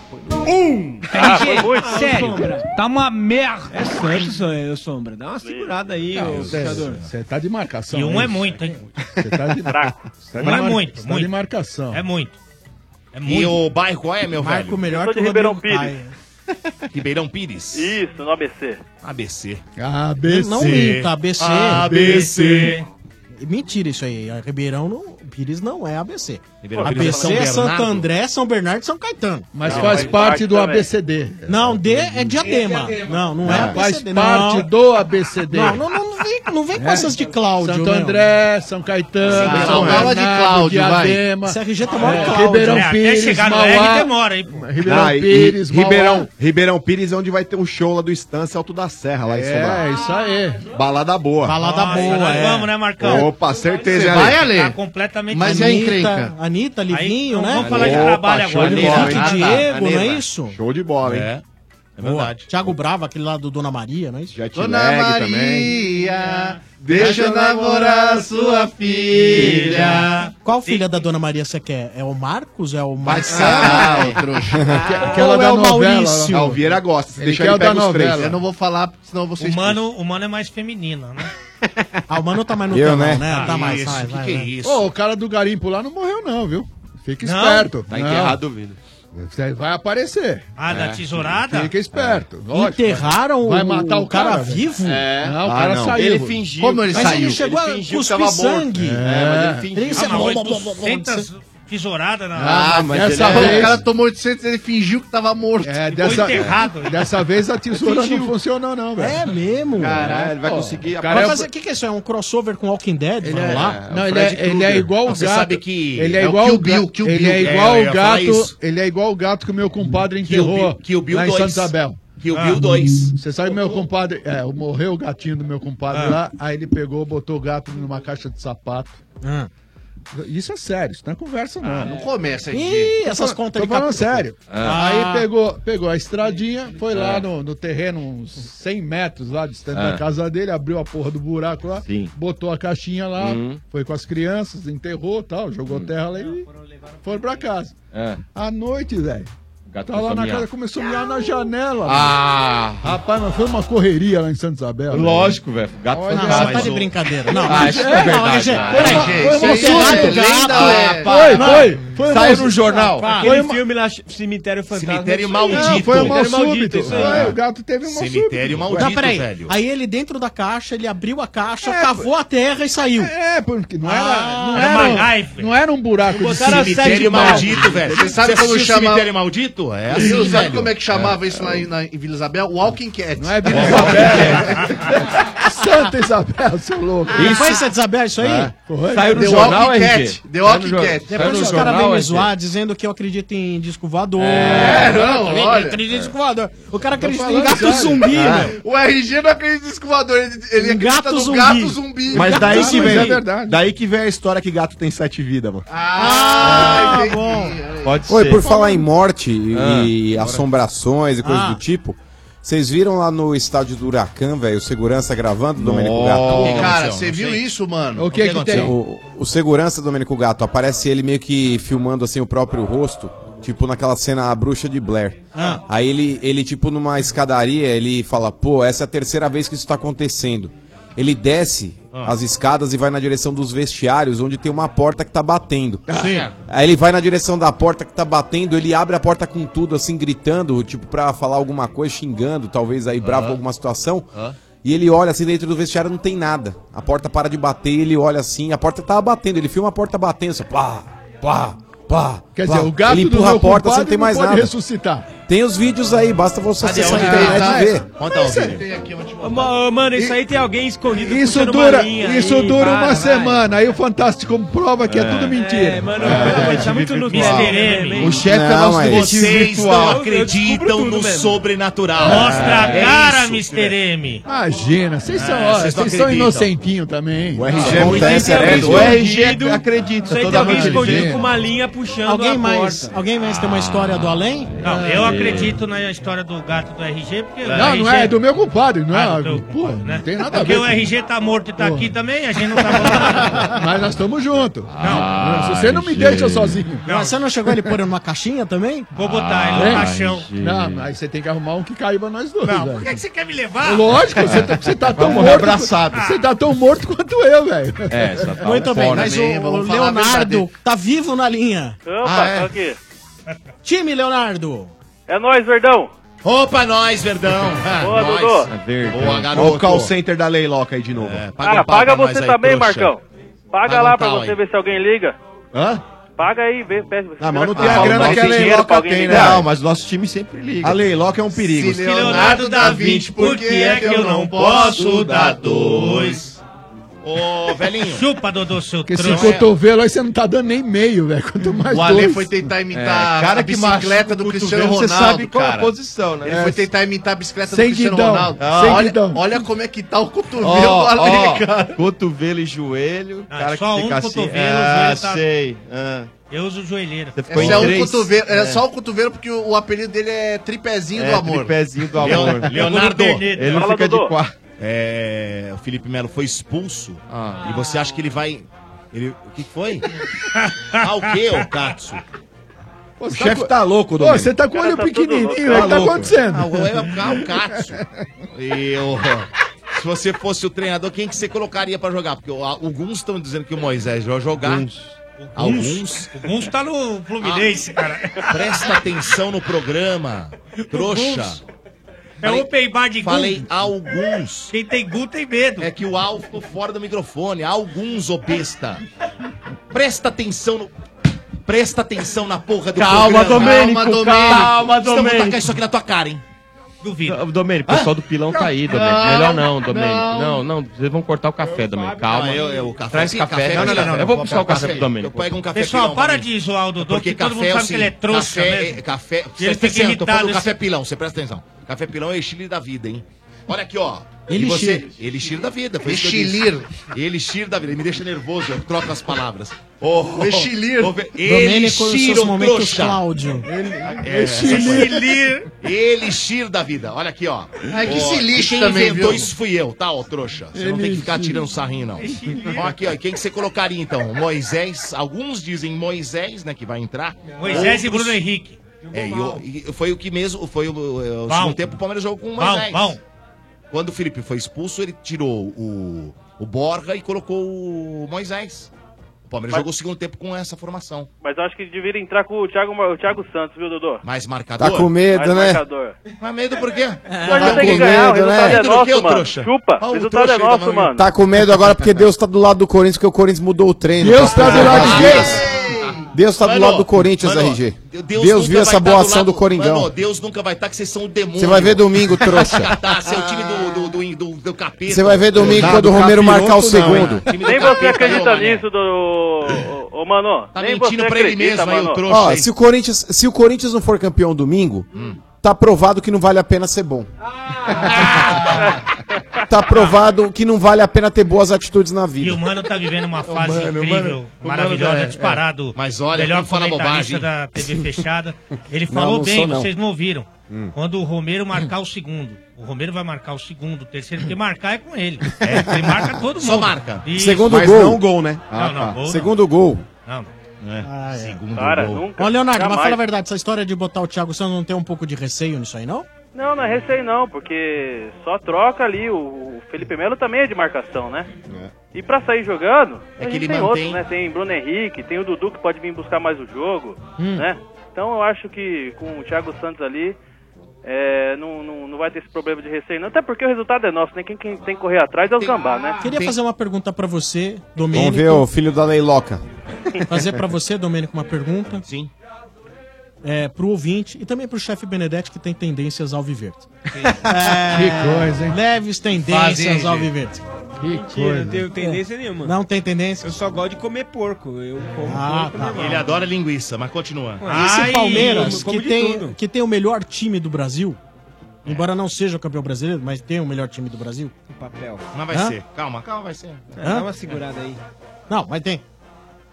1! Ah, foi muito. Sombra, tá uma merda. É Santos, ô, Sombra. Dá uma segurada aí, ô puxador. Você tá de marcação. E um é hein? muito, hein? Você tá de Fraco. Você Um é muito, Você tá de muito. marcação. É muito. É E o bairro qual é, meu Marco velho? melhor Eu sou de Ribeirão Pires. Ribeirão Pires? Isso, no ABC. ABC. ABC. Não minta, ABC. ABC. Mentira isso aí. A Ribeirão não, Pires não é ABC. Ribeirão Pires é ABC São é Santo Bernardo? André, São Bernardo e São Caetano. Mas Não, faz faz parte parte do também. ABCD. Não, D é diadema. Não, não é, Ah, Faz ABCD. parte não. do ABCD. Não, é não, não, não vem, não vem com É. essas de Cláudio. Santo meu. André, São Caetano, Ah, São não, fala de Bernardo, Cláudio, vai. Diadema, CRG tá maior é, Cláudio. Ribeirão É, até Pires, chegar no Mauá, R demora, hein, pô. Ribeirão Ah, e- Pires, e- Mauá. Ribeirão, Ribeirão Pires é onde vai ter um show lá do Estância Alto da Serra, lá em É, Sobral. isso aí. Balada boa. Balada Nossa, boa, nós é. vamos, né, Marcão? Opa, certeza, Você hein, vai, Ale? Ale? Tá completamente Mas é encrenca. Anitta, Livinho, né? vamos falar de Opa, trabalho show agora. de bola, Henrique hein? Ah, tá. Diego, não é Aneva. isso? Show de bola, hein? É, é verdade. Thiago Brava, aquele lá do Dona Maria, não é isso? Dona lag também. Maria, deixa eu namorar sua filha. Qual filha da Dona Maria você quer? É o Marcos? É o Marcos? cagar, ô trouxa. Ou é o Maurício? o Vieira gosta. Se Ele deixar quer ele o da pega os novela. três. Eu não vou falar, senão vocês- O mano, o mano é mais feminino, né? Ah, o Mano tá mais no Eu, telão, né? né? Ah, Tá mais, isso, vai, que vai, que é vai. isso? Ô, o cara do garimpo lá não morreu não, viu? Fica Não? esperto. Tá enterrado o vídeo. Vai aparecer. É. Ah, da tesourada? Fica esperto. É. lógico. Enterraram Vai o- matar o, o cara velho. vivo? É. Não, o Ah, cara não. saiu. Ele velho. fingiu. Como ele Mas ele saiu? chegou a fingiu que cuspir tava morto. sangue. É, mas ele Ele fingiu. se Ah, amarrou mas- 800 tesouradas na... Ah, mas Dessa ele é- vez o cara tomou 800 ele fingiu que tava morto. né? É, dessa, dessa vez a tesoura não funcionou, não, velho. É mesmo? Caralho, ele vai conseguir- O Cara, é o- fazer, o que, que é isso? É um crossover com Walking Dead? Ele vamos é- lá? não, ele é, ele é igual o gato. Você sabe que ele é, é o igual Kill o ga- Bill, Kill ele Bill. é É, igual eu ia o falar gato. isso. Ele é igual o gato que o meu compadre Kill Bill- enterrou Kill Bill lá em 2. Santa Isabel. Kill Bill 2. Você sabe meu compadre, é, morreu o gatinho do meu compadre Ah. lá, aí ele pegou, botou o gato numa caixa de sapato. Isso é sério, isso não é conversa não. Ah, não começa aí, Ih, Gê. essas Tô contas de falando capítulo. sério. Ah. Ah. Aí pegou, pegou a estradinha, foi lá É. no, no terreno, uns 100 metros lá distante Ah. da casa dele, abriu a porra do buraco lá, Sim. botou a caixinha lá, Uhum. foi com as crianças, enterrou tal, jogou terra lá e foram pra casa. É. À noite, velho. gato Tá lá começou a na miar. casa, começou a miar na janela. Ah. velho. Rapaz, mas foi uma correria lá em Santa Isabel. velho. né? Lógico, velho. Gato Olha, fantasma. você tá de brincadeira. Não, Ah, isso não é não, verdade. RG, cara. foi uma- RG, foi uma isso surra é do lenda, gato, é, foi, pá. foi, foi uma Saiu surra. no jornal. Pá. Aquele Foi uma- filme lá, Cemitério Fantasma. Cemitério é. Não, foi um mal Cemitério súbito. isso aí. Foi, o gato teve um mal súbito. Cemitério Não, peraí. Aí ele dentro da caixa, ele abriu a caixa, cavou a terra e saiu. Ah. É, porque não era. Não era, um- não era um buraco de Botaram cimento. Sérgio Mauro. Você sabe como assistiu chamava? Cemitério Maldito? É assim, Você sabe velho. como é que chamava isso lá em, na- em Vila Isabel? Walking Cat. Não é Vila Santa Isabel, seu louco. É. Isso- Foi Santa Isabel isso aí? Ah. Foi. Saiu no The jornal, Walking RG. Cat. The Walking Saiu no Cat. jornal. Depois Saiu os no caras vêm jornal, me RG. zoar dizendo que eu acredito em disco voador. né? É, não, Eu também olha. É. acredito em disco voador. O cara Tô acredita em falando gato sério. zumbi, Ah. meu. O RG não acredita em escovador, ele, ele Um acredita gato no zumbi. gato zumbi. Mas Gato daí zumbi. que vem. Mas é verdade. daí que vem a história que gato tem sete vidas, mano. Tá Ah, bom. Pode Oi, por falar em morte e- Ah, e assombrações e coisas Ah. do tipo, vocês viram lá no estádio do Huracan, velho, o segurança gravando o Domênico Gato? Cara, você viu isso, mano? O que que tem? O, o segurança Domênico Gato, aparece ele meio que filmando assim o próprio rosto, Tipo naquela cena A Bruxa de Blair. Aí ele, ele, tipo, numa escadaria, ele fala, pô, essa é a terceira vez que isso tá acontecendo. Ele desce as escadas e vai na direção dos vestiários, onde tem uma porta que tá batendo. Ah. Aí ele vai na direção da porta que tá batendo, ele abre a porta com tudo, assim, gritando, tipo, pra falar alguma coisa, xingando, talvez aí bravo com alguma situação. E ele olha assim dentro do vestiário, não tem nada. A porta para de bater, ele olha assim, a porta tava batendo, ele filma a porta batendo, assim, só pá, pá, pá. Quer pá. dizer, o gato ele do empurra meu a porta, você não compadre tem não mais pode nada. ressuscitar. Tem os vídeos aí, basta você Cadê? acessar a Onde internet tá? e ver. Conta o vídeo. Ô, Mano, isso aí tem alguém escondido Isso puxando dura, linha isso aí, dura para, uma vai. semana. Aí o Fantástico prova que é, tudo mentira. É, mano, pelo amor de Deus, tá muito no Mr. M. O chefe é nosso detetive Vocês virtual. não acreditam no sobrenatural. Mostra a É cara, isso, Ah, Mr. M. Imagina, vocês são, É, ó, vocês não vocês são acreditam. inocentinho também. O RG é muito inteligente. O RG Escondido. acredita. Isso aí tem toda alguém noite ele escondido vem. com Uma linha puxando a porta. a porta. Alguém mais Ah. tem uma história do além? Não, Ah, eu é. acredito na história do gato do RG, porque. o Não, não RG é, é do meu compadre, não é? Ah, do teu Pô, não tem nada a Porque ver. o com- RG tá morto e tá aqui também, a gente não tá morto. Mas nós estamos juntos. Ah, Não. Ah, Se você não me deixa sozinho. Ah, Mas você não chegou ele pôr numa caixinha também? Vou botar ele no caixão. Não, mas aí você tem que arrumar um que caiba nós dois. Não, velho. por que, que você quer me levar? Lógico, você tá, você tá tão Vamos morto. abraçado. Você tá tão morto quanto eu, velho. É, só tá Muito bem, mas o, o Leonardo tá vivo na linha. Opa, Ah, é? tô aqui. Time, Leonardo. É nóis, Verdão. Opa, nós, Verdão. é Boa, Nós. Dudu. É Boa, garoto. É, um Olha o call center da Leiloca aí de novo. Ah, paga você também, Marcão. Paga, Paga um lá pra pau você aí. ver se alguém liga. Hã? Paga aí, vê, pede. Ah, mas não pede- tem a Ah, grana não que a tem dinheiro pra Leiloca alguém tem, né? ligar. mas nosso time sempre liga. A Leiloca é um perigo. Se Leonardo dá 20, por que é que eu não posso dar dois? Ô, velhinho. Chupa, Dodô, seu Porque esse trouxa. cotovelo aí você não tá dando nem meio, velho. Quanto mais O Ale dois. É, foi tentar imitar a bicicleta do Cristiano cotovelo, Ronaldo. você sabe qual a cara. posição, né? Ele É. foi tentar imitar a bicicleta Sem do Cristiano guidão, Ronaldo. sem olha, guidão. olha como é que tá o cotovelo do Ó, Ale, ó, cara. cotovelo e joelho. Ah, cara só que fica um assim. cotovelo, o ah, joelho tá- sei. ah. Eu uso joelheira. Você ficou Esse em um é, três. o cotovelo, é. É. só o cotovelo porque o, o apelido dele é tripézinho É, do amor. tripézinho do amor. Leonardo, ele não fica de quatro. É, o Felipe Melo foi expulso Ah. e você acha que ele vai. Ele, o que foi? ah, o que, ô Katsu? Pô, O você chefe tá louco, Ô, Domênico. você tá com o O olho cara tá todo pequenininho, louco. velho. o que Tá tá louco. acontecendo? Ah, o olho é o carro, o Katsu. E o- se você fosse o treinador, quem que você colocaria pra jogar? Porque o- alguns estão dizendo que o Moisés vai jogar. Alguns. Alguns tá no Fluminense, cara. Ah, Presta atenção no programa, trouxa. É Falei- open bar de Falei gol. alguns. Quem tem gu tem medo. É que o Al ficou fora do microfone. Alguns, ô besta. Presta atenção no... Presta atenção na porra do Calma, programa. Domênico, calma, calma, Senão eu vou Domênico. tacar tá isso aqui na tua cara, hein? Ô, Domênico, o pessoal do pilão tá aí, Domênico. Não, Melhor não, Domênico. não. Não, não, vocês vão cortar o café, Domênico. Calma. Não, eu- eu- o café- Traz sim, café. café, Não, não, café, não, não. Eu vou buscar o café pro Domênico. Eu pego um café Pessoal, pilão pra para mim. de zoar o Dodô, Porque que todo mundo café é o sabe que ele é seguinte, trouxa café, mesmo. é- Café, E ele você tá fica certo, tô falando irritado. do café pilão, você presta atenção. Café pilão é estilo da vida, hein? Olha aqui, ó. Elixir. Ele estilo da vida. foi isso que eu Exilir. disse. Elixir da vida. Ele me deixa nervoso, eu troco as palavras. Oh, Exilir. Ele Domênico, nos seus momentos, Cláudio. É. É, É Exilir. Exilir. Elixir da vida. Olha aqui, ó. Ai, que Ó, se e lixe quem também, inventou viu? isso fui eu, tá, ô trouxa? Você não tem que ficar tirando sarrinho, não. Ó, aqui, ó. e Quem que você colocaria, então? Moisés. Alguns dizem Moisés, né, que vai entrar. Moisés e Outros- Bruno Henrique. É, e, o- e foi o que mesmo. Foi o, o Bom. segundo tempo o Palmeiras jogou com o Bom, Moisés. bom. Quando o Felipe foi expulso, ele tirou o, o Borja e colocou o Moisés. O Palmeiras Mas- jogou o segundo tempo com essa formação. Mas eu acho que deveria entrar com o Thiago, Ma- o Thiago Santos, viu, Dodô? Mais marcador? Tá com medo, Mais né? marcador. Mas medo por quê? Nós não tem que ganhar, o resultado né? é nosso, mano. Chupa, o resultado é nosso, mano. Tá com medo agora porque Deus tá do lado do Corinthians, porque o Corinthians mudou o treino. Deus tá do lado de quem? Deus tá do lado do Corinthians, RG. Deus, viu tá essa boa ação do Coringão. Mano, Deus nunca vai estar, que vocês são o demônio. Você vai ver domingo, trouxa. tá, você é o time do, do, do, do, do capeta. Você vai ver domingo Tá, quando do o Romero capiroto marcar o não, segundo. hein? Nem você acredita nisso, do... ô, Ô, mano. né, Tá nem mentindo você pra ele acredita, mesmo, aí, o mano. trouxa. Ó, se o Corinthians, se o Corinthians não for campeão domingo, tá provado que não vale a pena ser bom. tá provado que não vale a pena ter boas atitudes na E o vida. Mano tá vivendo uma fase Mano, incrível, Mano, o maravilhosa, Mano tá- é. disparado. Mas olha, melhor não fala bobagem. comentarista da TV fechada. Ele Não, falou não bem, é sou, não. vocês não ouviram. Hum. Quando o Romero marcar o segundo. O Romero vai marcar o segundo, o terceiro, Hum. porque marcar é com ele. É, ele marca todo mundo. Só marca. Isso. Segundo gol. né? Ah, Ah, tá. tá. Não, não, gol não. Segundo gol. Não. né? Ah, é. Segundo Cara, gol. Nunca, Ô, Leonardo, jamais. mas fala a verdade, essa história de botar o Thiago Santos não tem um pouco de receio nisso aí, não? Não, não é receio não, porque só troca ali, o Felipe Melo também é de marcação, né? É. E pra sair jogando, é que ele tem mantém... outros, né? Tem Bruno Henrique, tem o Dudu que pode vir buscar mais o jogo, hum. né? Então eu acho que com o Thiago Santos ali, é, não, não, não vai ter esse problema de receio, não. Até porque o resultado é nosso, né? Quem, quem tem que correr atrás é os gambá, né? Queria tem... fazer uma pergunta para você, Domênico. Vamos ver o filho da Leiloca. fazer para você, Domênico, uma pergunta. Sim. É, pro ouvinte e também pro chefe Benedetti, que tem tendências ao viver. É, que coisa, hein? Leves tendências ao viver. Que Mentira, coisa. não tenho tendência nenhuma. Não tem tendência? Eu só gosto de comer porco. Eu como ah, porco. Tá. Normal. Ele adora linguiça, mas continua. Esse Ai, Palmeiras, que tem, que tem o melhor time do Brasil, é. embora não seja o campeão brasileiro, mas tem o melhor time do Brasil. O papel. Mas vai Hã? ser. Calma, calma, vai ser. Hã? Dá uma segurada aí. Não, mas tem.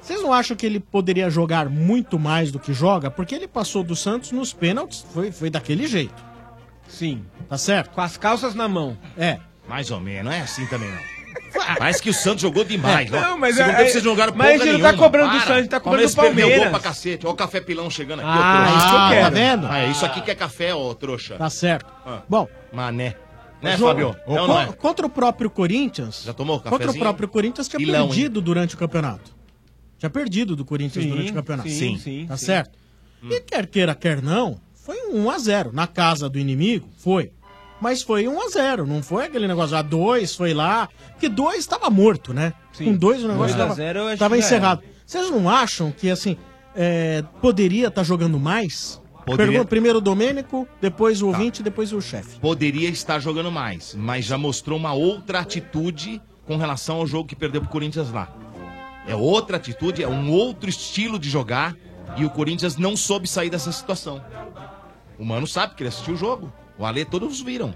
Vocês não acham que ele poderia jogar muito mais do que joga? Porque ele passou do Santos nos pênaltis, foi, foi daquele jeito. Sim. Tá certo? Com as calças na mão. É. Mais ou menos, não é assim também não. Parece que o Santos jogou demais. É, não, mas Segundo é, tempo, vocês jogaram Mas a gente nenhuma. não tá cobrando Para. do Santos, a gente tá cobrando do Palmeiras. Palmeiras. Gol pra cacete. Olha o café pilão chegando aqui. Ah, ó, isso que eu quero. Tá vendo? Ah, isso aqui que é café, ô trouxa. Tá certo. Ah. Bom. Mané. Né, Fábio? Co não, não é? Contra o próprio Corinthians. Já tomou cafezinho? Contra o próprio Corinthians tinha pilão, perdido hein? durante o campeonato. Tinha perdido do Corinthians sim, durante o campeonato. Sim, sim. Tá sim. certo? Hum. E quer queira, quer não, foi um 1x0. Na casa do inimigo, foi mas foi 1 a 0 não foi aquele negócio, a 2 foi lá, porque 2 estava morto, né? Sim. Com 2 o Um negócio estava encerrado. Vocês não acham que, assim, é, poderia estar tá jogando mais? Poderia... Pergunta, primeiro o Domênico, depois o ouvinte, tá. depois o chefe. Poderia estar jogando mais, mas já mostrou uma outra atitude com relação ao jogo que perdeu pro Corinthians lá. É outra atitude, é um outro estilo de jogar e o Corinthians não soube sair dessa situação. O Mano sabe que ele assistiu o jogo. O Ale, todos viram.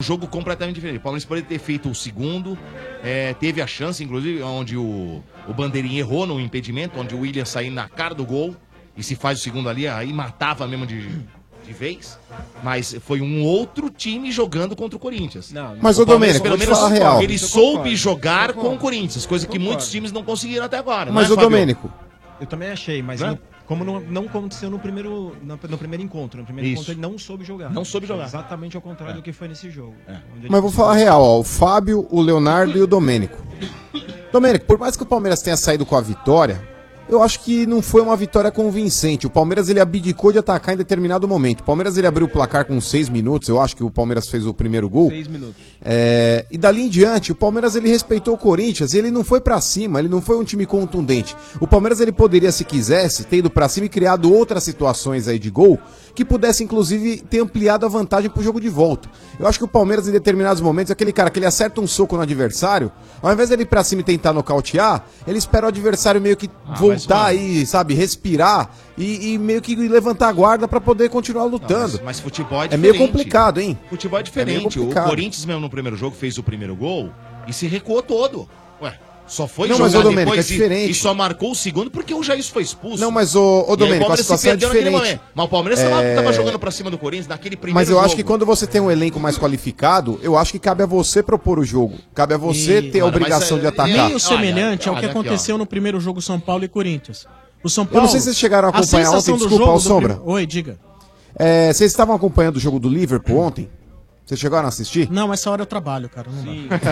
Um jogo completamente diferente. O Palmeiras poderia ter feito o segundo. É, teve a chance, inclusive, onde o, o Bandeirinha errou no impedimento, onde o William saiu na cara do gol. E se faz o segundo ali, aí matava mesmo de, de vez. Mas foi um outro time jogando contra o Corinthians. Não, não. Mas o, o Domênico, pelo menos falar real. ele soube jogar com o Corinthians, coisa que muitos times não conseguiram até agora. Mas é, o Domênico. Eu também achei, mas não, como não, não aconteceu no primeiro, no, no primeiro encontro. No primeiro Isso. encontro ele não soube jogar. Não soube jogar. Exatamente ao contrário é. do que foi nesse jogo. É. Mas vou falar real, ó, o Fábio, o Leonardo e o Domênico. Domênico, por mais que o Palmeiras tenha saído com a vitória, eu acho que não foi uma vitória convincente. O Palmeiras ele abdicou de atacar em determinado momento. O Palmeiras ele abriu o placar com seis minutos, eu acho que o Palmeiras fez o primeiro gol. Seis minutos. É, e dali em diante, o Palmeiras ele respeitou o Corinthians, ele não foi para cima, ele não foi um time contundente. O Palmeiras ele poderia, se quisesse, ter ido para cima e criado outras situações aí de gol que pudesse inclusive ter ampliado a vantagem pro jogo de volta. Eu acho que o Palmeiras em determinados momentos, aquele cara que ele acerta um soco no adversário, ao invés dele ir pra cima e tentar nocautear, ele espera o adversário meio que ah, voltar mas, e, sabe, respirar e, e, meio que levantar a guarda para poder continuar lutando. Não, mas, mas, futebol é diferente. É meio complicado, hein? Futebol é diferente. É o Corinthians mesmo no primeiro jogo fez o primeiro gol e se recuou todo. Ué, só foi não, mas, ô, Domênico, é diferente. E, e, só marcou o segundo porque o Jair foi expulso. Não, mas o, o Domênico, a situação é diferente. Mas o Palmeiras é... tava jogando pra cima do Corinthians naquele primeiro Mas eu jogo. acho que quando você tem um elenco mais qualificado, eu acho que cabe a você propor o jogo. Cabe a você e... ter Mano, a obrigação mas, de atacar. Meio é semelhante olha, olha, olha, ao que aconteceu aqui, no primeiro jogo São Paulo e Corinthians. O São Paulo... Eu não sei se vocês chegaram a acompanhar a ontem, desculpa, ao Sombra. Prim... Oi, diga. É, vocês estavam acompanhando o jogo do Liverpool ontem? Vocês chegaram a assistir? Não, essa hora eu trabalho, cara.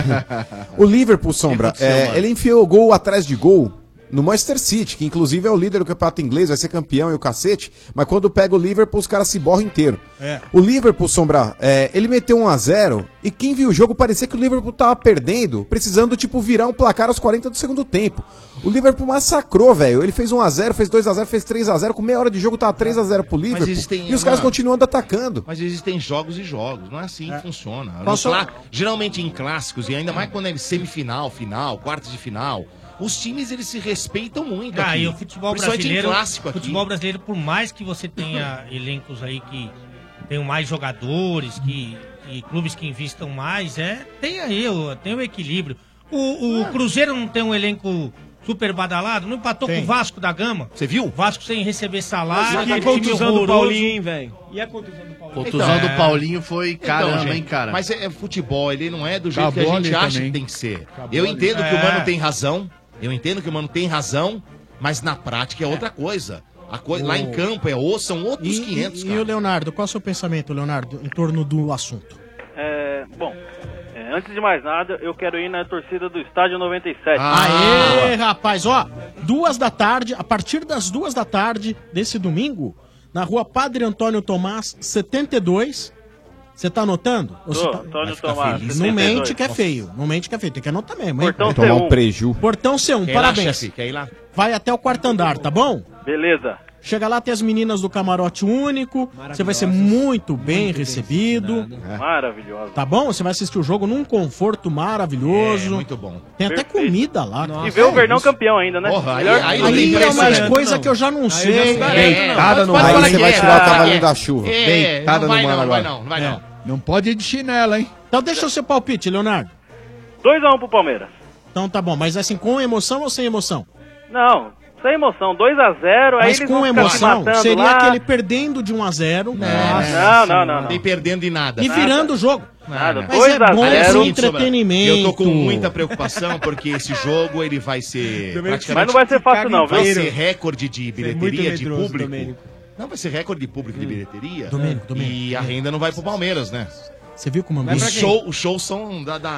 o Liverpool, Sombra, é, ele enfiou gol atrás de gol no Manchester City, que inclusive é o líder do campeonato inglês, vai ser campeão e o cacete, mas quando pega o Liverpool, os caras se borram inteiro. É. O Liverpool, Sombra, é, ele meteu 1 a 0 e quem viu o jogo parecia que o Liverpool tava perdendo, precisando, tipo, virar um placar aos 40 do segundo tempo. O Liverpool massacrou, velho. Ele fez 1 a 0 fez 2 a 0 fez 3 a 0 com meia hora de jogo tava 3 a 0 pro Liverpool. E os caras uma... continuando atacando. Mas existem jogos e jogos, não é assim que é. funciona. Posso... Clá... Geralmente em clássicos, e ainda mais quando é semifinal, final, quartas de final, os times eles se respeitam muito. Ah, aqui. e o futebol brasileiro, clássico aqui. futebol brasileiro, por mais que você tenha elencos aí que tenham mais jogadores, que, que clubes que investam mais, é tem aí, tem o equilíbrio. O, o ah. Cruzeiro não tem um elenco super badalado, não empatou tem. com o Vasco da Gama. Você viu? Vasco sem receber salário. E a Ah, contusão do Paulinho, velho? E a contusão do Paulinho? Contusão então, do Paulinho foi caramba, então, gente, hein, é. cara? Mas é, é, futebol, ele não é do jeito Acabou que a gente acha também. que tem que ser. Acabou Eu entendo ali. que o Mano é. tem razão, eu entendo que o Mano tem razão, Mas na prática é outra coisa. A coi... Lá em campo é ou são outros E, 500, e- cara. e o Leonardo, qual é o seu pensamento, Leonardo, em torno do assunto? É, bom, é, antes de mais nada, eu quero ir na torcida do Estádio 97. Ah, Aê, rapaz, ó, duas da tarde, a partir das duas da tarde desse domingo, na rua Padre Antônio Tomás, 72. Você tá anotando? Ou você Tô, tá- Antônio Vai ficar Tomás, feliz. Não mente que é 72. feio, não mente que é feio, tem que anotar mesmo, hein? Portão Vai tomar um C1. preju. Portão C1, Quer ir lá, parabéns. chefe? Quer ir lá? Vai até o quarto andar, tá bom? Beleza. Chega lá, tem as meninas do camarote único, você vai ser muito bem recebido. Maravilhosa. Tá bom? Você vai assistir o jogo num conforto maravilhoso. É, muito bom. Tem até Perfeito. comida lá. cara. e ver o É Verdão isso. campeão ainda, né? Porra, aí- Melhor- aí não Aí tem é preço, uma né? coisa que eu já não Aí sei. eu já sei. Deitada no Pode mar. falar Aí você que vai é, tirar o ah, cavalinho é. da chuva. É, Deitada não vai no mar não, agora. vai não, não vai não. Não pode ir de chinela, hein? Então deixa o seu palpite, Leonardo. 2x1 pro Palmeiras. Então tá bom, mas assim, com emoção ou sem emoção? Não, sem emoção. 2x0, aí Mas eles vão com ficar se emoção, matando seria lá. aquele perdendo de 1 a 0 Não, não, não, não. Nem perdendo em nada. E virando o jogo. Nada. Mas é bom esse entretenimento. Eu tô com muita preocupação porque esse jogo ele vai ser. Domênico, praticamente- mas não vai ser fácil não, viu? Vai ser recorde de bilheteria é muito de medroso, público. Domênico. Não, vai ser recorde de público de bilheteria. Hum. Domênico, Domênico, E a renda não vai pro Palmeiras, né? Você viu como Os ambiente- show, os shows são da. da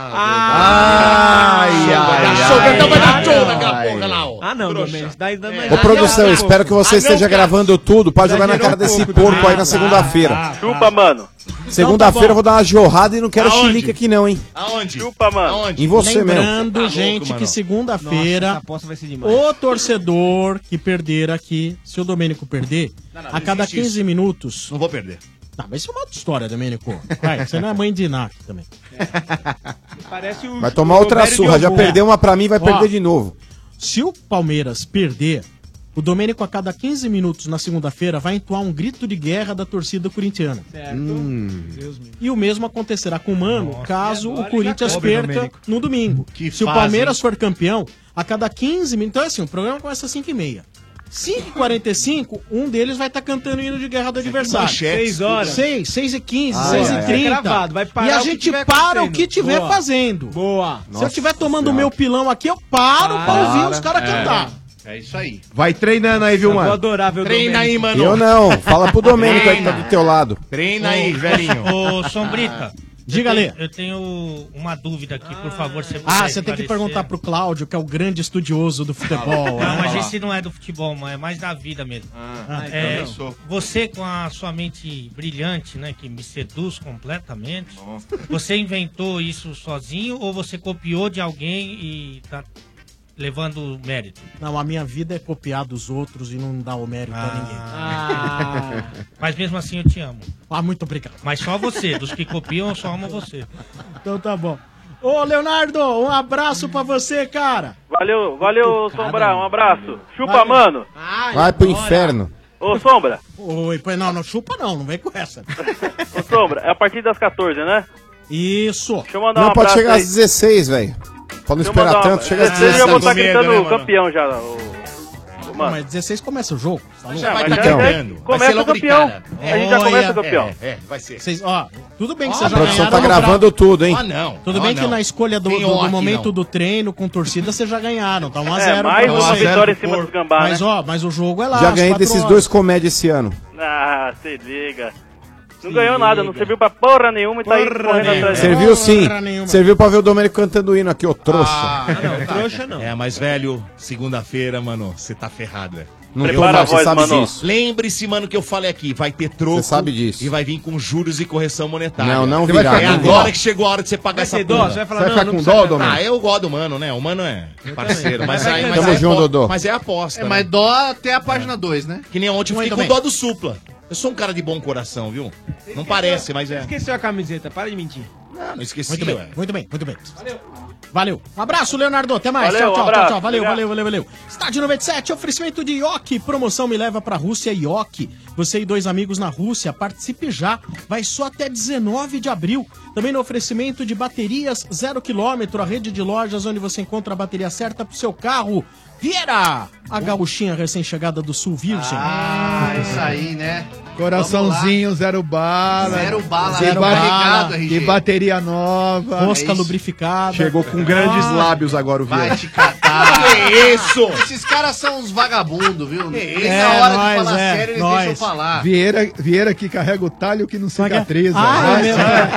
Ai, ai, ai, show, então vai dar ai, show daquela ai. porra lá, ó. É. Ah, não, Domênico. Daí dá mais Ô, produção, eu espero que você Ah, não, esteja cara. gravando tudo pra jogar na cara desse né? porco aí na segunda-feira. Ah, tá. Chupa, mano. Segunda-feira eu vou dar uma jorrada e não quero chilique aqui não, hein? Aonde? Chupa, mano. Em você Lembrando, mesmo. gente, que Nossa, segunda-feira, essa aposta vai ser demais. o torcedor que perder aqui, se o Domênico perder, Não, não, a não cada existe 15 minutos. Não vou perder. Não, mas isso é uma outra história, Domênico. Vai, você não é mãe de Inácio também. Parece o Vai tomar O outra Romério surra, um de já Ogum. perdeu uma pra mim, vai Ó, perder de novo. Se o Palmeiras perder, o Domênico a cada 15 minutos na segunda-feira vai entoar um grito de guerra da torcida corintiana. E o mesmo acontecerá com o Mano, caso o Corinthians cobre, perca Domênico. no domingo. Que Se o fase, Palmeiras for campeão, a cada 15 minutos. Então, é assim, o programa começa às 5h30. 5h45, um deles vai estar cantando o hino de guerra do adversário. manchete. Seis horas. 6, 6 e 15, Ah, 6 é, e é. 30. Tá gravado, vai parar e a o que gente tiver para o acontecendo. que tiver Boa. fazendo. Boa. Se eu estiver tomando o meu pilão aqui, eu paro pra Para. ouvir os caras É. cantar. É isso aí. Vai treinando aí, viu, Eu vou mano? adorar ver o Treina Domênico. aí, mano. Eu não, fala pro Domênico aí que tá do teu lado. Treina aí, velhinho. Ô, Sombrita. Diga, eu Lê. tenho- Eu tenho uma dúvida aqui, por favor. Você Ah, você tem puder que esclarecer. perguntar pro Cláudio, que é o grande estudioso do futebol. Não, né? mas esse não é do futebol, mano, é mais da vida mesmo. Ah, então É, não sou. você com a sua mente brilhante, né, que me seduz completamente, você inventou isso sozinho ou você copiou de alguém e tá levando mérito? Não, a minha vida é copiar dos outros e não dar o mérito a ninguém. Mas mesmo assim eu te amo. Ah, muito obrigado. Mas só você, dos que copiam, eu só amo você. Então tá bom. Ô, Leonardo, um abraço pra você, cara. Valeu, valeu, Sombra. Um abraço. Chupa, Valeu. mano. Vai pro inferno. Ô, Sombra. Oi, pois não, não chupa não, não vem com essa. Ô, Sombra. É a partir das 14, né? Isso. Deixa eu mandar um Não, pode abraço chegar aí. às 16, velho. Deixa Pra não eu mandar esperar um- tanto, chega às 16 eu já vou estar 16. gritando campeão já. ô- ô, Pô, mano. mas 16 começa o jogo. falou? Já vai tá Então. ganhando. Vai Começa ser logo de campeão. cara. A gente já começa campeão. É, é, vai ser. Vocês, ó, tudo bem que Ó, vocês a produção tá ganharam no gravando bravo. tudo, hein? Ó, não. Tudo Ó, bem que não. na escolha do, Tem do- do ó aqui, momento não. um do treino com torcida, vocês já ganharam. Tá 1x0. É, mais uma vitória em cima dos gambá, Mas, né? ó, mas o jogo é lá. Já às ganhei quatro desses horas. dois comédias esse ano. Ah, se liga. Não ganhou nada, não serviu pra porra nenhuma e tá aí correndo atrás. Serviu sim. Serviu pra ver o Domênico cantando o hino aqui, ô Ah, Ah, trouxa. não, tá trouxa não. É, mas velho, segunda-feira, mano, você tá ferrado, velho. Não tô, Prepara não, a você voz, sabe mano. disso. Lembre-se, mano, que eu falei aqui, vai ter troco. Você sabe disso. E vai vir com juros e correção monetária. Não, não Você vai virá, ficar- É não agora virá. que chegou a hora de você pagar essa ter dó, porra. você vai falar, Você vai não, ficar não com precisa dó, cantar. Domênico? Ah, eu gosto do mano, né? O mano é parceiro, mas também. aí... Mas Tamo aí é junto, apo- Dodô. Mas é aposta, É, né? mas É. dó até a página 2, né? Que nem ontem eu Muito fiquei com bem. dó do supla. Eu sou um cara de bom coração, viu? Não parece, mas é. Ah, Esqueceu a camiseta, para de mentir. Não, não esqueci, Muito ué. bem, muito bem, muito bem. Valeu. Um abraço, Leonardo. Até mais. Valeu, tchau, tchau, um abraço. tchau, tchau. Valeu, Obrigado. valeu, valeu, valeu. Estádio 97, oferecimento de Ioki. Promoção me leva pra Rússia Ioki. Você e dois amigos na Rússia, participe já. Vai só até 19 de abril. Também no oferecimento de baterias zero quilômetro, a rede de lojas onde você encontra a bateria certa pro seu carro. Vieira, a gauchinha recém-chegada do Sul Virgem. Ah, é isso aí, né? Coraçãozinho, zero bala. Zero bala, zero zero carregado, RG. E bateria nova. Rosca é lubrificada. Chegou com grandes ah, lábios agora o Vieira. Vai te catar. que isso? Tá. Esses caras são uns vagabundos, viu? Que isso? É, É, Na hora de nós, falar é, sério, eles nós. é deixam falar. Vieira, Vieira que carrega o talho que não cicatriza. Ai, Ah, Vai, meu, vai.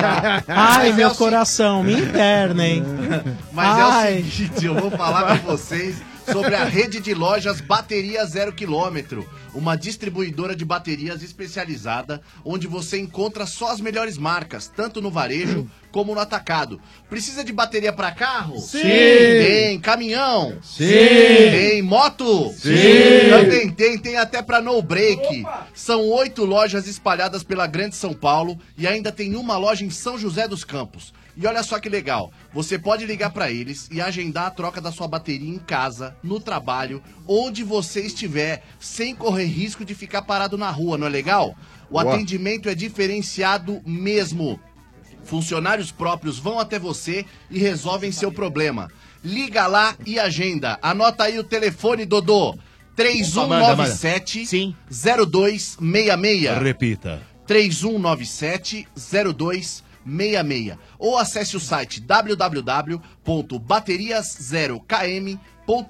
ai, meu coração, me interna, hein? é Mas é Ai. o seguinte, eu vou falar pra vocês sobre a rede de lojas Bateria Zero Quilômetro, uma distribuidora de baterias especializada onde você encontra só as melhores marcas, tanto no varejo como no atacado. Precisa de bateria pra carro? Sim. Tem. Caminhão? Sim. Tem. Moto? Sim. Também tem, tem até pra no break. São oito lojas espalhadas pela Grande São Paulo e ainda tem uma loja em São José dos Campos. E olha só que legal, você pode ligar pra eles e agendar a troca da sua bateria em casa, no trabalho, onde você estiver, sem correr risco de ficar parado na rua, não é legal? O Boa. atendimento é diferenciado mesmo. Funcionários próprios vão até você e resolvem seu problema. Liga lá e agenda. Anota aí o telefone, Dodô. 3197-0266. Repita. 3197-0266. Ou acesse o site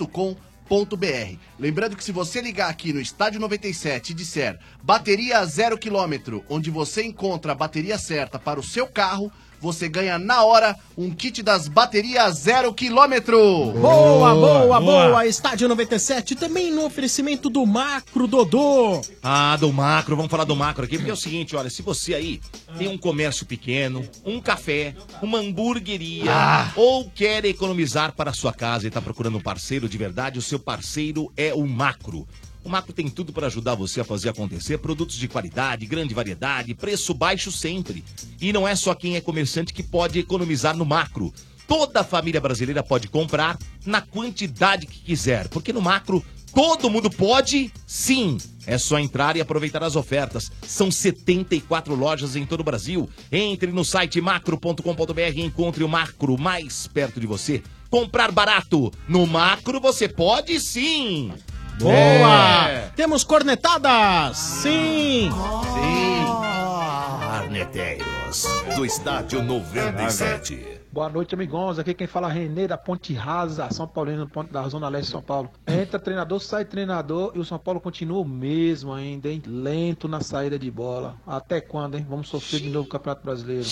www.baterias0km.com.br. Lembrando que se você ligar aqui no Estádio 97 e disser bateria 0 km, onde você encontra a bateria certa para o seu carro, você ganha na hora um kit das baterias 0 km. Boa, boa, boa, Estádio 97, também no oferecimento do Macro Dodô. Ah, do macro, vamos falar do macro aqui, porque é o seguinte, olha, se você aí tem um comércio pequeno, um café, uma hamburgueria, ou quer economizar para a sua casa e está procurando um parceiro de verdade, o seu parceiro é o macro. O Macro tem tudo para ajudar você a fazer acontecer, produtos de qualidade, grande variedade, preço baixo sempre. E não é só quem é comerciante que pode economizar no Macro. Toda a família brasileira pode comprar na quantidade que quiser, porque no Macro Todo mundo pode? Sim! É só entrar e aproveitar as ofertas. São 74 lojas em todo o Brasil. Entre no site macro.com.br e encontre o macro mais perto de você. Comprar barato! No macro você pode sim! Boa! É. Temos cornetadas! Sim! Arneteiros, do estádio 97. Boa noite, amigões. Aqui quem fala é Renê da Ponte Rasa, São Paulino, ponto da Zona Leste de São Paulo. Entra treinador, sai treinador e o São Paulo continua o mesmo ainda, hein? Lento na saída de bola. Até quando, hein? Vamos sofrer de novo o Campeonato Brasileiro.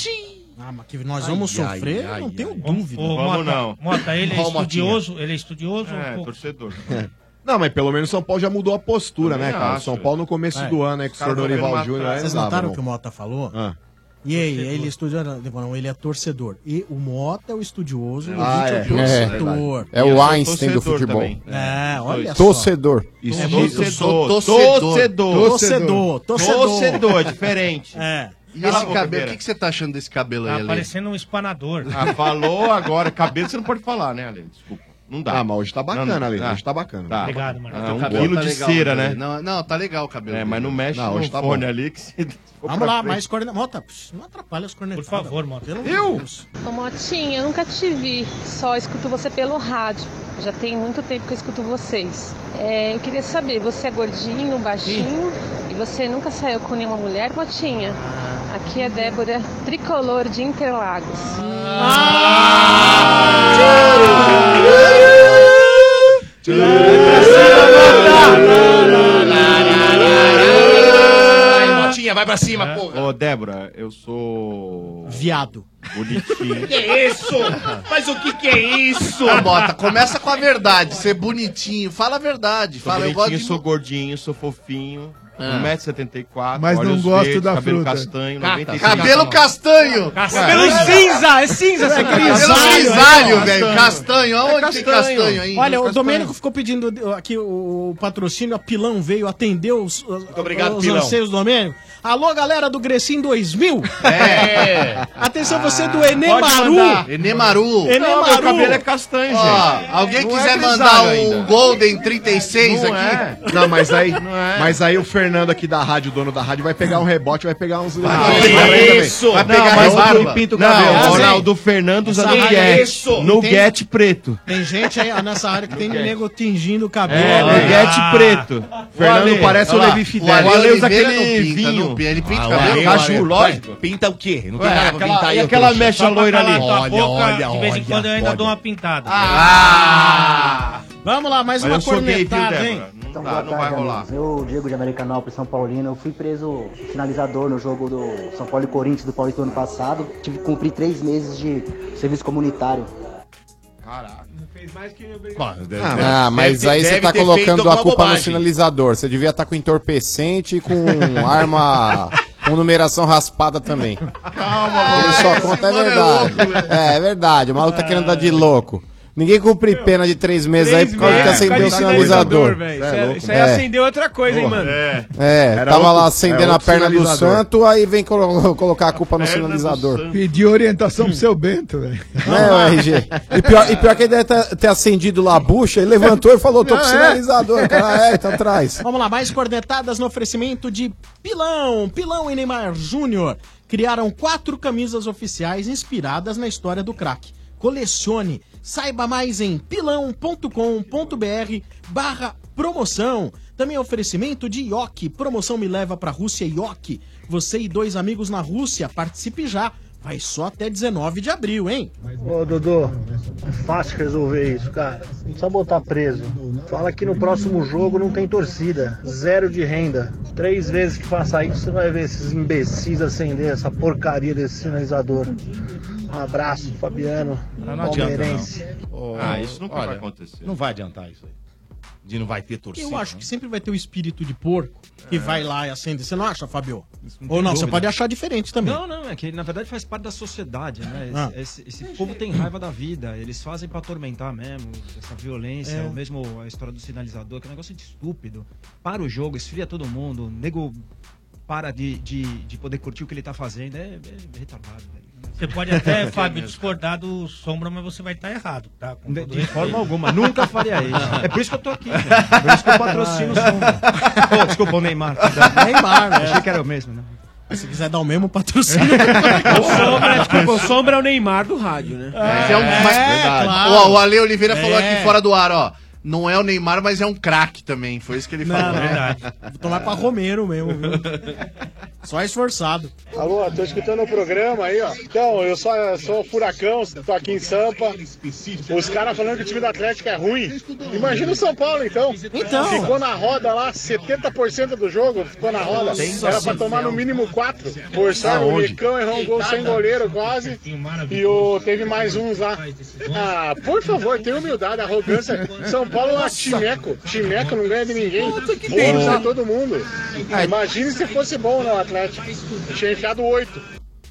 Ah, mas que nós vamos Ai, ai, sofrer, ai, não tenho Vamos- dúvida. ô, Vamos Mota, não. Mota, ele é Ó, Motinha. estudioso? Ele é estudioso? É, ou- torcedor. Não, mas pelo menos o São Paulo já mudou a postura, né, cara? O São Paulo no começo É. do ano, aí com o senhor Dorival Júnior. aí não Vocês dava, notaram não. o que o Mota falou? Ah. E aí, ele estudioso. Não, ele é torcedor. E o Mota é o estudioso, o Ah, Vite é. o É. torcedor. É o Eu sou Einstein do torcedor futebol. também. É, olha Torcedor. Isso, É, torcedor, eu sou torcedor, torcedor, torcedor. Torcedor, diferente. É. E Cala a esse cabelo, boca, o Pereira. que, que você tá achando desse cabelo aí, Tá Ale? parecendo um espanador. Ah, falou agora, cabelo você não pode falar, né, Ale? Desculpa. Não dá. Ah, mas hoje tá Não, bacana, não, Ale. né? Ah. tá. Hoje tá bacana. Tá. Obrigado, mano. Ah, O um cabelo quilo tá de legal, cera, né? né? Não, não, tá legal o cabelo. É, dele. mas não mexe não, hoje no tá fone bom. ali que se... Vamos lá, mais cornetadas. Mota, psh, não atrapalha as cornetadas. Por favor, Mota. Eu? Ô Motinha, eu nunca te vi, só escuto você pelo rádio. Já tem muito tempo que eu escuto vocês. É, eu queria saber, você é gordinho, baixinho e você nunca saiu com nenhuma mulher, Motinha? Aqui é Débora, tricolor de Interlagos. Vai, Motinha, vai pra cima, pô! Ô, Débora, eu sou. Viado. Bonitinho. Que é isso? Mas o que que é isso? Ô, Bota, começa com a verdade, ser bonitinho. Fala a verdade. Sou Fala, eu gosto bonitinho, de... sou gordinho, sou fofinho. Ah. 1,74m, Mas não olhos gosto verdes, da cabelo fruta. castanho, Cata. 95. Cabelo castanho! Cabelo Ah, cinza, é cinza, você cabelo tá grisalho, grisalho, né? velho. Castanho. Castanho, É aonde tem castanho aí? Olha, o Castanho. Domênico ficou pedindo eh, aqui o, o patrocínio, a Pilão veio, atendeu os, os, obrigado, os Pilão. anseios do Domênico. Alô, galera do Grecim 2000! É. Atenção, você Ah, do Enemaru! Enemaru! Enemaru! Enemaru! Não, meu cabelo é castanho, gente. é é um Alguém quiser mandar um Golden 36 aqui? é. Não, mas aí, mas aí o Fernando aqui da rádio, dono da rádio, vai pegar um rebote, vai pegar uns. Ah, isso! Vai pegar Não, mas rebote o- não, o Ronaldo Fernando usa nuguete. Nuguete preto. Tem gente aí ó, nessa área que tem nego tingindo o cabelo. É, nuguete Ah. preto. Fernando parece o Levi Fidel. O Ale usa Oliveira aquele não pinta, vinho. não pinta, ele pinta Ah, o cabelo, Ale, caju, Ale, lógico. vai, Pinta o quê? Não Ué, tem Tá nada pra aquela- pintar aí. e ô aquela trouxa. mecha Só pra loira calar ali? tua Olha, boca, olha, De vez em olha, Ah. quando eu ainda pode. dou uma pintada. Vamos lá, mais Mas eu uma sou gay, viu, cornetada, hein? Débora? Não Então, dá, não vai rolar. Eu, Diego de Americanópolis, São Paulino, eu fui preso finalizador no jogo do São Paulo e Corinthians do Paulista do ano passado. Tive que cumprir três meses de serviço comunitário. Caraca. Fez mais que Ah, mas aí você tá colocando a culpa no sinalizador. Você devia estar com entorpecente e com arma com numeração raspada também. Calma, Ele só conta é verdade. É, é verdade. O maluco tá querendo dar de louco. Ninguém cumpre pena de três meses aí por causa que acendeu o sinalizador. velho. Isso Cê é aí- louco, Isso aí né? mano. É. acendeu outra coisa, hein, mano? É. É, Era tava outro- lá é, acendendo a outro perna do sinalizador. santo, aí vem colo- colocar a culpa no sinalizador. Pediu orientação pro seu Bento, velho. Né, o RG? E pior, e pior que ele deve tá, ter, ter acendido lá a bucha, ele levantou e falou: tô com Não, é. sinalizador, cara. É, então traz. Vamos lá, mais cornetadas no oferecimento de Pilão. Pilão e Neymar Júnior criaram quatro camisas oficiais inspiradas na história do craque. Colecione. Saiba mais em pilão.com.br barra promoção. Também oferecimento de Ioki. Promoção me leva pra Rússia Ioki. Você e dois amigos na Rússia, participe já. Vai só até 19 de abril, hein? Ô Dodô, é fácil resolver isso, cara. Não precisa botar preso. Fala que no próximo jogo não tem torcida. Zero de renda. Três vezes que faça isso, você vai ver esses imbecis acender essa porcaria desse sinalizador. Um abraço, Fabiano. Ah, não adianta, palmeirense. não. Ah, isso nunca vai acontecer. Não vai adiantar isso aí. De não vai ter torcida. Eu acho que sempre vai ter o espírito de porco que É. vai lá e acende. Você não acha, Fabio? não Ou tem não, você dúvida. pode achar diferente também. Não, não, é que na verdade faz parte da sociedade, né? Esse, Ah. esse- esse povo tem raiva da vida, eles fazem pra atormentar mesmo, essa violência, É. o mesmo a história do sinalizador, que é um negócio de estúpido. Para o jogo, esfria todo mundo, o nego para de, de, de poder curtir o que ele tá fazendo, é, é retardado, velho. Você É pode até, Fábio, discordar do Sombra, mas você vai estar errado, tá? Com De, todo de respeito. forma alguma, nunca faria isso. É por isso que eu tô aqui, velho. Por isso que eu patrocino o Sombra. Pô, desculpa, o Neymar. perdão. Neymar, né? Achei que era o mesmo, né? Se quiser dar o mesmo patrocínio. O Sombra, desculpa, o Sombra é o Neymar do rádio, né? Esse é um- mas- claro. Ó, o Ale Oliveira falou É. aqui fora do ar, ó. Não é o Neymar, mas é um craque também. Foi isso que ele Não, falou. é não, verdade. Vou tomar pra Romero mesmo, viu? Só esforçado. Alô, tô escutando o programa aí, ó. Então, eu sou, eu sou o Furacão, tô aqui em Sampa. Os caras falando que o time do Atlético é ruim. Imagina o São Paulo, então. Então. Ficou na roda lá, 70% do jogo ficou na roda. Era pra tomar no mínimo 4. Por sorte, o Aonde? Licão errou um gol sem goleiro quase. E o, teve mais uns lá. Ah, por favor, tenha humildade, arrogância. São Paulo é uma timeco. Timeco não ganha de ninguém. Puta delícia. todo mundo. Imagine se fosse bom no Atlético. Tinha enfiado 8.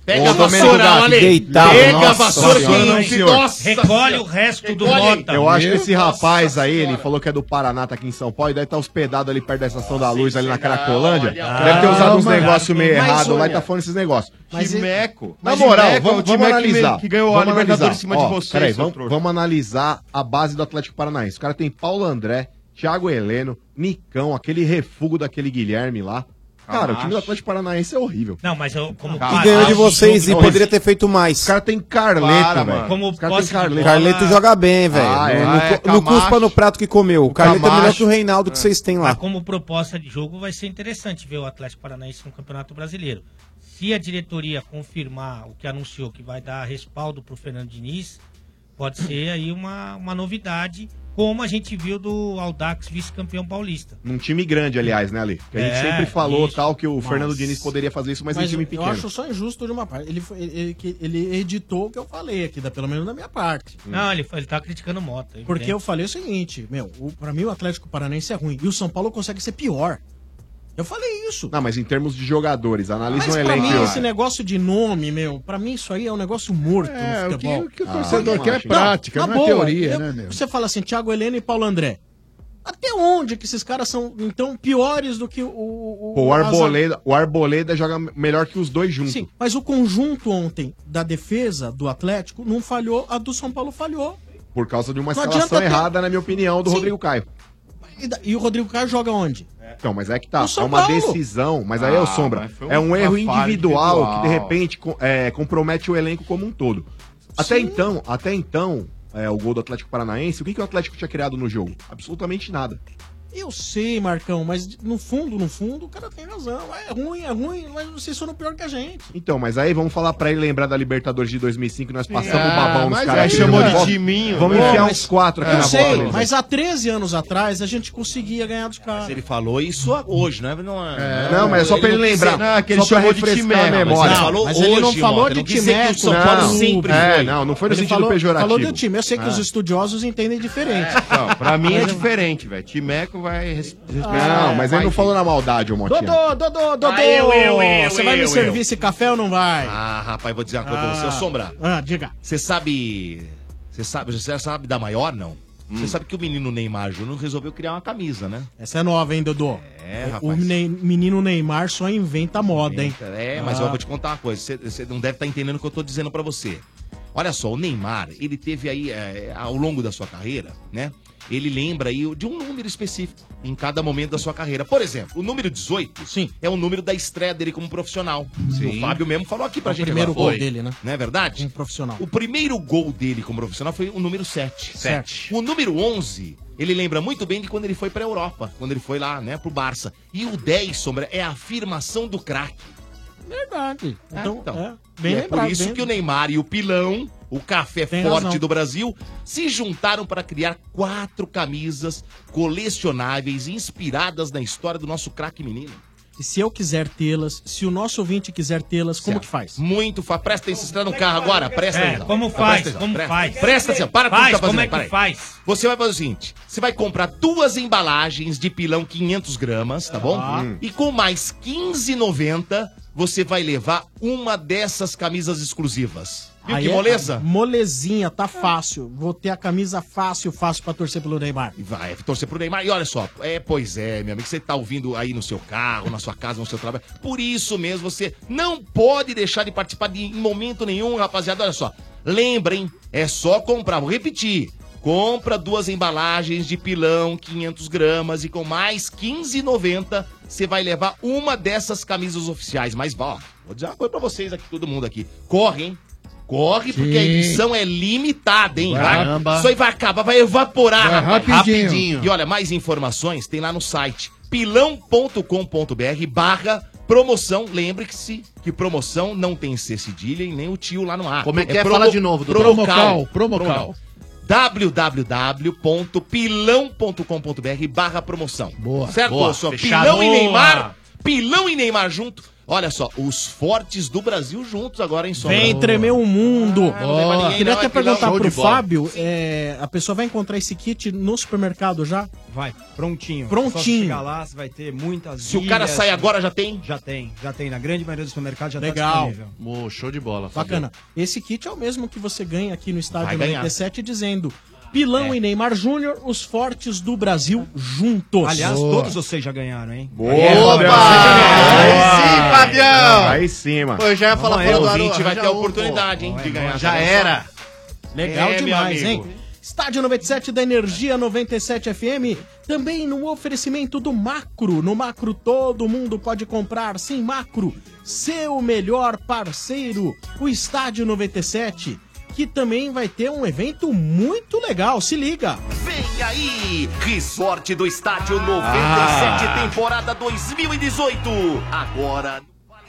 Pega a vassoura, Ale. Pega a vassoura que Nossa, recolhe o resto do Mota. Eu acho que esse rapaz aí, ele falou que é do Paraná, tá aqui em São Paulo, e deve estar hospedado ali perto da Estação da Luz, ali na Cracolândia. olha, Deve ter olha. usado uns Calma, negócios meio mas errado lá e olha. tá falando esses negócios. Mas Timeco. Na Mas moral, Timeco é o vamos, vamos time que- analisar. que ganhou a Vamos Libertadores analisar. um em cima de Ó, vocês, Peraí, seu vamos, trouxa. vamos analisar a base do Atlético Paranaense. O cara tem Paulo André, Thiago Heleno, Nicão, aquele refugo daquele Guilherme lá. Cara, o time do Atlético Paranaense é horrível. Não, mas eu, como Ah, E ganhou de vocês e poderia ter feito mais. O cara tem Carleto, velho. Como Os caras têm posse de Carleto. bola- Carleto joga bem, velho. Ah, é. Não- Ah, é, não, não Camacho. cuspa no prato que comeu. O Carleto é melhor que o Reinaldo que vocês têm lá. Mas como proposta de jogo vai ser interessante ver o Atlético Paranaense no Campeonato Brasileiro. Se a diretoria confirmar o que anunciou, que vai dar respaldo pro Fernando Diniz, pode ser aí uma, uma novidade, como a gente viu do Aldax vice-campeão paulista. Num time grande, aliás, né, Ali? Que a gente É, sempre falou isso. tal que o Mas- Fernando Diniz poderia fazer isso, mas, em time pequeno. Eu acho só injusto de uma parte. Ele, foi- ele, ele, que- ele editou o que eu falei aqui, da, pelo menos da minha parte. Hum. Não, ele, foi- ele tá criticando o Mota. evidente. Porque eu falei o seguinte, meu, o, pra mim o Atlético Paranaense é ruim. E o São Paulo consegue ser pior. Eu falei isso. Não, mas em termos de jogadores, analisa Mas um pra elenco. mim, aí, ó. esse negócio de nome, meu, pra mim isso aí é um negócio morto É, no o que- futebol. Ah, o que o torcedor não quer é acho. prática, na não é teoria, né, meu? Você fala assim, Thiago Heleno e Paulo André. Até onde que esses caras são, então, piores do que o... o, Pô, o as- Arboleda, o Arboleda joga melhor que os dois juntos. Sim, mas o conjunto ontem da defesa do Atlético não falhou, a do São Paulo falhou. Por causa de uma Não escalação né? adianta ter- errada, na minha opinião, do Sim. Rodrigo Caio. E, da- e o Rodrigo Caio joga onde? Então, mas é que tá. No São É uma Paulo. decisão, mas aí é Ah, o Sombra. mas foi um- É um uma erro falha individual, individual. que de repente co- é, compromete o elenco como um todo. Até então, até então, é, o gol do Atlético Paranaense, o que, que o Atlético tinha criado no jogo? Absolutamente nada. Eu sei, Marcão, mas no fundo, no fundo, o cara tem razão. É ruim, é ruim, mas vocês foram pior que a gente. Então, mas aí vamos falar pra ele lembrar da Libertadores de 2005, que nós É, passamos Ah, o babão nos mas caras. aí aqui, chamou né? de Vamos- timinho, Vamos né? enfiar Mas- uns quatro aqui eu na sei, bola. Luiz. mas há 13 anos atrás a gente conseguia ganhar dos caras. Ele falou isso hoje, né? Não, é, não, mas é só pra ele quis lembrar, dizer- Não, é que ele só pra chamou de refrescar Timeco. a mas memória. Ele falou Mas hoje, ele não falou Mota, de não quis dizer que o Timeco, São Paulo não. sempre É, foi. não, não foi no Ele sentido falou- pejorativo. Falou do time, eu sei que Ah. os estudiosos entendem diferente. Não, pra mim é Mas eu- diferente, velho. Timeco vai res- respeitar. Não, mas ele não falou na maldade, ô Motinha. Tá Dodô, Dodô, Dodô! Ah, eu, eu, eu, Você vai eu, me eu. servir esse café ou não vai? Ah, rapaz, vou dizer uma coisa pra você. Ah. Ô, Sombra. Ah, diga. Você sabe. Você sabe, você sabe da maior, não? Você sabe que o menino Neymar Júnior resolveu criar uma camisa, né? Essa é nova, hein, Dodô? É, O rapaz. Ney- menino Neymar só inventa moda, hein? É, Ah. mas eu vou te contar uma coisa. Você- Você não deve estar entendendo o que eu tô dizendo pra você. Olha só, o Neymar, ele teve aí, é, ao longo da sua carreira, né? Ele lembra aí de um número específico em cada momento da sua carreira. Por exemplo, o número 18 Sim. é o número da estreia dele como profissional. Sim. O Fábio mesmo falou aqui pra É o gente. primeiro agora. gol dele, né? Não é verdade? Como profissional. O primeiro gol dele como profissional foi o número 7. Sete. O número 11, ele lembra muito bem de quando ele foi pra Europa, quando ele foi lá, né, pro Barça. E o 10, Sombra, é a afirmação do craque. Verdade. Então, é, E bem é lembrado. por isso bem- que o Neymar e o Pilão, o café Tem forte razão. do Brasil, se juntaram para criar quatro camisas colecionáveis inspiradas na história do nosso craque menino. E se eu quiser tê-las, se o nosso ouvinte quiser tê-las, como que faz? Muito fácil. Presta atenção, você tá no carro agora, presta É, atenção. como Tá, faz, presta atenção, como presta- faz? Presta atenção, para Faz, tudo que tá como fazendo. é que para aí. faz? Você vai fazer o seguinte, você vai comprar duas embalagens de pilão 500 gramas, tá bom? Tá. E com mais 15,90, você vai levar uma dessas camisas exclusivas. Viu Aí que é- moleza? molezinha, tá fácil. Vou ter a camisa fácil, fácil pra torcer pelo Neymar. Vai torcer pro Neymar. E olha só, é, pois é, meu amigo, você tá ouvindo aí no seu carro, na sua casa, no seu trabalho. Por isso mesmo, você não pode deixar de participar de em momento nenhum, rapaziada. Olha só, lembrem, é só comprar, vou repetir. Compra duas embalagens de pilão, 500 gramas, e com mais 15,90 você vai levar uma dessas camisas oficiais. Mas, ó, vou dizer uma coisa pra vocês aqui, todo mundo aqui. Corre, hein? Corre, porque a Sim. edição é limitada, hein? Caramba. Isso aí vai acabar, vai evaporar. Vai rapaz. rapidinho. E olha, mais informações tem lá no site pilão.com.br barra promoção. Lembre-se que promoção não tem C cedilha e nem o tio lá no ar. Como é que é? Fala de novo, doutor. Promocal. Promocal, promocal. www.pilão.com.br barra promoção. Boa. Certo, Boa. pessoal? Fechado. Pilão e Neymar. Boa. Pilão e Neymar junto. Olha só, os fortes do Brasil juntos agora, hein, Sombra? Vem Boa. tremer o mundo. não leva ninguém, Queria não, até é pilão. perguntar Show pro de bola. Fábio, é, a pessoa vai encontrar esse kit no supermercado já? Vai, prontinho. Só Prontinho. chegar lá, você vai ter muitas Se o cara sai agora, já tem? Já tem, já tem. Na grande maioria dos supermercados já Legal. tá disponível. show de bola. Bacana. Esse kit é o mesmo que você ganha aqui no Vai estádio ganhar. É. 97 dizendo: Pilão e Neymar Júnior, os fortes do Brasil juntos. Aliás, todos vocês já ganharam, hein? é Boa! Aí Aí sim, mano. Pô, eu já ia falar pra o Lauro, ouvinte vai já ter a um, oportunidade, hein, de ganhar. já Tá vendo era. só? Legal É, meu demais, hein? amigo. Estádio 97 da Energia 97 FM, também no oferecimento do Macro. No Macro todo mundo pode comprar, sim, Macro, seu melhor parceiro, o Estádio 97, que também vai ter um evento muito legal, se liga. Vem aí, Resort do Estádio 97, temporada 2018. Agora.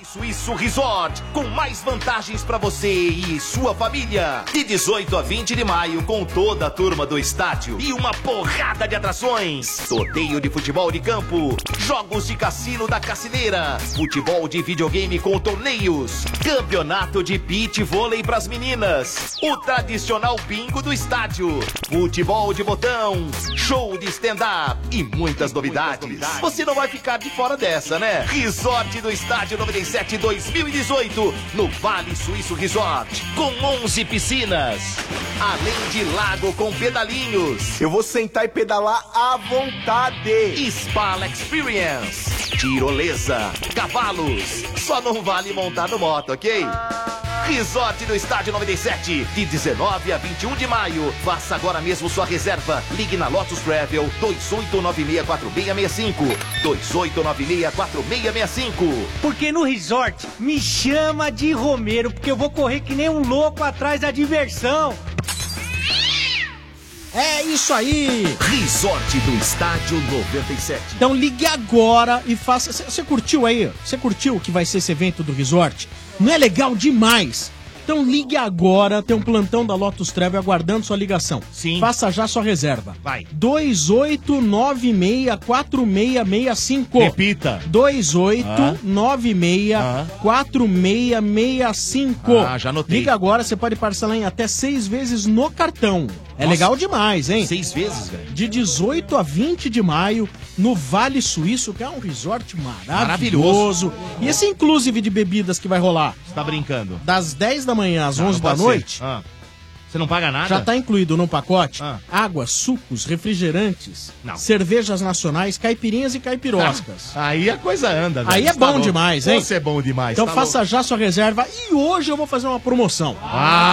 Suíço Resort, com mais vantagens para você e sua família. De 18 a 20 de maio, com toda a turma do estádio e uma porrada de atrações. Sorteio de futebol de campo, jogos de cassino da Cassineira, futebol de videogame com torneios, campeonato de beach vôlei pras meninas, o tradicional bingo do estádio, futebol de botão, show de stand-up e muitas novidades. Você não vai ficar de fora dessa, né? Resort do Estádio 97 2018, no Vale Suíço Resort, com 11 piscinas, além de lago com pedalinhos. Eu vou sentar e pedalar à vontade. Spala Experience, tirolesa, cavalos. Só não vale montar no moto, ok? Resort no Estádio 97, de 19 a 21 de maio. Faça agora mesmo sua reserva. Ligue na Lotus Travel 28964665. 28964665. Porque no resort me chama de Romero, porque eu vou correr que nem um louco atrás da diversão. É isso aí! Resort do Estádio 97. Então ligue agora e faça. Você curtiu aí? Você curtiu que vai ser esse evento do resort? Não é legal demais? Então ligue agora, tem um plantão da Lotus Travel aguardando sua ligação. Sim. Faça já sua reserva. Vai. 28964665. Repita. 28964665. Ah, já anotei. Liga agora, você pode parcelar em até seis vezes no cartão. É Nossa. legal demais, hein? Seis vezes, velho. De 18 a 20 de maio, no Vale Suíço, que é um resort maravilhoso. Maravilhoso. E esse inclusive de bebidas que vai rolar. Você tá brincando. Das 10 da manhã às 11 da pode noite, ser. Ah. Você não paga nada? já tá incluído no pacote água, sucos, refrigerantes, cervejas nacionais, caipirinhas e caipiroscas. Aí a coisa anda, velho. Aí é Você tá bom louco. demais, hein? Você é bom demais. Então tá faça louco. já sua reserva e hoje eu vou fazer uma promoção.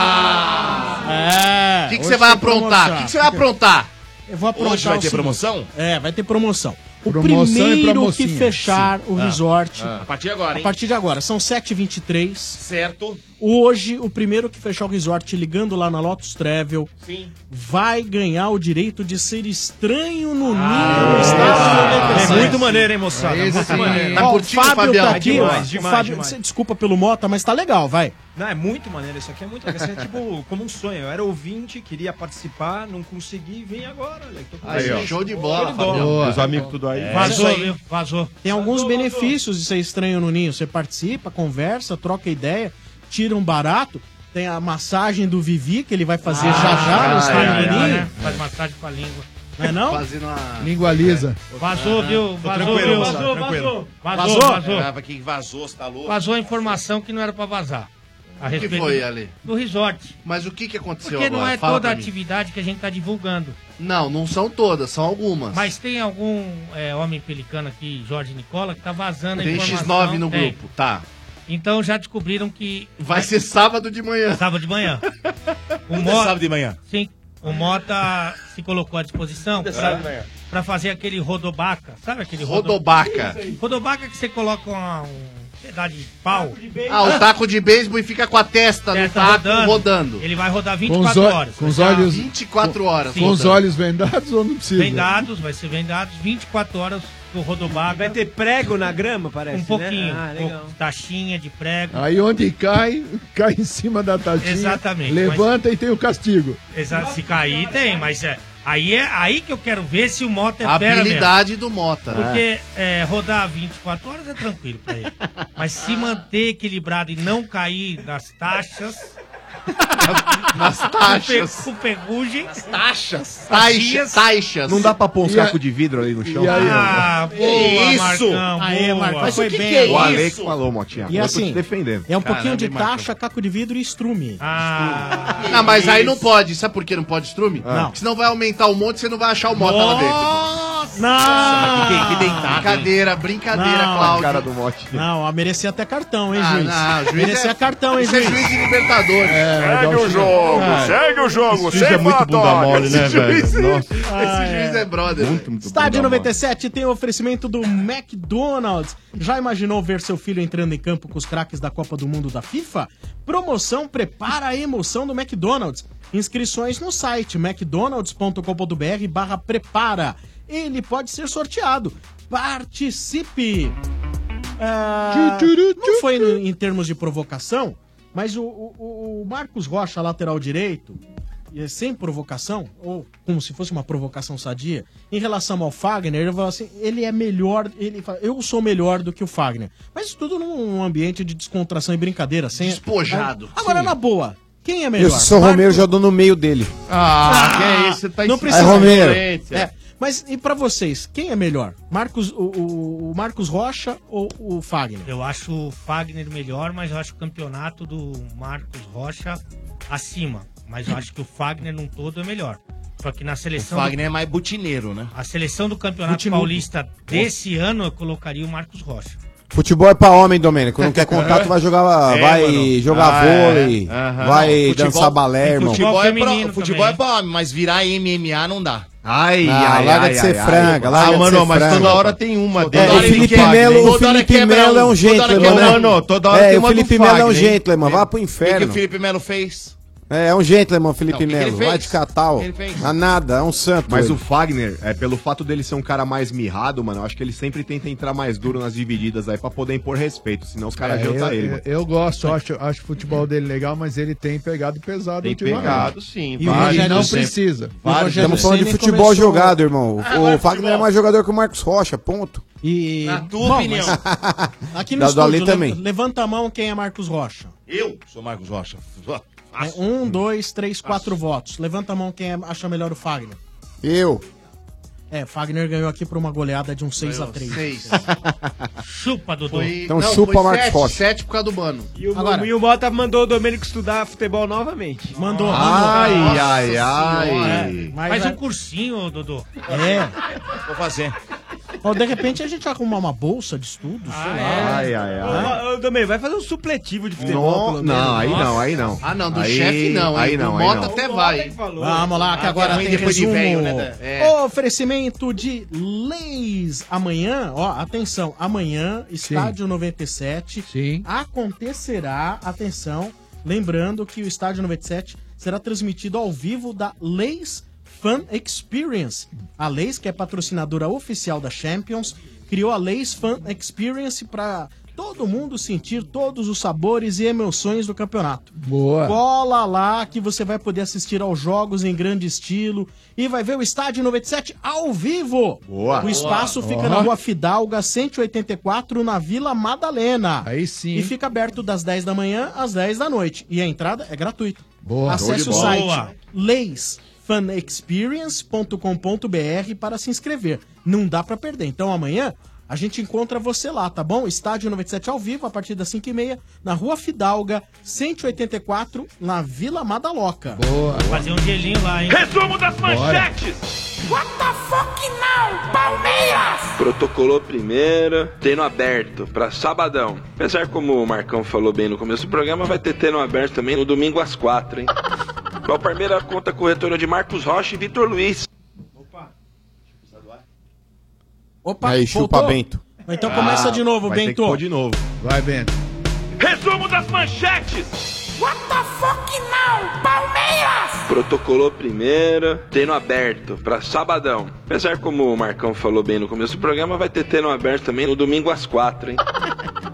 Ah! É. O que que hoje você vai tem aprontar? promoção. O que que você vai aprontar? Eu vou aprontar Hoje vai o ter seguinte. promoção? É, vai ter promoção. O Promoção e primeiro que promocinha. fechar o Ah. resort. Ah. A partir de agora, hein? A partir de agora, são 7h23. Certo. Hoje, o primeiro que fechar o resort ligando lá na Lotus Travel Sim. vai ganhar o direito de ser estranho no ninho do Estádio 97. É muito maneiro, hein, moçada? Muito Esse- maneiro. Tá Ó, o curtindo, Fábio Fabião? tá aqui, É demais, ó. O demais, Fábio- demais. cê- Desculpa pelo Mota, mas tá legal, vai. Não, é muito maneiro isso aqui, é muito legal. Isso é tipo como um sonho. Eu era ouvinte, queria participar, não consegui, vim agora. Olha, tô com Aí, vocês. ó. Show de bola, Fabião. Boa. Os amigos tudo É. aí. É. Vazou, isso aí. viu? Vazou. Tem alguns benefícios de ser estranho no ninho. Você participa, conversa, troca ideia, tira um barato. Tem a massagem do Vivi, que ele vai fazer Ah, já já Ah, no estranho no ninho. né? Faz massagem com a língua. Não é não? Fazendo uma... Língua lisa. Vazou, viu? Tô Vazou, tranquilo, viu? tá moçada, Vazou, tranquilo. vazou. Vazou? Vazou, É. vazou. Tava aqui, vazou, você tá louco. Vazou a informação que não era pra vazar. A O que respeito foi, Ale? Do resort. Mas o que, que aconteceu Porque agora? não é Fala toda pra a mim. atividade que a gente tá divulgando. Não, não são todas, são algumas. Mas tem algum é, homem pelicano aqui, Jorge Nicola, que tá vazando a Tem informação. X9 no Tem. grupo, tá. Então já descobriram que. Vai ser sábado de manhã. Sábado de manhã. O Ainda é Mota, sábado de manhã. Sim. O Mota se colocou à disposição Ainda é pra, sábado de manhã. pra fazer aquele rodobaca. Sabe aquele Rodobaca. Rodobaca que você coloca uma- um pedaço de pau. Ah, o taco de beisebol e fica com a testa no Testa taco rodando. Ele vai rodar Com os, 24 ol- horas. com os Vai dar olhos. 24 horas Com os rodando. olhos vendados ou não precisa? Vendados, vai ser vendados, 24 horas do rodobaga. Vai ter prego na grama, parece, Um pouquinho. né? Ah, um pouco, taxinha de prego. Aí onde cai, cai em cima da tatinha. Exatamente, Levanta e tem o castigo. Exato, se cair tem, mas é, aí é aí que eu quero ver se o Mota é A fera mesmo. habilidade do Mota. Porque é, rodar 24 horas é tranquilo pra ele. Mas se manter equilibrado e não cair nas taxas. Nas taxas. Com pe- com ferrugem. Nas taxas. Taxas. Taxas. Não dá pra pôr uns E a- cacos de vidro ali no chão? e aí, ó? Ah, boa, Isso! Marcão, Aê, boa. Marcão, Mas foi o que bem. que é agora. O Ale que falou, Motinha. E Eu tô assim, te defendendo. é um pouquinho Caramba, de hein, Marcão? taxa, caco de vidro e estrume. Ah. Não, mas aí não pode. Sabe por que não pode estrume? Ah. Porque senão vai aumentar um monte e você não vai achar o Mota lá dentro. Nossa! Que, que deitada, Brincadeira, brincadeira, Não. Cláudio. Cara do Mote. Não, ó, merecia até cartão, hein, Ah, juiz? não, juiz merecia é- cartão, hein, isso é juiz? juiz de Libertadores. vai dar um chute. Ah. Esse juiz é muito bunda mole, né, velho? Esse juiz é brother. Muito, muito Estádio 97 tem o oferecimento do McDonald's. Já imaginou ver seu filho entrando em campo com os craques da Copa do Mundo da FIFA? Promoção Prepara a Emoção do McDonald's. Inscrições no site mcdonalds.com.br barra prepara. Ele pode ser sorteado. Participe! Ah, não foi no- em termos de provocação, mas o, o- o Marcos Rocha, lateral direito, e é sem provocação, ou como se fosse uma provocação sadia, em relação ao Fagner, ele fala assim, ele é melhor, ele fala, eu sou melhor do que o Fagner. Mas isso tudo num ambiente de descontração e brincadeira, sem... Despojado. Agora, na boa, quem é melhor? Eu, se sou Romero, já dou no meio dele. Ah, Ah, não precisa. Aí, Romero. É, Mas e pra vocês, quem é melhor? Marcos, o, o- o Marcos Rocha ou o Fagner? Eu acho o Fagner melhor, mas eu acho o campeonato do Marcos Rocha acima. Mas eu acho que o Fagner num todo é melhor. Só que na seleção. O Fagner é mais butineiro, né? A seleção do Campeonato Butinudo. Paulista desse ano eu colocaria o Marcos Rocha. Futebol é pra homem, Domênico. Não quer contato, vai jogar, É, vai mano. jogar Ah, é. vôlei, Aham. vai Futebol- dançar balé, irmão. Futebol, é pra, feminino futebol também. é pra homem, mas virar MMA não dá. Ai, Ah, ai, larga ai, de ser ai, franga, ai. larga de Ah, ser mano, mas franga. toda hora tem uma É, o Felipe Melo, o Felipe Melo é um gentleman, né? Mano, toda hora é, tem o uma do Felipe Melo é um Fagner, hein? gentleman, vá pro O que que inferno. o Felipe Melo fez? É, é um gentleman, o Felipe Não, o que que Melo. ele fez? Vai de catar, ó. O que ele fez? A nada, é um santo. Mas ele. o Fagner, é, pelo fato dele ser um cara mais mirrado, mano, eu acho que ele sempre tenta entrar mais duro nas divididas aí pra poder impor respeito, senão os caras É, eu, adiantam ele, eu- mano. eu gosto, eu acho, acho o futebol dele legal, mas ele tem pegado pesado Tem ultimamente. pegado, sim, E o vários Rogério não sempre. precisa. Vários. Estamos falando de futebol jogado, Ah, irmão. o Fagner é mais jogador que o Marcos Rocha, ponto. E... Na tua opinião. Aqui no Da- do estúdio, Ale le- também. levanta a mão quem é Marcos Rocha. Eu sou um Marcos Rocha. É, um, dois, três, quatro votos. Levanta a mão quem é- acha melhor o Fagner. Eu. É, Fagner ganhou aqui por uma goleada de um 6 a 3 seis. Chupa, Dudu. Então chupa, Marcos sete, Rocha. sete por causa do Mano. E o, Agora. e o Mota mandou o Domênico estudar futebol novamente. Mandou. Ai, mandou. ai, Nossa ai. Senhora. É, Faz mas um cursinho, Dudu. É. Vou fazer. Ó, de repente a gente vai arrumar uma bolsa de estudos. Ah, sei lá. é. Ai, ai, Ah, ai. Ô, ô, Domênico, vai fazer um supletivo de Não, futebol. pelo menos. É. não, aí não, aí não. Ah, não, do Aí- chefe não, hein? Aí Do não, aí Mota não. até vai. Vamos lá, que Ah, é agora tem depois de resumo. velho, né, Dan? É. Oferecimento de leis. Amanhã, ó, atenção, amanhã, estádio 97. Acontecerá, atenção, lembrando que o estádio 97 será transmitido ao vivo da Leis Fan Experience. A Leis, que é patrocinadora oficial da Champions, criou a Leis Fan Experience para todo mundo sentir todos os sabores e emoções do campeonato. Boa. Cola lá que você vai poder assistir aos jogos em grande estilo e vai ver o Estádio 97 ao vivo. Boa. O espaço Boa. fica na Rua Fidalga 184 na Vila Madalena. Aí sim. E fica aberto das 10 da manhã às 10 da noite e a entrada é gratuita. Boa. Acesse o Show de bola. site Boa. leisfanexperience.com.br para se inscrever. Não dá para perder. Então amanhã a gente encontra você lá, tá bom? Estádio 97 ao vivo, a partir das 5h30, na Rua Fidalga, 184, na Vila Madaloca. Boa. Fazer um gelinho lá, hein? Resumo das What the fuck now, Palmeiras? Protocolou primeiro, treino aberto pra sabadão. Apesar como o Marcão falou bem no começo do programa, vai ter treino aberto também no domingo às quatro, hein? O Palmeiras conta com o retorno de Marcos Rocha e Vitor Luiz. Opa, Aí, chupa voltou? Bento. Então Ah, começa de novo, vai ter que Bento. pôr de novo. Vai, Bento. Resumo das manchetes! What the fuck now, Palmeiras? Protocolou primeiro, treino aberto pra sabadão. Apesar como o Marcão falou bem no começo do programa, vai ter treino aberto também no domingo às quatro, hein?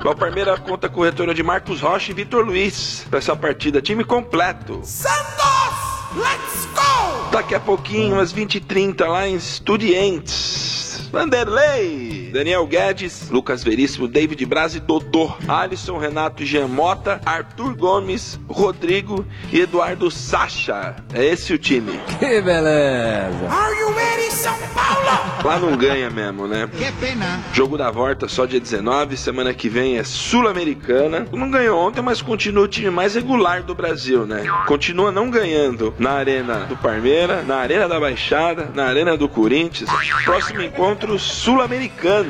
O Palmeiras conta com o retorno de Marcos Rocha e Vitor Luiz pra essa partida, time completo. Santos, let's go! Daqui a pouquinho, às 20h30, lá em Estudiantes. Vanderlei, Daniel Guedes, Lucas Veríssimo, David Braz e Dodô, Alisson, Renato e Jean Mota, Arthur Gomes, Rodrigo e Eduardo Sacha. É esse o time. Que beleza! Are you ready, São Paulo? Lá não ganha mesmo, né? Que pena! Jogo da volta só dia 19, semana que vem é Sul-Americana. Não ganhou ontem, mas continua o time mais regular do Brasil, né? Continua não ganhando na Arena do Parmeira, na Arena da Baixada, na Arena do Corinthians. Próximo encontro Sul-Americana.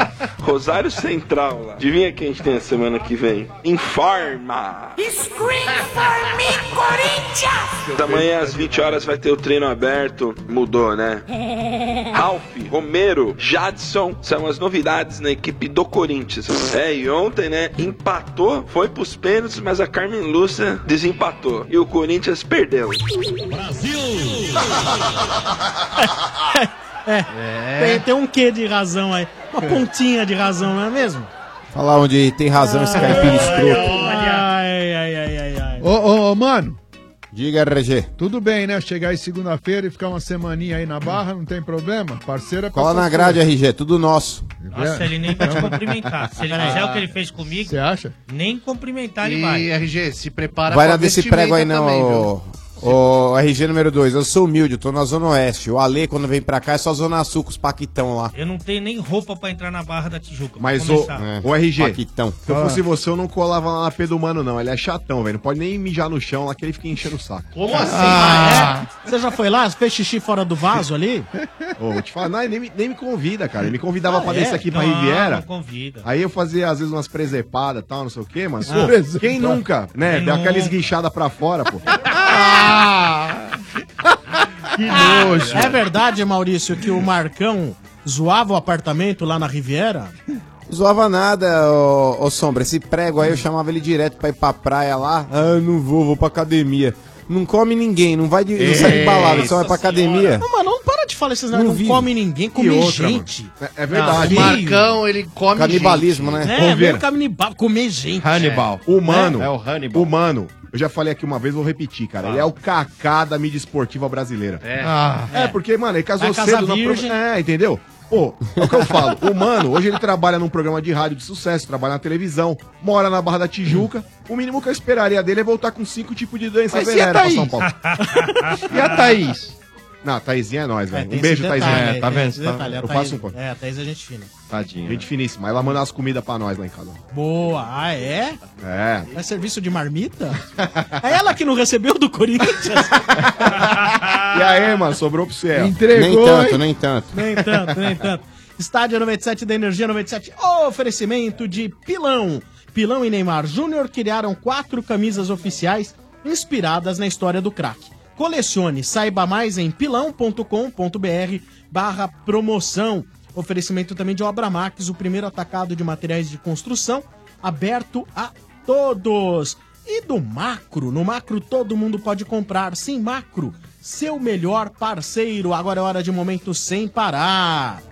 Rosário Central lá. Adivinha quem a gente tem a semana que vem? Informa! Scream for me, Corinthians! Da manhã às 20 horas vai ter o treino aberto. Mudou, né? Ralf, Romero, Jadson são as novidades na equipe do Corinthians. É, e ontem, né, empatou, foi pros pênaltis, mas a Carmen Lúcia desempatou. E o Corinthians perdeu. Brasil! É. Tem, tem um quê de razão aí? Uma pontinha de razão, não é mesmo? Olha lá onde tem razão Ah. esse caipira escroto. Ai, ai, ai, ai, ai. Ô, ô, ô, mano. Diga, RG. Tudo bem, né? Chegar aí segunda-feira e ficar uma semaninha aí na barra, não tem problema. Parceira Cola na grade, RG, tudo nosso. Nossa, ele nem vai te cumprimentar. Se ele fizer Ah. o que ele fez comigo, Você acha? nem cumprimentar ele E vai. RG, se prepara Vai com lá a desse vestimenta prego aí não, também, viu? ô, ô, RG número 2, eu sou humilde, eu tô na Zona Oeste. O Ale, quando vem pra cá, é só Zona Sul com os Paquitão lá. Eu não tenho nem roupa pra entrar na Barra da Tijuca. Mas pra o, é. começar. o RG, Paquitão. se eu fosse você, eu não colava lá na Pedro Mano, não. Ele é chatão, velho. Não pode nem mijar no chão lá que ele fica enchendo o saco. Como assim? Ah, é? Você já foi lá? Fez xixi fora do vaso ali? Ô, vou te falar, não, ele nem, me- nem me convida, cara. Ele me convidava Ah, pra é? descer aqui pra Não, Riviera. não convida. Aí eu fazia, às vezes, umas presepadas e tal, não sei o quê, mas. Ah. pô, quem nunca, né? Quem Deu aquela nunca? esguichada pra fora, pô. Que nojo. Ah! É verdade, Maurício, que o Marcão zoava o apartamento lá na Riviera? Zoava nada, ô, ô Sombra. Esse prego aí eu chamava ele direto pra ir pra praia lá. Ah, eu não vou, vou pra academia. Não come ninguém, não vai de. Não sai de balada, só vai pra academia. Não, mano, não para de falar esses Não negócios. Não, vive. come ninguém, come E outra, gente. mano. É- é verdade. Ah, Marcão, ele come Canibalismo, gente. né? É, Ô, Vieira. mesmo canibal, comer gente. Hannibal. É. Humano. É. o Hannibal. Humano. Eu já falei aqui uma vez, vou repetir, cara. Ele é o cacá da mídia esportiva brasileira. É. Ah. é, porque, mano, ele casou Vai casar cedo. virgem. Pro... É, entendeu? Pô, é o que eu falo. O mano, hoje ele trabalha num programa de rádio de sucesso, trabalha na televisão, mora na Barra da Tijuca. O mínimo que eu esperaria dele é voltar com cinco tipos de doença Mas e a venérea pra Thaís? São Paulo. E a Thaís? Não, a Thaisinha é nós, É, velho. tem um beijo, esse detalhe, Thaisinha. né? É, tá Tem vendo? esse detalhe. Tá- A Eu Thaís- faço um pano. É, a Thaís é gente fina. Tadinha. né? Gente finíssima. Ela manda as comidas pra nós lá em casa. Boa, ah, é? É. É serviço de marmita? É ela que não recebeu do Corinthians? E aí, mano, sobrou pro céu. Ah! nem tanto, nem tanto. Nem tanto, nem tanto. Estádio 97 da Energia 97, oferecimento de Pilão. Pilão e Neymar Júnior criaram quatro camisas oficiais inspiradas na história do craque. Colecione, saiba mais em pilão.com.br barra promoção. Oferecimento também de Obra Max, o primeiro atacado de materiais de construção, aberto a todos. E do Macro, no Macro todo mundo pode comprar, sim Macro, seu melhor parceiro. Agora é hora de momento sem parar.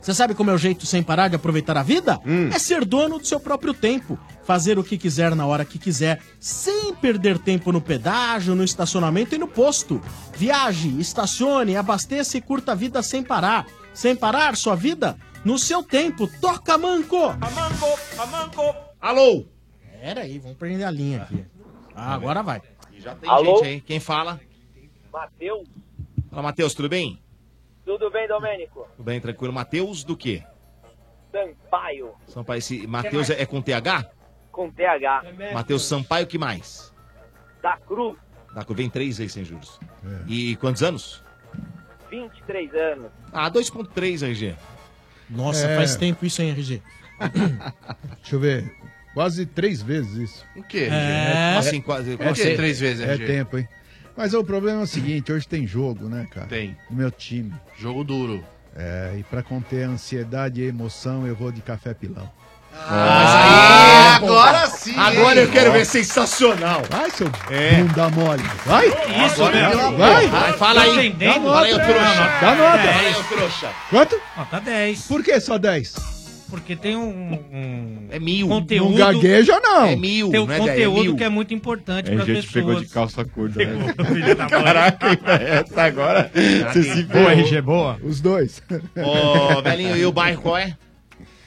Você sabe como é o jeito sem parar de aproveitar a vida? É ser dono do seu próprio tempo. Fazer o que quiser na hora que quiser, sem perder tempo no pedágio, no estacionamento e no posto. Viaje, estacione, abasteça e curta a vida sem parar. Sem parar sua vida no seu tempo. Toca Manco! Amanco, amanco. Alô? Pera aí, vamos prender a linha aqui. Ah, agora vai. Já tem Alô? gente aí. Quem fala? Matheus, Fala, Matheus, tudo bem? tudo bem, Domênico? Tudo bem, tranquilo. Matheus do quê? Sampaio, Sampaio, esse Matheus é, é com TH? com TH. Matheus Sampaio, que mais? Da Cruz, Tá, vem três aí sem juros. E quantos anos? 23 anos. Ah, 2.3, RG. Nossa, É. faz tempo isso, hein, RG? Deixa eu ver. Quase três vezes isso. O quê, RG? É. Assim, Assim, quase. quase- É, como assim? Três vezes, É RG? tempo, hein? Mas o problema é o seguinte, hoje tem jogo, né, cara? Tem. No meu time. Jogo duro. É, e pra conter a ansiedade e a emoção, eu vou de café pilão. Ah, agora sim! Agora eu quero ver sensacional! Vai, seu bunda mole. Vai! Isso, Vai, né? Vai! Vai, fala aí. Dá Dá nota, nota. Dá nota. Fala aí, ô trouxa. Quanto? Nota 10. Por que só 10? Porque tem um, um é mil. conteúdo. Não gagueja, não. É mil, Tem um não é dez, é conteúdo mil. que é muito importante Tem para gente pessoas. que pegou de calça curta. Né? Caraca, hein, velho? essa Tá agora. Você é se Boa, RG, boa. Os dois. Ô, velhinho, e o bairro qual é?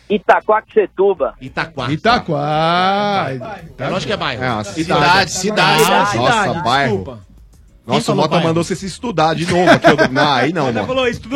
Itaquaquecetuba. Itaquá. Itaquá. É lógico que é bairro. É uma Cidade, cidade. cidade. Nossa, Cidade, bairro. desculpa. Quem Nossa, o falou Mota bairro? mandou você se estudar de novo aqui. Eu... Não, aí não, mano.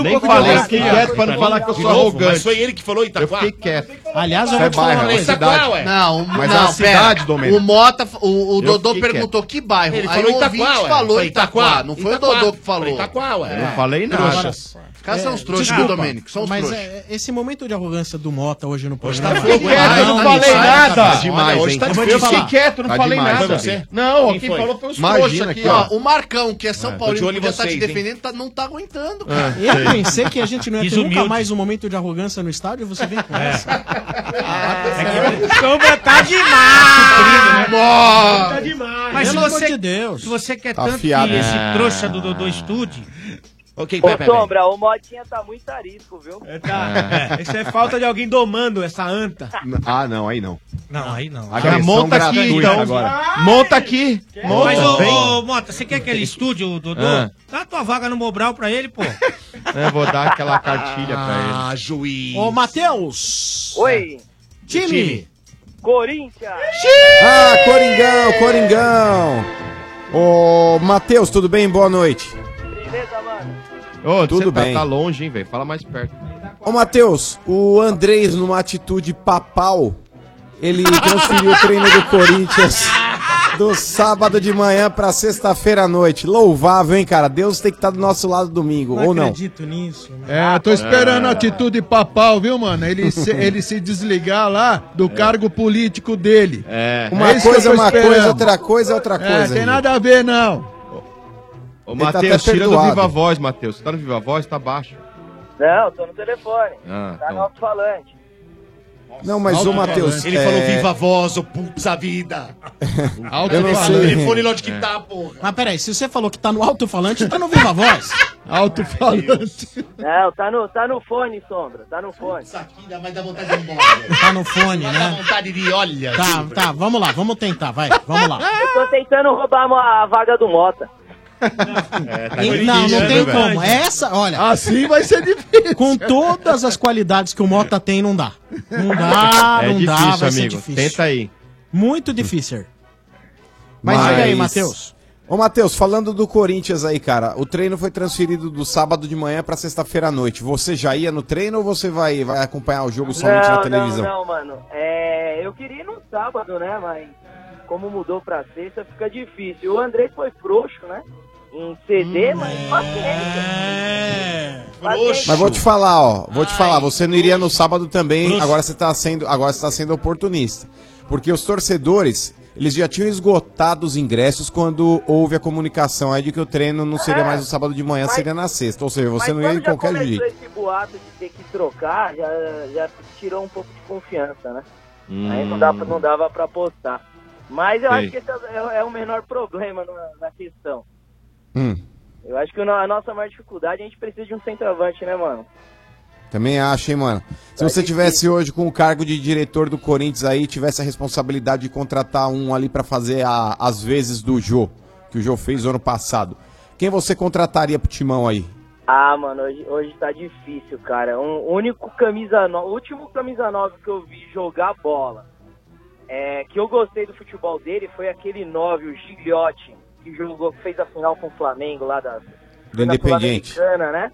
Nem falei, fiquei quieto pra não falar Ah, que eu sou arrogante. Mas foi ele que falou tá- Itaquá? Eu fiquei quieto. É Aliás, eu vou te falar uma coisa. Itaquá, ué. Não, Mas não, é uma cidade, pera. Domênico. O Mota, o, o Eu Dodô fiquei perguntou que bairro. Ele Aí falou o Itaquá, ouvinte ué. falou Falei, Itaquá. Itaquá. Não foi Itaquá. o Dodô que falou. Falei, Itaquá, ué. Eu não É. falei nada. Trouxas. Cara, são os trouxas, desculpa, Domênico, são os mas trouxas. é, esse momento de arrogância do Mota hoje no programa. tá fogo, Fiquei hein? quieto, eu não Ah, falei tá nada. demais, Tá demais, hoje hein? tá Eu vou difícil te falar. falar. Tá demais, Foi cara. você? Não, quem, falou foi os trouxas aqui, ó. O Marcão, que é São É, Paulo, tô de olho que em já tá te vocês, hein? defendendo, tá- não tá aguentando, Ah, cara. Eu pensei que a gente não ia ter Desumilde. nunca mais um momento de arrogância no estádio, você vem É. com essa. É É Sombra tá né? demais! Tá demais! Mas se Pelo amor você, de Deus. se você quer Tá tanto afiado. que esse Ah. trouxa do Dodô estude... Ok, Ô, Sombra, o Motinha tá muito arisco, viu? Ah. tá. Isso é falta de alguém domando essa anta. Ah, não, aí não. Não, aí não. Ah, Agressão monta aqui, gratuita então. Agora. Monta aqui. Monta. Mas, ô, Vem. ô, Mota, você quer que ele estude o Dodô? Ah. Dá a tua vaga no Mobral pra ele, pô. Eu Né, vou Ah, dar aquela cartilha pra ele. Ah, juiz. Ô, Matheus! Oi. É. Time! Corinthians. Ah, Coringão, Coringão! Ô, Matheus, tudo bem? Boa noite. Beleza, mano? Ô, Tudo você tá, bem. tá longe, hein, velho? Fala mais perto. Ô, Matheus, o Andrés, numa atitude papal, ele transferiu o treino do Corinthians do sábado de manhã pra sexta-feira à noite. Louvável, hein, cara? Deus tem que estar do nosso lado domingo, ou não? acredito nisso. É, tô esperando a atitude papal, viu, mano? Ele se, ele se desligar lá do cargo político dele. É. Uma isso que coisa é eu tô uma coisa, esperando. outra coisa é outra É, coisa. tem gente. nada a ver, não. Ô, Ele tá Matheus, até tira do perdoado. Viva Voz, Matheus. Você tá no Viva Voz? Tá baixo. Não, tô no telefone. Ah, tá então. no alto-falante. Não, mas ô, Matheus. Ele é, falou viva a voz, ô putz vida. Eu não sei. Telefone lá onde que tá, porra. Mas peraí, se você falou que tá no alto-falante, tá no Viva Voz. Alto-falante. Não, tá no, tá no fone, Sombra. Tá no fone. Ainda vai dar vontade de ir embora. Tá no fone, Vai dar né? vontade de ir, olha. Tá, tá, vamos lá, vamos tentar, vai, vamos lá. Eu tô tentando roubar a vaga do Mota. E- não, não tem como. Essa, olha. Assim vai ser difícil. Com todas as qualidades que o Mota tem, não dá. Não dá, é não difícil, dá, vai ser amigo. difícil. Tenta aí. Muito difícil. Mas, Mas- diga aí, Matheus. Ô, Matheus, falando do Corinthians aí, cara, o treino foi transferido do sábado de manhã pra sexta-feira à noite. Você já ia no treino ou você vai, vai acompanhar o jogo somente na Não, não, televisão? não, mano. É, eu queria ir no sábado, né? Mas como mudou pra sexta, fica difícil. O André foi frouxo, né? Em CD, mas paciência. Paciência. Mas vou te falar, ó, vou te falar, você não iria no sábado também, agora você tá sendo, agora você tá sendo oportunista. Porque os torcedores, eles já tinham esgotado os ingressos quando houve a comunicação aí de que o treino não seria É, mais no sábado de manhã, mas- seria na sexta, ou seja, você Mas não ia quando em já qualquer começou jeito. esse boato de ter que trocar, já, já tirou um pouco de confiança, né? Hum. Aí não, dá pra- não dava pra apostar. Mas eu Sei. acho que esse é, é o menor problema na, na questão. Hum. Eu acho que o no- a nossa maior dificuldade, a gente precisa de um centroavante, né, mano? Também acho, hein, mano. Se você tivesse hoje com o cargo de diretor do Corinthians aí, tivesse a responsabilidade de contratar um ali pra fazer a- as vezes do Jô, que o Jô fez ano passado. Quem você contrataria pro Timão aí? Ah, mano, hoje, hoje tá difícil, cara. Um o único camisa no... o último camisa 9 que eu vi jogar bola, é, que eu gostei do futebol dele, foi aquele 9, o Gigliotti, que jogou, que fez a final com o Flamengo lá da, Do Independiente. Sul-Americana, né?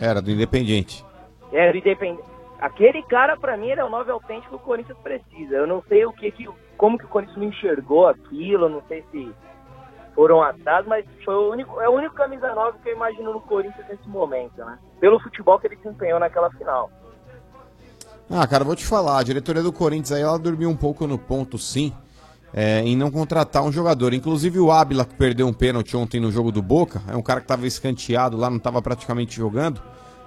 Era, do Independiente. É, do Independ- Aquele cara, pra mim, ele é o 9 autêntico que o Corinthians precisa. Eu não sei o que, que como que o Corinthians não enxergou aquilo, eu não sei se foram atrás, mas foi o único, é o único camisa 9 que eu imagino no Corinthians nesse momento, né? Pelo futebol que ele desempenhou naquela final. Ah, cara, eu vou te falar, a diretoria do Corinthians aí, ela dormiu um pouco no ponto, sim, é, em não contratar um jogador. Inclusive o Ábila, que perdeu um pênalti ontem no jogo do Boca, é um cara que tava escanteado lá, não tava praticamente jogando.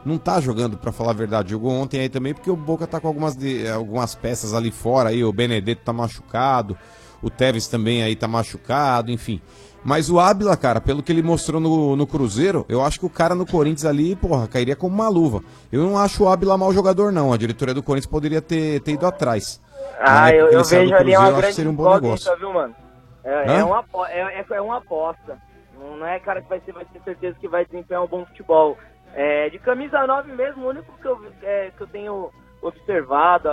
Não tá jogando, pra falar a verdade. Jogou ontem aí também, porque o Boca tá com algumas, de- algumas peças ali fora aí, o Benedetto tá machucado, o Tevez também aí tá machucado, enfim. Mas o Ábila, cara, pelo que ele mostrou no, no Cruzeiro, eu acho que o cara no Corinthians ali, porra, cairia como uma luva. Eu não acho o Ábila mau jogador, não. A diretoria do Corinthians poderia ter, ter ido atrás. Na Ah, época eu, que eu ele saiu do vejo ali Cruzeiro, uma eu acho que grande seria um bom incógnita, negócio. viu, mano? É, é Hã? uma, apo- é, é- é uma aposta. Não não é cara que vai, ser, vai ter certeza que vai desempenhar um bom futebol. É, de camisa 9 mesmo, o único que eu, vi- é, que eu tenho observado,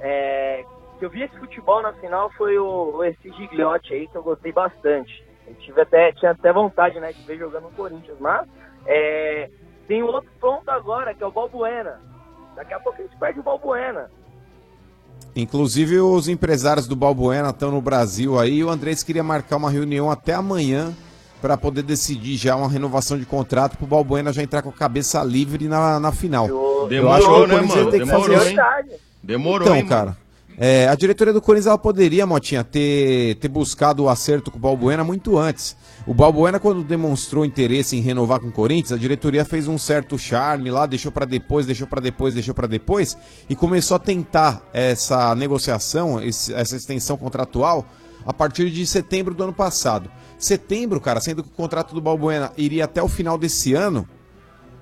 é, que eu vi esse futebol na final foi o, esse Gigliotti aí, que eu gostei bastante. Eu tive até, tinha até vontade né, de ver jogando no Corinthians, mas é, tem um outro ponto agora, que é o Balbuena. Daqui a pouco a gente perde o Balbuena. Inclusive, os empresários do Balbuena estão no Brasil aí. E o Andrés queria marcar uma reunião até amanhã pra poder decidir já uma renovação de contrato pro Balbuena já entrar com a cabeça livre na, na final. eu acho que o Demorou, né, Corinthians mano? tem que Demorou, fazer hein? Demorou, Então, hein, mano? cara, é, a diretoria do Corinthians ela poderia, Motinha, ter, ter buscado o acerto com o Balbuena muito antes. O Balbuena, quando demonstrou interesse em renovar com o Corinthians, a diretoria fez um certo charme lá, deixou pra depois, deixou pra depois, deixou pra depois, e começou a tentar essa negociação, esse- essa extensão contratual, a partir de setembro do ano passado. Setembro, cara, sendo que o contrato do Balbuena iria até o final desse ano,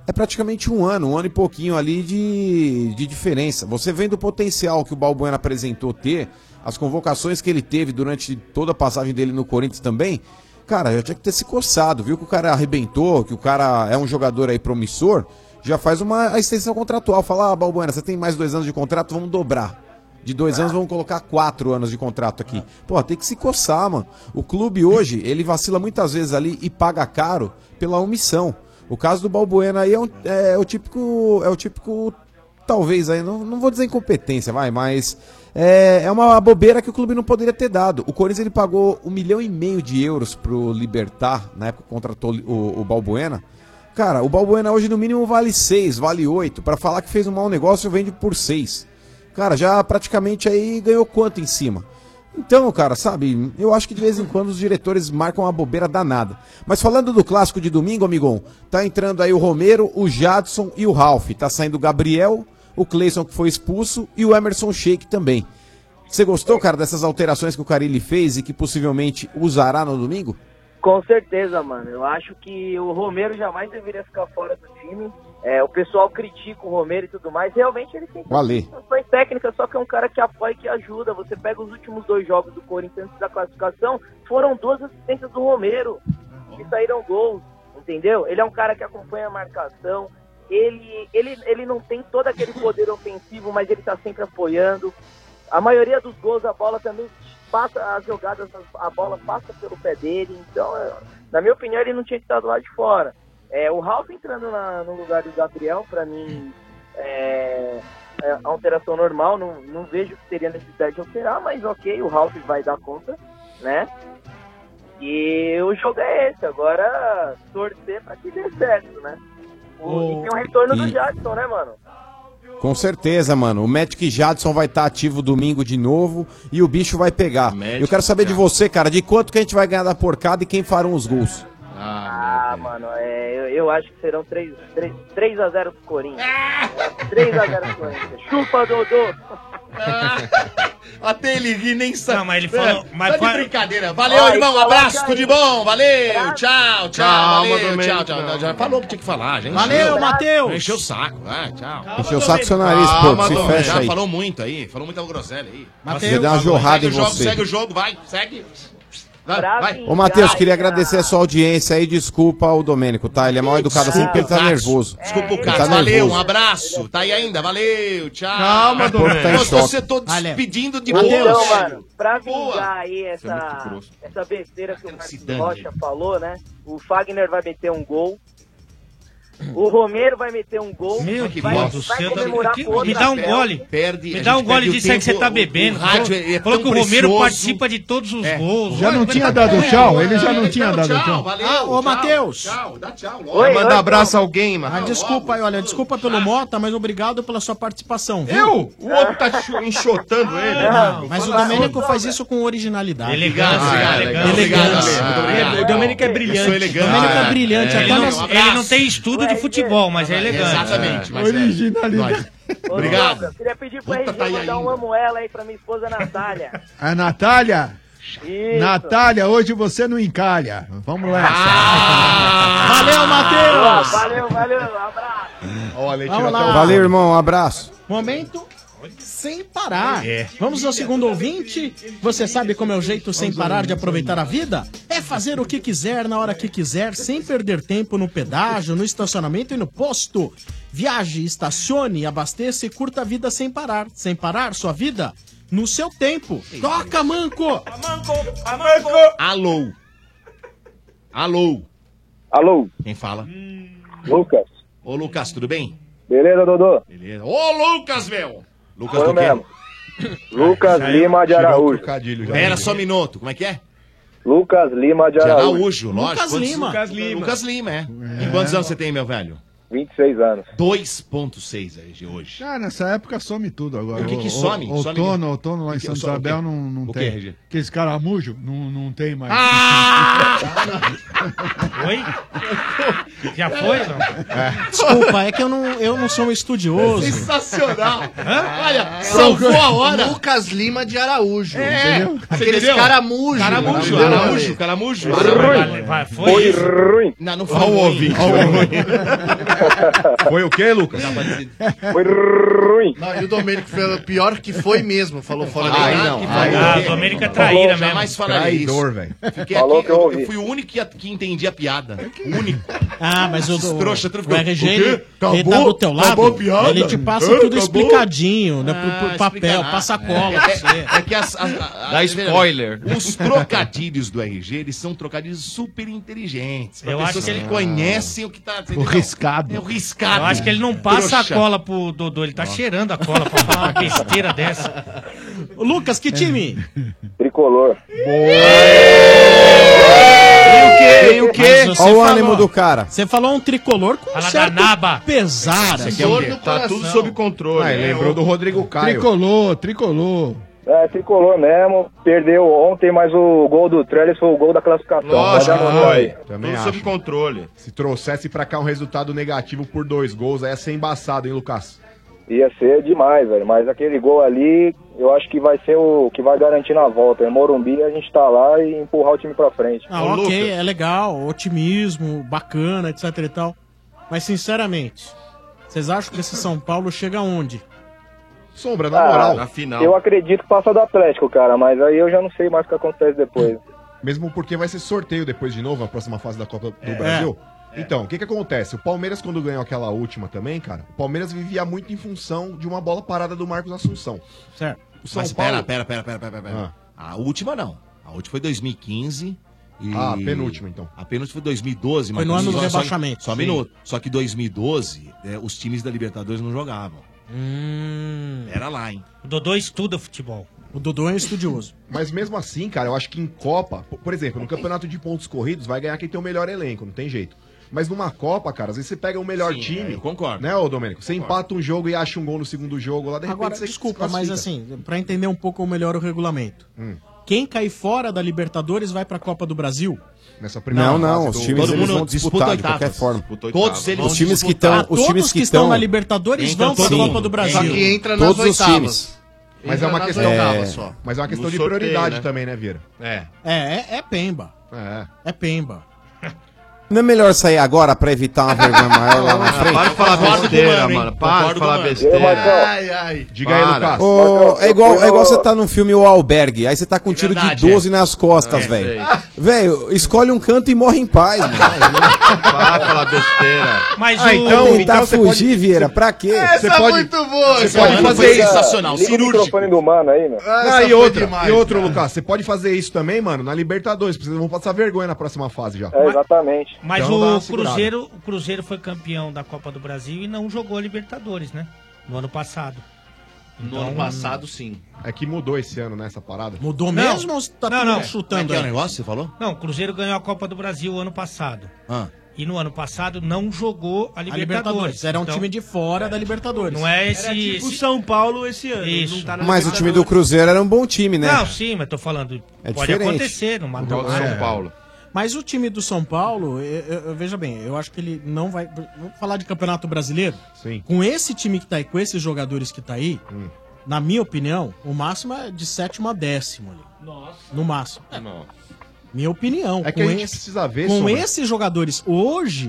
é praticamente um ano, um ano e pouquinho ali de, de diferença. Você vendo o potencial que o Balbuena apresentou ter, as convocações que ele teve durante toda a passagem dele no Corinthians também, cara, já tinha que ter se coçado, viu que o cara arrebentou, que o cara é um jogador aí promissor, já faz uma extensão contratual, fala, ah, Balbuena, você tem mais dois anos de contrato, vamos dobrar. de dois anos, vamos colocar quatro anos de contrato aqui. Pô, tem que se coçar, mano. O clube hoje, ele vacila muitas vezes ali e paga caro pela omissão. O caso do Balbuena aí é, um- é o típico. É o típico. Talvez aí, não, não vou dizer incompetência, vai, mas. É, é uma bobeira que o clube não poderia ter dado. O Corinthians ele pagou um milhão e meio de euros pro Libertar, na época que contratou o, o Balbuena. Cara, o Balbuena hoje no mínimo vale seis, vale oito. Pra falar que fez um mau negócio, vende por seis. Cara, já praticamente aí ganhou quanto em cima? Então, cara, sabe, eu acho que de vez em quando os diretores marcam uma bobeira danada. Mas falando do clássico de domingo, amigão, tá entrando aí o Romero, o Jadson e o Ralph. Tá saindo o Gabriel, o Cleison que foi expulso e o Emerson Sheik também. Você gostou, cara, dessas alterações que o Carilli fez e que possivelmente usará no domingo? Com certeza, mano. Eu acho que o Romero jamais deveria ficar fora do time. É, o pessoal critica o Romero e tudo mais. Realmente ele tem O Alê. questões técnicas, só que é um cara que apoia e que ajuda. Você pega os últimos dois jogos do Corinthians antes da classificação, foram duas assistências do Romero que saíram gols, entendeu? Ele é um cara que acompanha a marcação. Ele, ele, ele não tem todo aquele poder ofensivo, mas ele tá sempre apoiando. A maioria dos gols, a bola também passa, as jogadas, a bola passa pelo pé dele. Então, é, na minha opinião, ele não tinha que estar do lado de fora. É, o Ralf entrando na- no lugar do Gabriel, pra mim, é, é alteração normal. Não, não vejo que teria necessidade de alterar, mas ok, o Ralf vai dar conta, né? E o jogo é esse. Agora, torcer pra que dê certo, né? O, e tem um retorno E- do Jadson, né, mano? Com certeza, mano. O Magic Jadson vai estar ativo domingo de novo e o bicho vai pegar. Eu quero saber de você, cara, de quanto que a gente vai ganhar da porcada e quem farão os gols. Ah, mano, é, eu, eu acho que serão 3, 3, 3 a 0 pro Corinthians. 3 a 0 pro Corinthians. Chupa, Dodô! Até ele ri, nem sabe. Não, mas ele É, falou. mas tá de fa- brincadeira. Valeu, Ai, irmão. coloca Abraço, aí. tudo de bom. Valeu. Tchau, tchau. Calma, valeu, Domênico, tchau, tchau, não. tchau. Já falou o que tinha que falar, gente. Valeu, Matheus. Encheu o saco. Ah, tchau. Encheu o saco seu nariz, pô, se Domênico. fecha Já aí. falou muito aí. Falou muita groselha aí. Mateus. Você deu uma jorrada segue em o jogo, você. Segue o jogo, vai. Segue. Vai, vai. Ô, Matheus, queria agradecer a sua audiência aí. Desculpa ao Domênico, tá? Ele é mal educado assim porque ele tá nervoso. Desculpa o Ele cara. tá valeu, nervoso. um abraço. Tá aí ainda, valeu, tchau. Calma, Domênico. Tá em choque. Você tô despedindo de Então, boa. mano, pra Boa. vingar aí Isso é muito essa, grosso. essa besteira que o Marcos dane, Rocha falou, né? O Fagner vai meter um gol. O Romero vai meter um gol. Meu vai, que vai, bosta. tá comemorar Que- com outra me dá um bela. gole. Perde- a Me gente dá um gole perde o disso aí que tempo, você tá o- bebendo. O rádio é, é Falou tão que o Romero precioso. É. participa de todos os gols. Já não tinha dado tchau? Ele já não tinha dado então. tchau. Ah, ô, Matheus. Oi, Quer mandar oi, abraço então. a alguém, mano? Ah, desculpa aí, olha, desculpa pelo Mota, mas obrigado pela sua participação. viu? Eu? O outro tá cho- enxotando ele. né? Não, mas o Fala Domênico faz isso com originalidade. Elegância, Ah, é, elegância. Elegância. Obrigado, Domênico. Ah, Muito obrigado. O Domênico é Eu brilhante. sou O elegante. Domênico Ah, é é. brilhante. Ele até não- nas- Um ele abraço. não tem estudo de futebol, mas é elegante. Exatamente, mas é. Originalidade. Eu queria pedir pro tá RG mandar um amo ela aí pra minha esposa Natália. A Natália. Isso. Natália, hoje você não encalha. Vamos lá. Ah. Valeu, Matheus! Ah! Valeu, valeu, um Olha, Vamos lá. Valeu, irmão. Um abraço. Momento sem parar. É. Vamos ao segundo ouvinte. Você sabe como é o jeito sem parar de aproveitar a vida? É fazer o que quiser na hora que quiser, sem perder tempo no pedágio, no estacionamento e no posto. Viaje, estacione, abasteça e curta a vida sem parar. Sem parar sua vida no seu tempo. Toca, manco! Alô. Alô. Alô. Quem fala? Lucas. Ô, Lucas, tudo bem? Beleza, Dodô? Beleza. Ô, Lucas, meu! Lucas Foi do quê? mesmo. Lucas Lima de Araújo. Pera só um minuto, como é que é? Lucas Lima de De Araújo. Araújo, lógico. Quantos- Lucas Lima. Lucas Lima, é. E quantos anos você tem, meu velho? 26 anos. 2.6 aí de hoje. Ah, nessa época some tudo agora. O que que O- some? o- Some- Outono, outono lá em O que- Santa só- o Isabel quê? não, não O quê, tem. RG? Aqueles caramujo não, não tem mais. Ah! Oi? Já foi, não? Desculpa, é que eu não, eu não sou um estudioso. É Sensacional! Olha, salvou a hora. Lucas Lima de Araújo. É. Você Aqueles entendeu? caramujo. Caramujo, Entendeu? caramujo, caramujo. Ruim. Foi Foi ruim. Não, não foi Ó o ruim. ouvinte, ó o ouvinte. Foi o quê, Lucas? Foi ruim. Não, e o Domênico falou pior que foi mesmo. Falou fora da Ai, idade, não. que Ai, foi. não. Ah, o Domênico é traíra Falou, mesmo. Jamais falaria Traidor, isso. velho. Fiquei Falou aqui, que eu eu- ouvi. eu fui o único que, que entendi a piada. O único. Ah, mas o, Esses o, trouxa, o, tudo o fica- RG, o quê? ele, Acabou? ele tá do teu lado, Acabou a piada? ele te passa Hã? Acabou? tudo explicadinho, né, pro, pro Ah, papel, explica nada. passa cola. É, é- é que as, as- a- Dá a- spoiler. Os trocadilhos do RG, eles são trocadilhos super inteligentes. Pra Eu pessoas acho que ele- conhecem o que tá. entendeu? riscado. É o riscado. Eu acho que ele não passa Trouxa. a cola pro Dodô, ele tá cheirando a cola pra falar uma besteira dessa. Lucas, que time? Tricolor. É, Tem o quê? Olha o ânimo do cara. Você falou um tricolor com um Fala certo da naba. é pesar. Você assim. quer o quê? Tá tudo sob controle. Ah, ele lembrou do Rodrigo Tricolor, tricolor. É, tricolor mesmo. Perdeu ontem, mas o gol do Trellis foi o gol da classificação. Lógico, Pode anotar aí. Também Tudo acho. sob controle. Se trouxesse pra cá um resultado negativo por dois gols, aí ia ser embaçado, hein, Lucas? Ia ser demais, velho. Mas aquele gol ali, eu acho que vai ser o que vai garantir na volta. Em Morumbi, a gente tá lá e empurrar o time pra frente. Ah, ok, é legal, otimismo, bacana, etc e tal. Mas, sinceramente, vocês acham que esse São Paulo chega aonde? Sombra, Ah, Eu acredito que passa do Atlético, cara, mas aí eu já não sei mais o que acontece depois. Mesmo porque vai ser sorteio depois de novo, a próxima fase da Copa do É. Brasil. Então, o que que acontece? O Palmeiras, quando ganhou aquela última também, cara, o Palmeiras vivia muito em função de uma bola parada do Marcos Assunção. Certo. O São Mas Paulo... pera, pera, pera, pera, pera, pera. Ah. A última não. A última foi 2015. E... Ah, a penúltima, então. A penúltima foi 2012, Foi no ano do só- só- rebaixamento. Só, um Sim. minuto. Só que 2012, é, os times da Libertadores não jogavam. Era lá, hein? O Dodô estuda futebol. O Dodô é um estudioso. Mas mesmo assim, cara, eu acho que em Copa, po- por exemplo, no campeonato de pontos corridos, vai ganhar quem tem o melhor elenco, não tem jeito. Mas numa Copa, cara, às vezes você pega o melhor Sim, time. eu concordo. Né, ô Domênico? Você empata um jogo e acha um gol no segundo jogo lá, de repente Agora, você desculpa, se mas classifica. assim, pra entender um pouco melhor o regulamento. Hum. Quem cair fora da Libertadores vai pra Copa do Brasil? Nessa Não, não, os times eles vão disputar de qualquer forma. Todos eles os vão times que disputar. estão, Ah, os todos times que que estão estão na Libertadores Entra vão pra todo Copa mundo. do Brasil. Sim. Só que entra nas Todos os oitavas. times. Mas Entra é uma nas questão. oitavas só. Mas é uma questão No de sorteio, prioridade né? também, né, Vieira? É. É, é, é pemba. É. É pemba. Não é melhor sair agora pra evitar uma vergonha maior lá na frente? Para de falar besteira, mano. Para de falar besteira. Ai, ai. Diga aí, Lucas. Ô, é igual, é igual você tá num filme O Albergue, aí você tá com um tiro verdade, de 12 nas costas, É, velho. Velho, escolhe um canto e morre em paz, mano. Para de falar besteira. Mas Ah, então, o... tentar você fugir, Vieira, pra quê? Essa é muito boa, você cara. pode fazer Foi isso. sensacional, Liga o microfone do mano aí, meu. Ah, Ah, essa e foi outra, demais, e outro, cara. Lucas, você pode fazer isso também, mano, na Libertadores, porque vocês vão passar vergonha na próxima fase já. É, exatamente. Mas Então dá uma o, segurada. Cruzeiro, o Cruzeiro foi campeão da Copa do Brasil e não jogou a Libertadores, né? No ano passado. Então, No ano passado, sim. É que mudou esse ano, né, essa parada. Mudou Não. mesmo ou você tá Não, tudo não. chutando Como é que é aí? o negócio, você falou? Não, o Cruzeiro ganhou a Copa do Brasil ano passado. Ah. E no ano passado não jogou a A Libertadores. Libertadores. Era um Então, time de fora da Libertadores. Não é esse... Era esse- tipo O São Paulo esse ano. Isso. Não tá na Mas o time Libertadores. do Cruzeiro era um bom time, né? Não, sim, mas tô falando. É pode diferente. acontecer, não mata Igual do São Paulo. Mas o time do São Paulo, eu, eu- eu- veja bem, eu acho que ele não vai. Vamos falar de Campeonato Brasileiro? Sim. Hum. Com esse time que tá aí, com esses jogadores que tá aí, na minha opinião, o máximo é de sétimo a décimo ali. Nossa. No máximo. É, Minha opinião. Hum. É que a gente precisa ver, Com Sombra. esses jogadores hoje,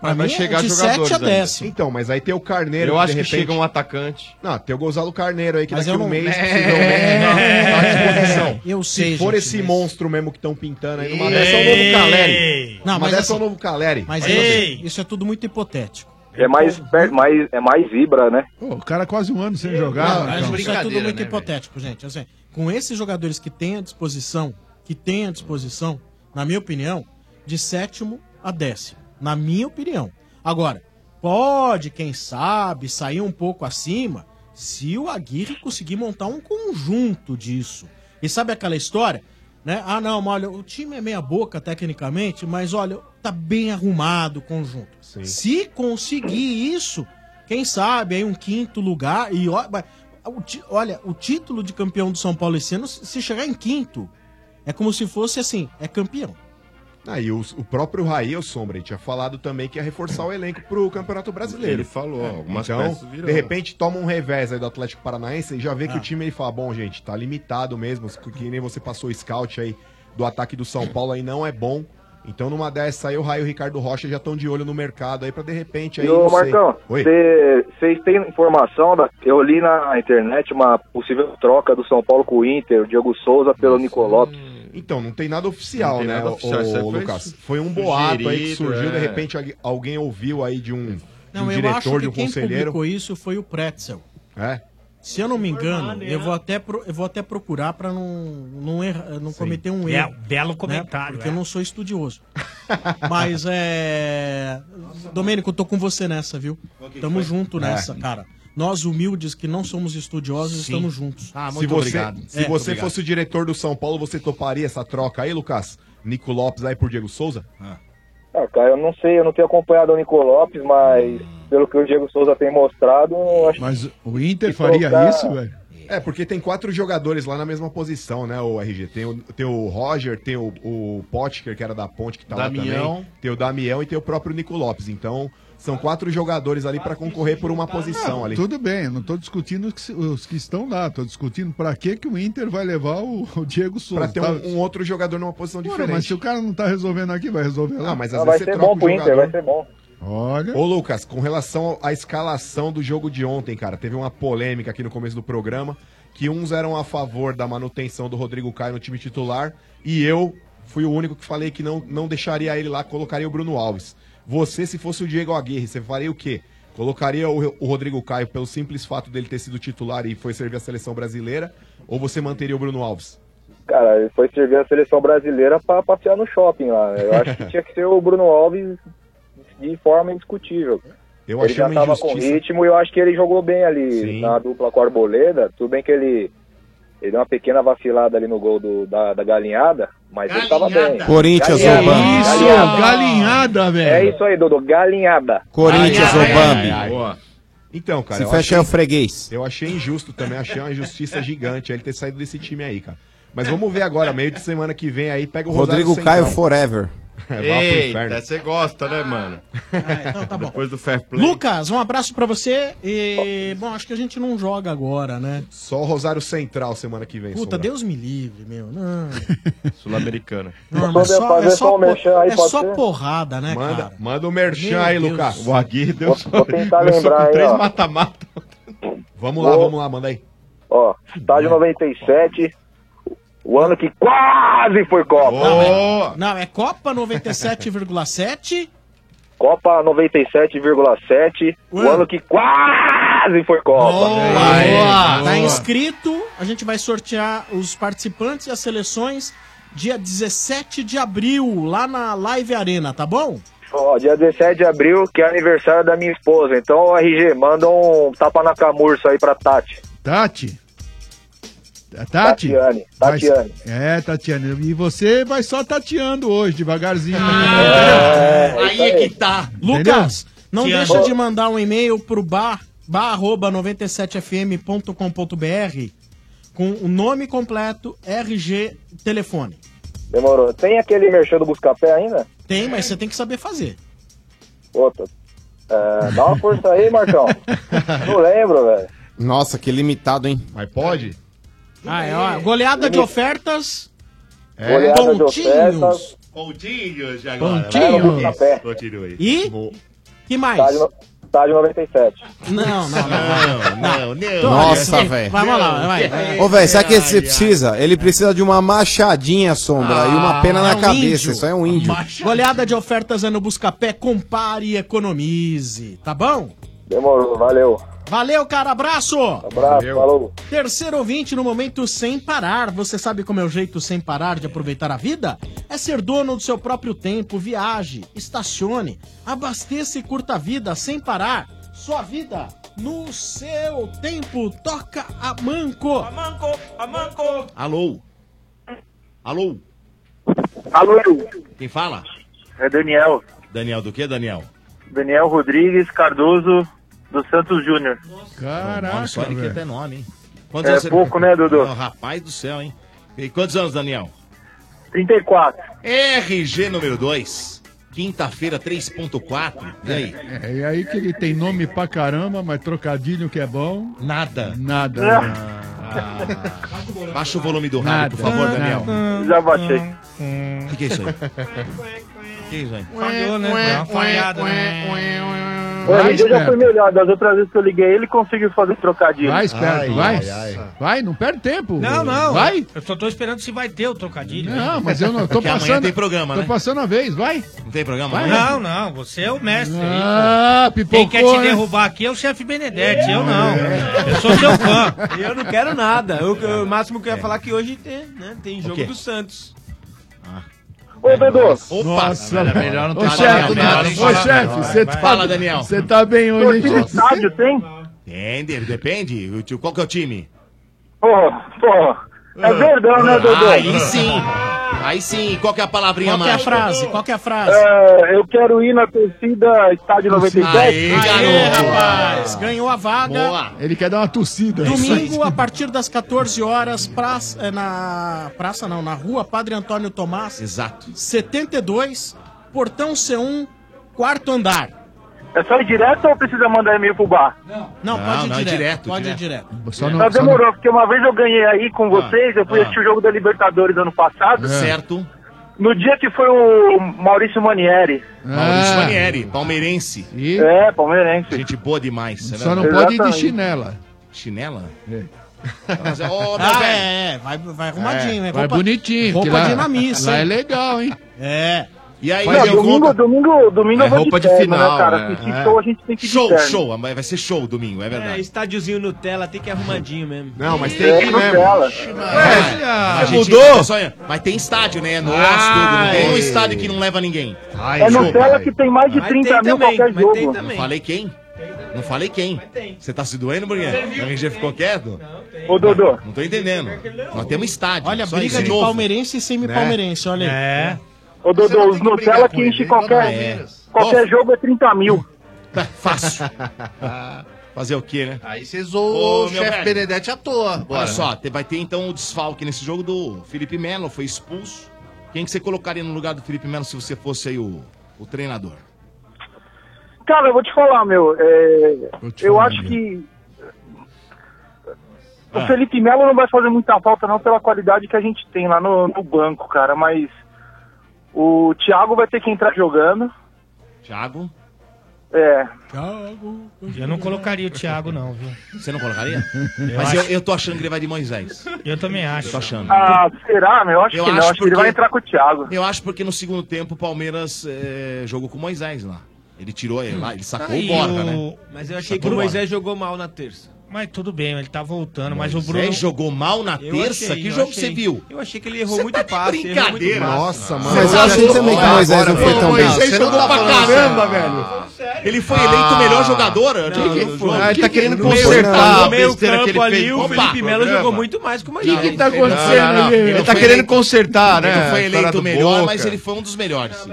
pra Mas vai mim é chegar de jogadores 7 a ainda. 10. Então, mas aí tem o Carneiro. Eu acho que repente- chega um atacante. Não, tem o Gonzalo Carneiro aí que Mas daqui eu a não- um mês É. possivelmente tá à disposição. Eu sei, Se for gente, esse mas- monstro mesmo que estão pintando aí, numa Ei. dessa é o novo Caleri. Não, Uma mas dessa é o assim- novo Caleri. Mas Vai fazer. isso, isso é tudo muito hipotético. É mais, per- mais, é mais vibra, né? Pô, o cara quase um ano sem jogar. Não, mas então. isso é tudo muito hipotético, gente. Assim, com esses jogadores que têm à disposição, que têm à disposição, na minha opinião, de sétimo a décimo. Na minha opinião. Agora, pode, quem sabe, sair um pouco acima se o Aguirre conseguir montar um conjunto disso. E sabe aquela história? Né? Ah, não, mas olha, o time é meia boca tecnicamente, mas olha, tá bem arrumado o conjunto. Se conseguir isso, quem sabe aí um quinto lugar e ó, mas o ti- olha, o título de campeão do São Paulo esse ano, se se chegar em quinto, é como se fosse assim, é campeão. Ah, e o, o próprio Rael Sombra ele tinha falado também que ia reforçar o elenco pro Campeonato Brasileiro. Ele falou, algumas Então, peças virão. de repente, toma um revés aí do Atlético Paranaense e já vê que Ah. o time ele fala: bom, gente, tá limitado mesmo. Que nem você passou o scout aí do ataque do São Paulo aí não é bom. Então, numa dessa aí, o Raio e o Ricardo Rocha já estão de olho no mercado aí pra de repente aí. E ô não sei. Marcão, Oi. vocês têm informação? Da, eu li na internet uma possível troca do São Paulo com o Inter, o Diego Souza pelo Nicoló. Então, não tem nada oficial, Não tem né, nada o- oficial, isso aí o foi Lucas? su- Foi um boato aí que sugerido, surgiu, de é. repente algu- alguém ouviu aí de um, de Não, um eu acho diretor, de que um quem conselheiro. publicou isso foi o Pretzel. É? Se eu não me engano, né? eu vou até, pro- eu vou até procurar pra não, não, erra- não cometer um É, erro. belo né? comentário, Porque é. eu não sou estudioso. Mas é. Domênico, eu tô com você nessa, viu? que Tamo foi? junto É. nessa, cara. Nós humildes que não somos estudiosos Sim. estamos juntos. Ah, Ah, Ah, se você, Se É. você fosse o diretor do São Paulo, você toparia essa troca aí, Lucas? Nico Lopes aí por Diego Souza? Ah, cara, eu não sei, eu não tenho acompanhado o Nico Lopes, mas pelo que o Diego Souza tem mostrado, eu acho Hum. Mas o Inter faria trocar- isso, velho? É, porque tem quatro jogadores lá na mesma posição, né, o RG? Tem o, tem o Roger, tem o, o Potker, que era da Ponte, que tá lá Damião. também. Tem o Damião e tem o próprio Nico Lopes. Então, são quatro jogadores ali pra concorrer por uma posição ali. Tudo bem, eu não tô discutindo os que, os que estão lá, tô discutindo pra que, que o Inter vai levar o, o Diego Souza. Pra ter um, um outro jogador numa posição Ora, diferente. tá- mas se o cara não tá resolvendo aqui, vai resolver lá. Ah, mas às vezes você troca o jogador. bom. Olha. Ô, Lucas, com relação à escalação do jogo de ontem, cara, teve uma polêmica aqui no começo do programa que uns eram a favor da manutenção do Rodrigo Caio no time titular e eu fui o único que falei que não, não deixaria ele lá, colocaria o Bruno Alves. Você, se fosse o Diego Aguirre, você faria o quê? Colocaria o, o Rodrigo Caio pelo simples fato dele ter sido titular e foi servir a seleção brasileira ou você manteria o Bruno Alves? Cara, ele foi servir a seleção brasileira pra passear no shopping lá. né? Eu acho que tinha que ser o Bruno Alves de forma indiscutível. Eu ele achei já uma tava com injustiça. ritmo e eu acho que ele jogou bem ali Sim. na dupla com a Arboleda. Tudo bem que ele, ele deu uma pequena vacilada ali no gol do- da, da galinhada, mas ele tava bem. Corinthians, Galinhada. Obama. Galinhada. galinhada, É isso aí, Dodô, galinhada. Corinthians, ô Bambi. É, Então, cara. Se eu fecha é o achei- freguês. Eu achei injusto também, achei uma injustiça gigante ele ter saído desse time aí, cara. Mas vamos ver agora, meio de semana que vem aí, pega o Rodrigo Rosário Caio Central. Forever. É, vá pro inferno. Eita, você gosta, Ah. né, mano? É, tá Depois do fair play. Lucas, um abraço pra você e. Bom, acho que a gente não joga agora, né? Só o Rosário Central semana que vem. Puta, Deus me livre, meu. Não. Sul-Americana. Não, mas só, um é um só, por- é só porrada, né, Manda, cara? manda o merchan Meu aí, Deus. Lucas. O Aguirre deu Vou- só- vou tentar deu só lembrar com aí, três ó. mata-mata. Vamos lá, Vou- vamos lá, manda aí. Ó, estádio 97, o ano que quase foi Copa. Não, é, não, é Copa 97,7. Copa 97,7, o Ué. ano que quase foi Copa. Tá inscrito. A gente vai sortear os participantes e as seleções dia 17 de abril, lá na Live Arena, tá bom? Ó, dia 17 de abril, que é aniversário da minha esposa. Então, ó, RG, manda um tapa na camurça aí pra Tati. Tati? A Tati? Tatiane, Tatiane. Vai- É, Tatiane. E você vai só tateando hoje, devagarzinho. Aí é que tá. Lucas, não Te deixa amo. de mandar um e-mail pro bar, bar@97fm.com.br com o nome completo, RG, telefone. Demorou. Tem aquele merchan do Buscapé ainda? Tem, mas você tem que saber fazer. Outra. É, dá uma força aí, Marcão. Não lembro, velho. Nossa, que limitado, hein? Mas pode? Ah, é, ó, goleada de ofertas. É. Goleada de ofertas. Pontinhos agora, agora. Pontinhos. vai, Lucas. Continue. E? Que mais? Estádio 97. Não, não, não. Não, não. Nossa, Olha, velho. Vamos lá, vai. vai. Ô, velho, sabe o que você precisa? Ele precisa de uma machadinha, Sombra, e uma pena é na um cabeça. índio. Isso aí é um índio. Goleada de ofertas é no Buscapé, compare e economize, tá bom? Demorou, valeu. Valeu, cara, abraço! Abraço, Valeu. falou. Terceiro ouvinte no momento sem parar. Você sabe como é o jeito sem parar de aproveitar a vida? É ser dono do seu próprio tempo, viaje, estacione, abasteça e curta a vida sem parar. Sua vida no seu tempo. Toca a Manco. A Manco, a Manco. Alô? Alô? Alô? Quem fala? É Daniel. Daniel do que, Daniel? Daniel Rodrigues Cardoso do Santos Júnior. Caraca, Só ele que velho. até nome, hein? É pouco, né, Dudu? Não, rapaz do céu, hein? E quantos anos, Daniel? 34. RG número 2. Quinta-feira, 3.4. E aí? É, e aí que ele tem nome pra caramba, mas trocadilho que é bom. Nada. Nada. Ah. Ah. Ah. Baixa o volume do rádio, por Nada. favor, Daniel. Já baixei. hum. O que, que é isso aí? O que é isso aí? Falhou, né? Não, falhado, né? O Vai, RG já esperto. foi melhor. Das outras vezes que eu liguei, ele conseguiu fazer um trocadilho. Vai, esperto, vai. Vai, não perde tempo. Não, não. Vai. Eu só tô esperando se vai ter o trocadilho. né? Não, mas eu não tô Porque amanhã passando. tem programa, tô né? passando a vez, vai. Não tem programa? Vai. Não, não. Você é o mestre. aí, Ah, cara. Quem quer pipocou, te né? derrubar aqui é o chefe Benedetti. Eu não. Eu sou seu fã. Eu não quero nada. Eu- eu- o máximo que eu ia falar é que hoje tem, né, tem jogo quê? do Santos. Ô, Bedô. Nossa, Melhor- melhor não ô ter chefe, nada, melhor não ô falar chefe, nada. você Vai, tá, vai. Fala, Daniel. Você tá bem hoje, hein? estádio tem? Tem, de- depende. O tio- Qual que é o time? Ah. Porra, porra. É verdão, né, Dodô? Aí sim. Aí sim. Qual que é a palavrinha Qual que é a mágica? frase? Qual que é a frase? É, eu quero ir na torcida Estádio 97. Aê, rapaz, ganhou a vaga. Ele quer dar uma tossida. Domingo, a partir das 14 horas, praça- é, na praça não, na rua Padre Antônio Tomás. Exato. 72, portão C1, quarto andar. É só ir direto ou precisa mandar e-mail pro bar? Não, Não, pode ir não, é direto, direto, Pode ir direto. direto. É. Só, demorou, porque uma vez eu ganhei aí Ah. com vocês, eu fui assistir o jogo da Libertadores ano É. passado. Certo. No dia que foi o Maurício Manieri. É. Maurício É. Manieri, palmeirense. É, palmeirense. Gente boa demais. é Só não verdade. pode ir de chinela. É. Chinela? Mas, meu ô, velho. é, é, vai, vai arrumadinho, É, né? vai bonitinho, Roupa que lá- de ir na missa. lá hein? é legal, hein? É. E aí, Não, deu domingo, conta? domingo, domingo É eu vou roupa de terno, final, né, cara? é. Assistir É. show a gente tem que ir de Show, terno. show. Vai ser show domingo, é É, verdade. estádiozinho Nutella, tem que ir arrumadinho mesmo. Não, mas tem que ir mesmo. É. Mas, gente, mudou? só- mas tem estádio, né? É nosso, Ai. tudo. Não tem um estádio que não leva ninguém. É Nutella que tem mais de Ah, Mas 30 tem mil também, mas qualquer tem jogo. também. Não falei quem? Não falei quem. Você tá se doendo, Você Brunhão? viu O RG ficou quieto? Ô, Dodô. Não tô entendendo. Nós temos estádio. Olha, só briga isso. de Novo. palmeirense e semi-palmeirense, olha aí. É. Ô, Dodô, os Nutella que enche qualquer, qualquer jogo é 30 mil. tá Fácil. Fazer o quê, né? Aí vocês zoam o chefe Benedetti à toa. Olha Bora. só, te- vai ter então o desfalque nesse jogo do Felipe Melo, foi expulso. Quem que você colocaria no lugar do Felipe Melo se você fosse aí o, o treinador? Cara, eu vou te falar, meu. é, eu acho que. O Ah. Felipe Melo não vai fazer muita falta, não, pela qualidade que a gente tem lá no, no banco, cara. Mas o Thiago vai ter que entrar jogando. Thiago? É. Eu não colocaria o Thiago, não, viu? Você não colocaria? Eu Mas acho- eu, eu tô achando que ele vai de Moisés. Eu também acho. Tô achando. Ah, será, meu? Eu acho Eu que não. acho Acho que ele porque- vai entrar com o Thiago. Eu acho porque no segundo tempo o Palmeiras eh, jogou com o Moisés lá. Ele tirou ele lá, ele Ah, sacou Aí, o Borja, o- né? Mas eu achei Sacou que o Borja. Moisés jogou mal na terça. é- Mas tudo bem, ele tá voltando. Mas é Mas o Bruno. jogou mal na Eu terça? achei, que eu jogo achei. você viu? Eu achei que ele errou Você muito tá de passe. errou muito brincadeira. passe. Ah, Nossa, mano. Mas eu achei também que o Moisés não foi tão bem. Moisés jogou pra caramba, velho. Ele foi Ah, eleito o melhor jogador? é Eu achei que ele foi. Ah, ele tá querendo consertar a No meio besteira que ele campo ali, fez. o Opa, Felipe Melo programa. jogou muito mais que o Moisés. que tá acontecendo aí? Ele Ele tá foi querendo eleito- consertar, né, Ele não foi a eleito história o do melhor, Boca. mas ele foi um dos melhores.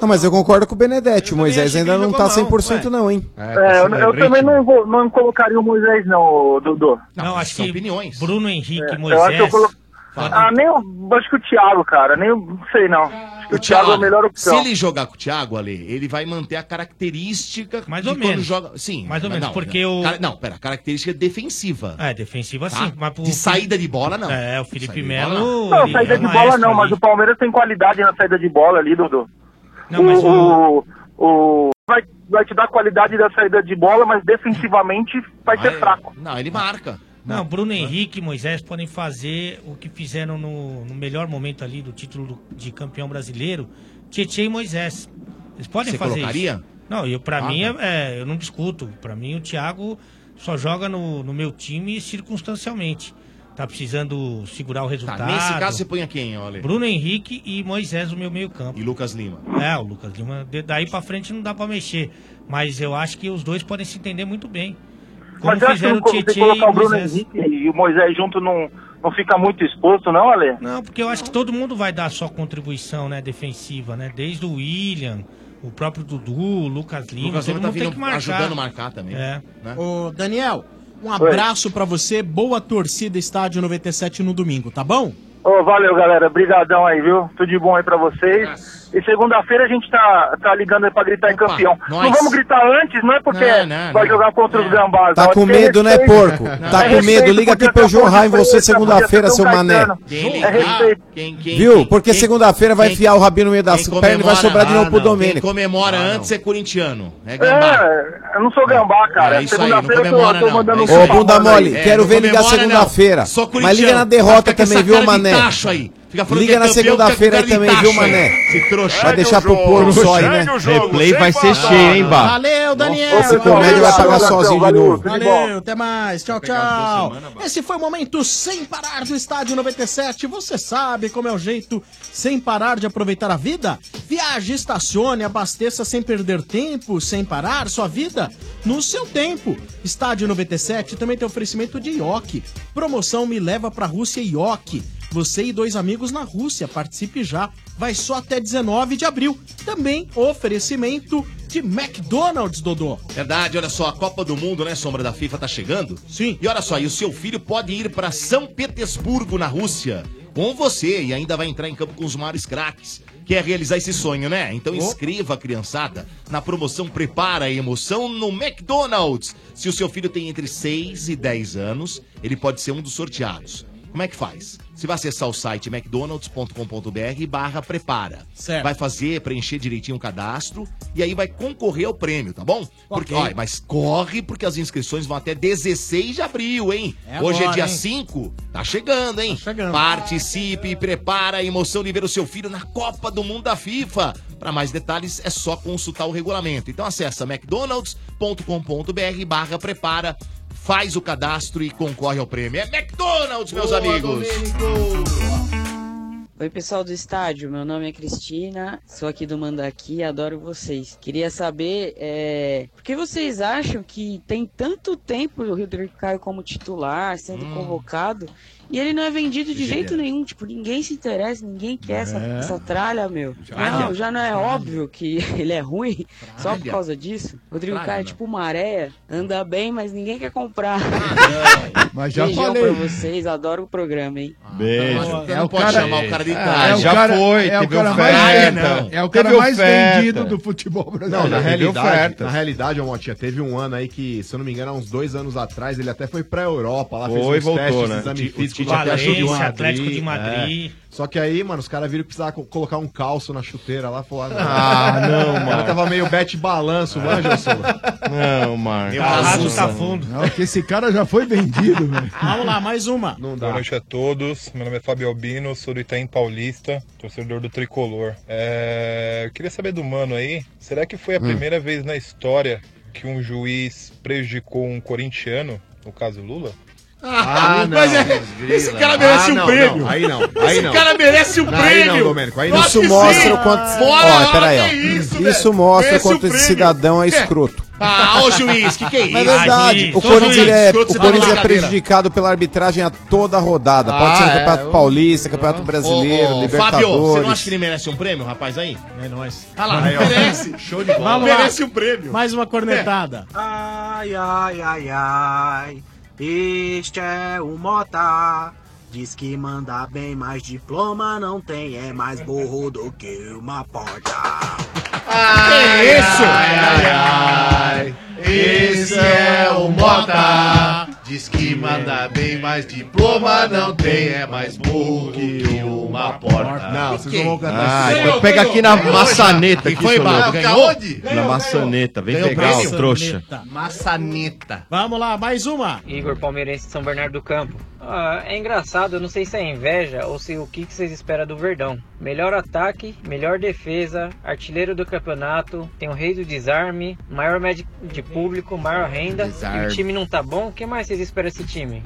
Não, mas eu concordo com o Benedetti. O Moisés ainda não tá 100% não, hein? É, eu, eu também não, vou, não colocaria o Moisés, não, Dudu. Não, acho que opiniões. Bruno É, Henrique, Eu acho que eu Moisés. colo... Ah, nem o- acho que o Thiago, cara. Nem o- não sei não. Acho que o, Thiago, é a melhor opção. Se ele jogar com o Thiago, Ale, ele vai manter a característica Mais de ou quando menos. joga. Sim. Mais ou mas menos, não, porque não. o- Cara- Não, pera, característica defensiva. É, defensiva Tá? sim. Mas pro... De saída de bola, não. É, o Felipe Saída de Melo. Não, ele saída é de maestro bola não, ali. mas o Palmeiras tem qualidade na saída de bola ali, Dudu. Não, mas o... o- Vai, vai te dar qualidade da saída de bola, mas defensivamente vai é, ser fraco. Não, Ah, ele marca. Não, Bruno Henrique e Moisés podem fazer o que fizeram no, no melhor momento ali do título de campeão brasileiro, Tietchan e Moisés. Eles podem Você fazer colocaria? isso. Não, eu para Ah, mim tá. é, é, eu não discuto. Para mim o Thiago só joga no, no meu time circunstancialmente. Tá precisando segurar o Tá, resultado. nesse caso você põe quem, olha? Bruno Henrique e Moisés no meu meio-campo. E Lucas Lima. É, o Lucas Lima, de- daí pra frente não dá pra mexer. Mas eu acho que os dois podem se entender muito bem. Como mas eu acho que fizeram não- o se Tietchan colocar e o Bruno Moisés. Henrique e o Moisés junto não, não fica muito exposto, não, Ale? Não, porque eu acho que todo mundo vai dar a sua contribuição, né, defensiva, né? Desde o William, o próprio Dudu, o Lucas Lima, Lucas todo Lima tá mundo tem vindo que marcar. ajudando a marcar também. É. né? Ô, Daniel, um abraço pra você. Boa torcida, estádio 97 no domingo, tá bom? Ô, valeu, galera. Brigadão aí, viu? Tudo de bom aí pra vocês. E segunda-feira a gente tá, tá ligando pra gritar em campeão. nós. Não vamos gritar antes, não é porque Não, não, vai não. jogar contra os gambás. Tá não. com É ter medo, né, respeito. porco? Não, Tá é com respeito, medo. Liga podia aqui pra eu ser Ponte jorrar em você Preta, podia segunda-feira, ser seu São mané. Caetano. Quem É respeito. Viu? Porque segunda-feira vai quem- enfiar o rabinho no meio das Quem pernas e vai comemora- sobrar de Ah, novo pro não. Quem Domênico. Ah, comemora antes é corintiano. É gambá. É, eu não sou gambá, cara. É isso aí, não segunda-feira que eu comemora, tô não. mandando É um isso aí. Ô, bunda papo aí. mole, É, quero não ver ligar comemora, não. segunda-feira. Só Mas liga corintiano. na Vai derrota ficar com também, essa viu, cara de mané? tacho aí. Fica falando que Liga é na campeão, segunda-feira aí fica com cara de também, viu, tacho aí. mané? Esse trouxa. Vai deixar pro porco só aí, né? Replay vai ser cheio, hein, Bá? Valeu, Daniel. Esse comédia vai pagar sozinho de novo. Valeu, até mais. Tchau, tchau. Esse foi o momento sem parar do Estádio 97. Você sabe como é o jeito sem parar de aproveitar a vida? Viaje, estacione, abasteça sem perder tempo, sem parar sua vida no seu tempo. Estádio 97 também tem oferecimento de ioki. Promoção Me Leva pra Rússia ioki. Você e dois amigos na Rússia, participe já. Vai só até 19 de abril. Também oferecimento de McDonald's, Dodô. Verdade, olha só, a Copa do Mundo, né, Sombra da FIFA, tá chegando? Sim. E olha só, e o seu filho pode ir para São Petersburgo, na Rússia, com você e ainda vai entrar em campo com os maiores craques. Quer realizar esse sonho, né? Então inscreva a criançada na promoção Prepara a Emoção no McDonald's. Se o seu filho tem entre 6 e 10 anos, ele pode ser um dos sorteados. Como é que faz? Você vai acessar o site mcdonalds.com.br barra prepara. Certo. Vai fazer, preencher direitinho o cadastro e aí vai concorrer ao prêmio, tá bom? Porque, ó, mas corre, porque as inscrições vão até 16 de abril, hein? É Hoje é agora, dia hein? 5, tá chegando, hein? Participe e prepara a emoção de ver o seu filho na Copa do Mundo da FIFA. Para mais detalhes, é só consultar o regulamento. Então acessa mcdonalds.com.br barra prepara, faz o cadastro e concorre ao prêmio. É McDonald's, meus amigos! Oi, pessoal do estádio. Meu nome é Cristina, sou aqui do Mandaqui, adoro vocês. Queria saber é, por que vocês acham que tem tanto tempo o Rodrigo Caio como titular, sendo convocado, e ele não é vendido de jeito nenhum? Tipo, ninguém se interessa, ninguém quer essa, É. essa tralha, meu. Tralha. Não, já não é óbvio que ele é ruim só por Tralha. causa disso. Rodrigo Tralha, Caio é não. tipo uma areia, anda bem, mas ninguém quer comprar. Mas já Beijão falei. pra vocês, adoro o programa, hein? Beijo. Você É não o pode cara- chamar o cara de é, tarde. é o Já cara- foi, é o teve cara oferta. mais Não. vendido. É o cara Teve mais oferta. vendido do futebol brasileiro. Não, na Teve realidade, ofertas. na realidade, ô Motinha, teve um ano aí que, se eu não me engano, há uns dois anos atrás, ele até foi pra Europa, lá Foi, fez uns voltou, testes, né? exame O Tite- o físico. Tite até achou de Madrid, um Atlético de Madrid. é. Só que aí, mano, os caras viram que precisava co- colocar um calço na chuteira lá, falaram... Ah, não, O cara mano. tava meio bet balanço lá, Gilson. Não, Marcos. Meu arrasto tá fundo. Não, porque esse cara já foi vendido, velho. Vamos lá, Ah, mais um. uma. Não Boa noite a todos. Meu nome é Fábio Albino, sou do Itaim Paulista, torcedor do Tricolor. É, Eu queria saber do mano aí, será que foi a Hum. primeira vez na história que um juiz prejudicou um corintiano, no caso Lula? Ah, mas é- esse cara merece um prêmio. Aí Ah, não, aí Esse não. cara merece um Não, aí prêmio. não, Domênico, aí não. Lógico Isso que mostra sim. o quanto. Bora, Olha, pera aí, ó. que Isso, mostra velho. o Merece quanto um esse prêmio. cidadão é É. escroto. Ah, ô juiz, que que é isso? É verdade, o Sou Corinthians, juiz, ele é, escroto, o você tá Corinthians de é brincadeira. prejudicado pela arbitragem a toda rodada. Ah, Pode ser no é, Campeonato eu- Paulista, Campeonato Brasileiro, Ô, Fábio, você não Libertadores. acha que ele merece um prêmio, rapaz, aí? É nóis. Ah lá, Aí, ó. merece. Show de bola. Vamos lá. merece um prêmio. Mais uma cornetada. É. Ai, ai, ai, ai. Este é o Mota. Diz que manda bem, mas diploma não tem. É mais burro do que uma porta. Que isso? Esse é o Mota. Diz que manda bem, mas diploma não tem. É mais burro do que uma porta. Não, vocês não vão cantar isso. Ganhou, pega aqui na ganhou. maçaneta. Quem Aqui, foi, seu Bala? louco. Ganhou? Na Ganhou, maçaneta. Vem Ganhou pegar, prêmio. o trouxa. Maçaneta. Vamos lá, mais uma. Igor Palmeirense de São Bernardo do Campo. Ah, é engraçado, eu não sei se é inveja ou se o que, que vocês esperam do Verdão. Melhor ataque, melhor defesa, artilheiro do campeonato, tem o rei do desarme, maior média de público, maior renda. E o Desarme. time não tá bom, o que mais vocês esperam desse time?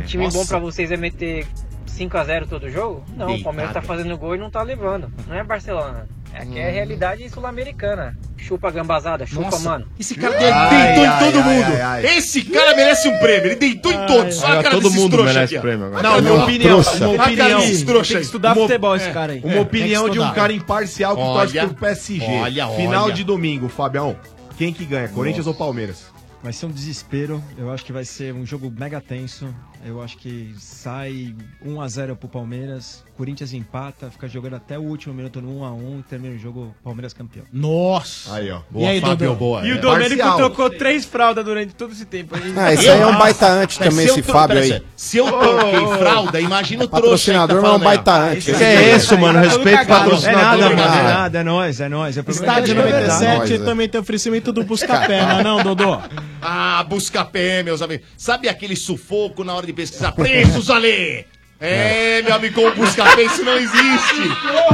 Um time bom pra vocês é meter 5x0 todo jogo? Não, o Palmeiras tá Deitada. fazendo gol e não tá levando. Não é Barcelona. É que é Hum. a realidade sul-americana. Chupa gambazada, chupa, Nossa, mano. Esse É. cara deitou em todo mundo. Esse cara merece um prêmio. Ele deitou em todos. Só a Agora cara todo desses mundo trouxa merece aqui, ó. prêmio agora. Não, Todo minha mundo. opinião. Trouxa. Uma opinião. Esse trouxa Tem aí. que estudar Uma- futebol, é. esse cara aí. É, Uma opinião de um cara imparcial que torce pro PSG. Olha, olha. Final de domingo, Fabião. Quem que ganha, Corinthians ou Palmeiras? Vai ser um desespero. Eu acho que vai ser um jogo mega tenso. Eu acho que sai 1 a 0 pro Palmeiras, Corinthians empata, fica jogando até o último minuto no 1 a 1 e termina o jogo Palmeiras campeão. Nossa! Aí, ó. Boa, Fábio, Dodô? boa. E É. o Domênico Parcial. tocou três fraldas durante todo esse tempo. Ah, esse aí é um baita antes Mas também, se eu esse to- Fábio peraí, aí. Se eu toquei fralda, imagina o trouxa aí que tá Patrocinador, mas é um falando aí, ó. baita antes. Esse Que aí, é ó. isso, mano? Tá todo Respeito cagado. patrocinador, É nada, mano, cara. é nada, é nóis, é nóis. É problema Estádio da gente, é 97 verdade. também tem oferecimento do Buscapé, não é não, Dodô? Ah, busca pé, meus amigos. Sabe aquele sufoco na hora de pesquisar? Preços, Ale! É, meu amigo, o Buscapé, isso não existe!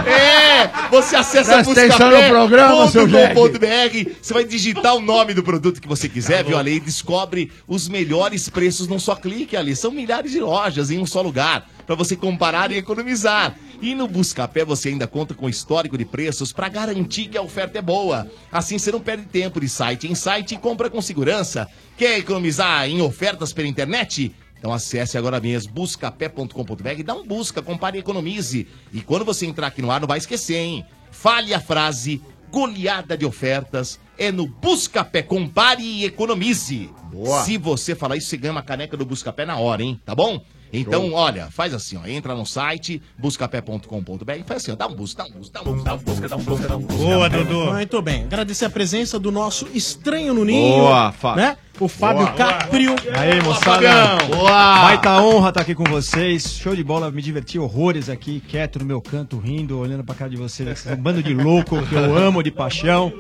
É! Você acessa Presta atenção no programa, seu Jack. buscapé.com.br, você vai digitar o nome do produto que você quiser, viu, Ale? E descobre os melhores preços num só clique, Ale. São milhares de lojas em um só lugar, para você comparar e economizar. E no Buscapé você ainda conta com histórico de preços para garantir que a oferta é boa. Assim você não perde tempo de site em site e compra com segurança. Quer economizar em ofertas pela internet? Então acesse agora mesmo buscapé.com.br, dá um busca, compare e economize. E quando você entrar aqui no ar, não vai esquecer, hein? Fale a frase goleada de ofertas é no Buscapé, compare e economize. Boa. Se você falar isso, você ganha uma caneca do Buscapé na hora, hein? Tá bom? Então, Show. olha, faz assim, ó, entra no site buscapé.com.br e faz assim, ó, dá um busca, dá um busca, dá um busca, dá um busca, dá um busca, dá um busca. Boa, Dudu. Muito bem. Agradecer a presença do nosso estranho no ninho. Boa, Fá- né? O Fábio Boa. Caprio. Aê, moçada. Baita honra estar aqui com vocês. Show de bola, me diverti horrores aqui, quieto no meu canto, rindo, olhando pra cara de vocês. Esse bando de louco que eu amo de paixão.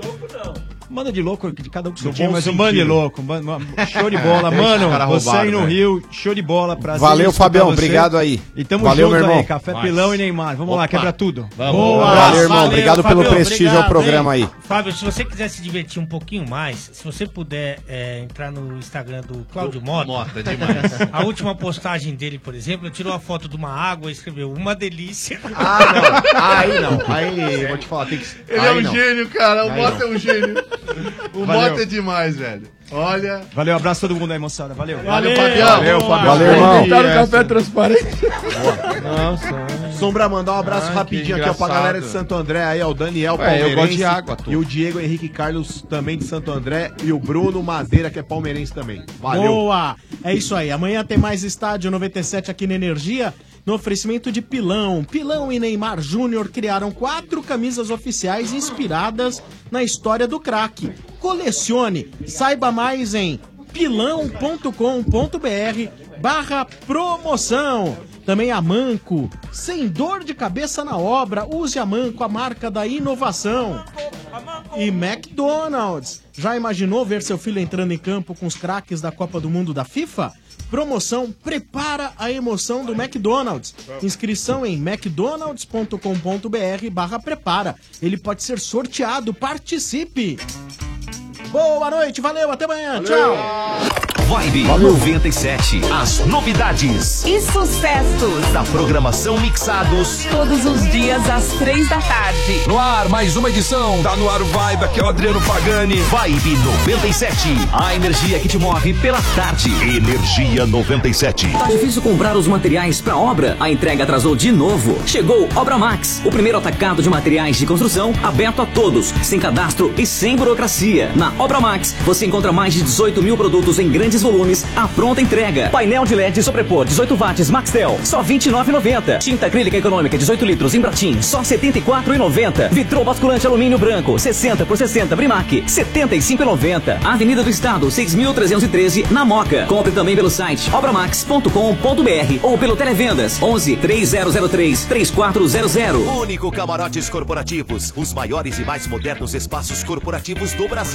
Manda de louco, de cada um com seu É, No time, bom mas um bando de sentido. louco. man- man- Show de bola, Deixa mano. os cara Você roubado, aí no velho. Rio, show de bola. Prazer Valeu, em escutar Fabião, você. obrigado aí. E tamo Valeu, junto meu irmão. aí, Café Nós. Pilão e Neymar. Vamos lá, Opa. quebra tudo. Vamos. Valeu, irmão. Obrigado pelo prestígio ao programa hein? aí. Fábio, se você quiser se divertir um pouquinho mais, se você puder é, entrar no Instagram do Cláudio Do Mota. é Mota, demais. A última postagem dele, por exemplo, tirou a foto de uma água e escreveu uma delícia. Ah, não. Aí não. Aí, eu vou te falar, tem que- Ele é um gênio, cara. O Aí Mota é não. um gênio. O Valeu. Mota é demais, velho. Olha. Valeu, abraço a todo mundo aí, moçada. Valeu. Valeu, Fabião. Valeu, Boa. Fabião. Valeu, irmão. Boa. Botaram café transparente. Nossa. Sombra, mandar um abraço Ah, que rapidinho aqui ó, pra engraçado. galera de Santo André, aí, ó, o Daniel Ué, eu Palmeirense. gosto de água, tu. E o Diego Henrique Carlos também de Santo André. E o Bruno Madeira, que é palmeirense também. Valeu. Boa! É isso aí. Amanhã tem mais Estádio 97 aqui na Energia, no oferecimento de Pilão. Pilão e Neymar Júnior criaram quatro camisas oficiais inspiradas na história do craque. Colecione. Saiba mais em pilão.com.br barra promoção. Também a Manco. Sem dor de cabeça na obra, use a Manco, a marca da inovação. E McDonald's. Já imaginou ver seu filho entrando em campo com os craques da Copa do Mundo da FIFA? Promoção Prepara a Emoção do McDonald's. Inscrição em mcdonalds.com.br barra prepara. Ele pode ser sorteado. Participe! Boa noite, valeu, até amanhã, tchau! Vibe 97. As novidades E sucessos da programação mixados. todos os dias às três da tarde. No ar, mais uma edição. Tá no ar o Vibe, aqui é o Adriano Pagani. Vibe 97. A energia que te move pela tarde. Energia 97. Tá difícil comprar os materiais para obra? A entrega atrasou de novo. Chegou Obra Max, o primeiro atacado de materiais de construção aberto a todos, sem cadastro e sem burocracia. Na Obra Max, você encontra mais de 18 mil produtos em grandes volumes à pronta entrega. Painel de LED sobrepor 18 watts Maxtel, só 29,90. Tinta acrílica econômica 18 litros em Bratim, só 74,90. Vitrô basculante alumínio branco 60 por 60 Brimac, 75,90. Avenida do Estado 6.313 na Moca. Compre também pelo site obramax.com.br ou pelo televendas 11 3003 3400. Único Camarotes Corporativos, os maiores e mais modernos espaços corporativos do Brasil.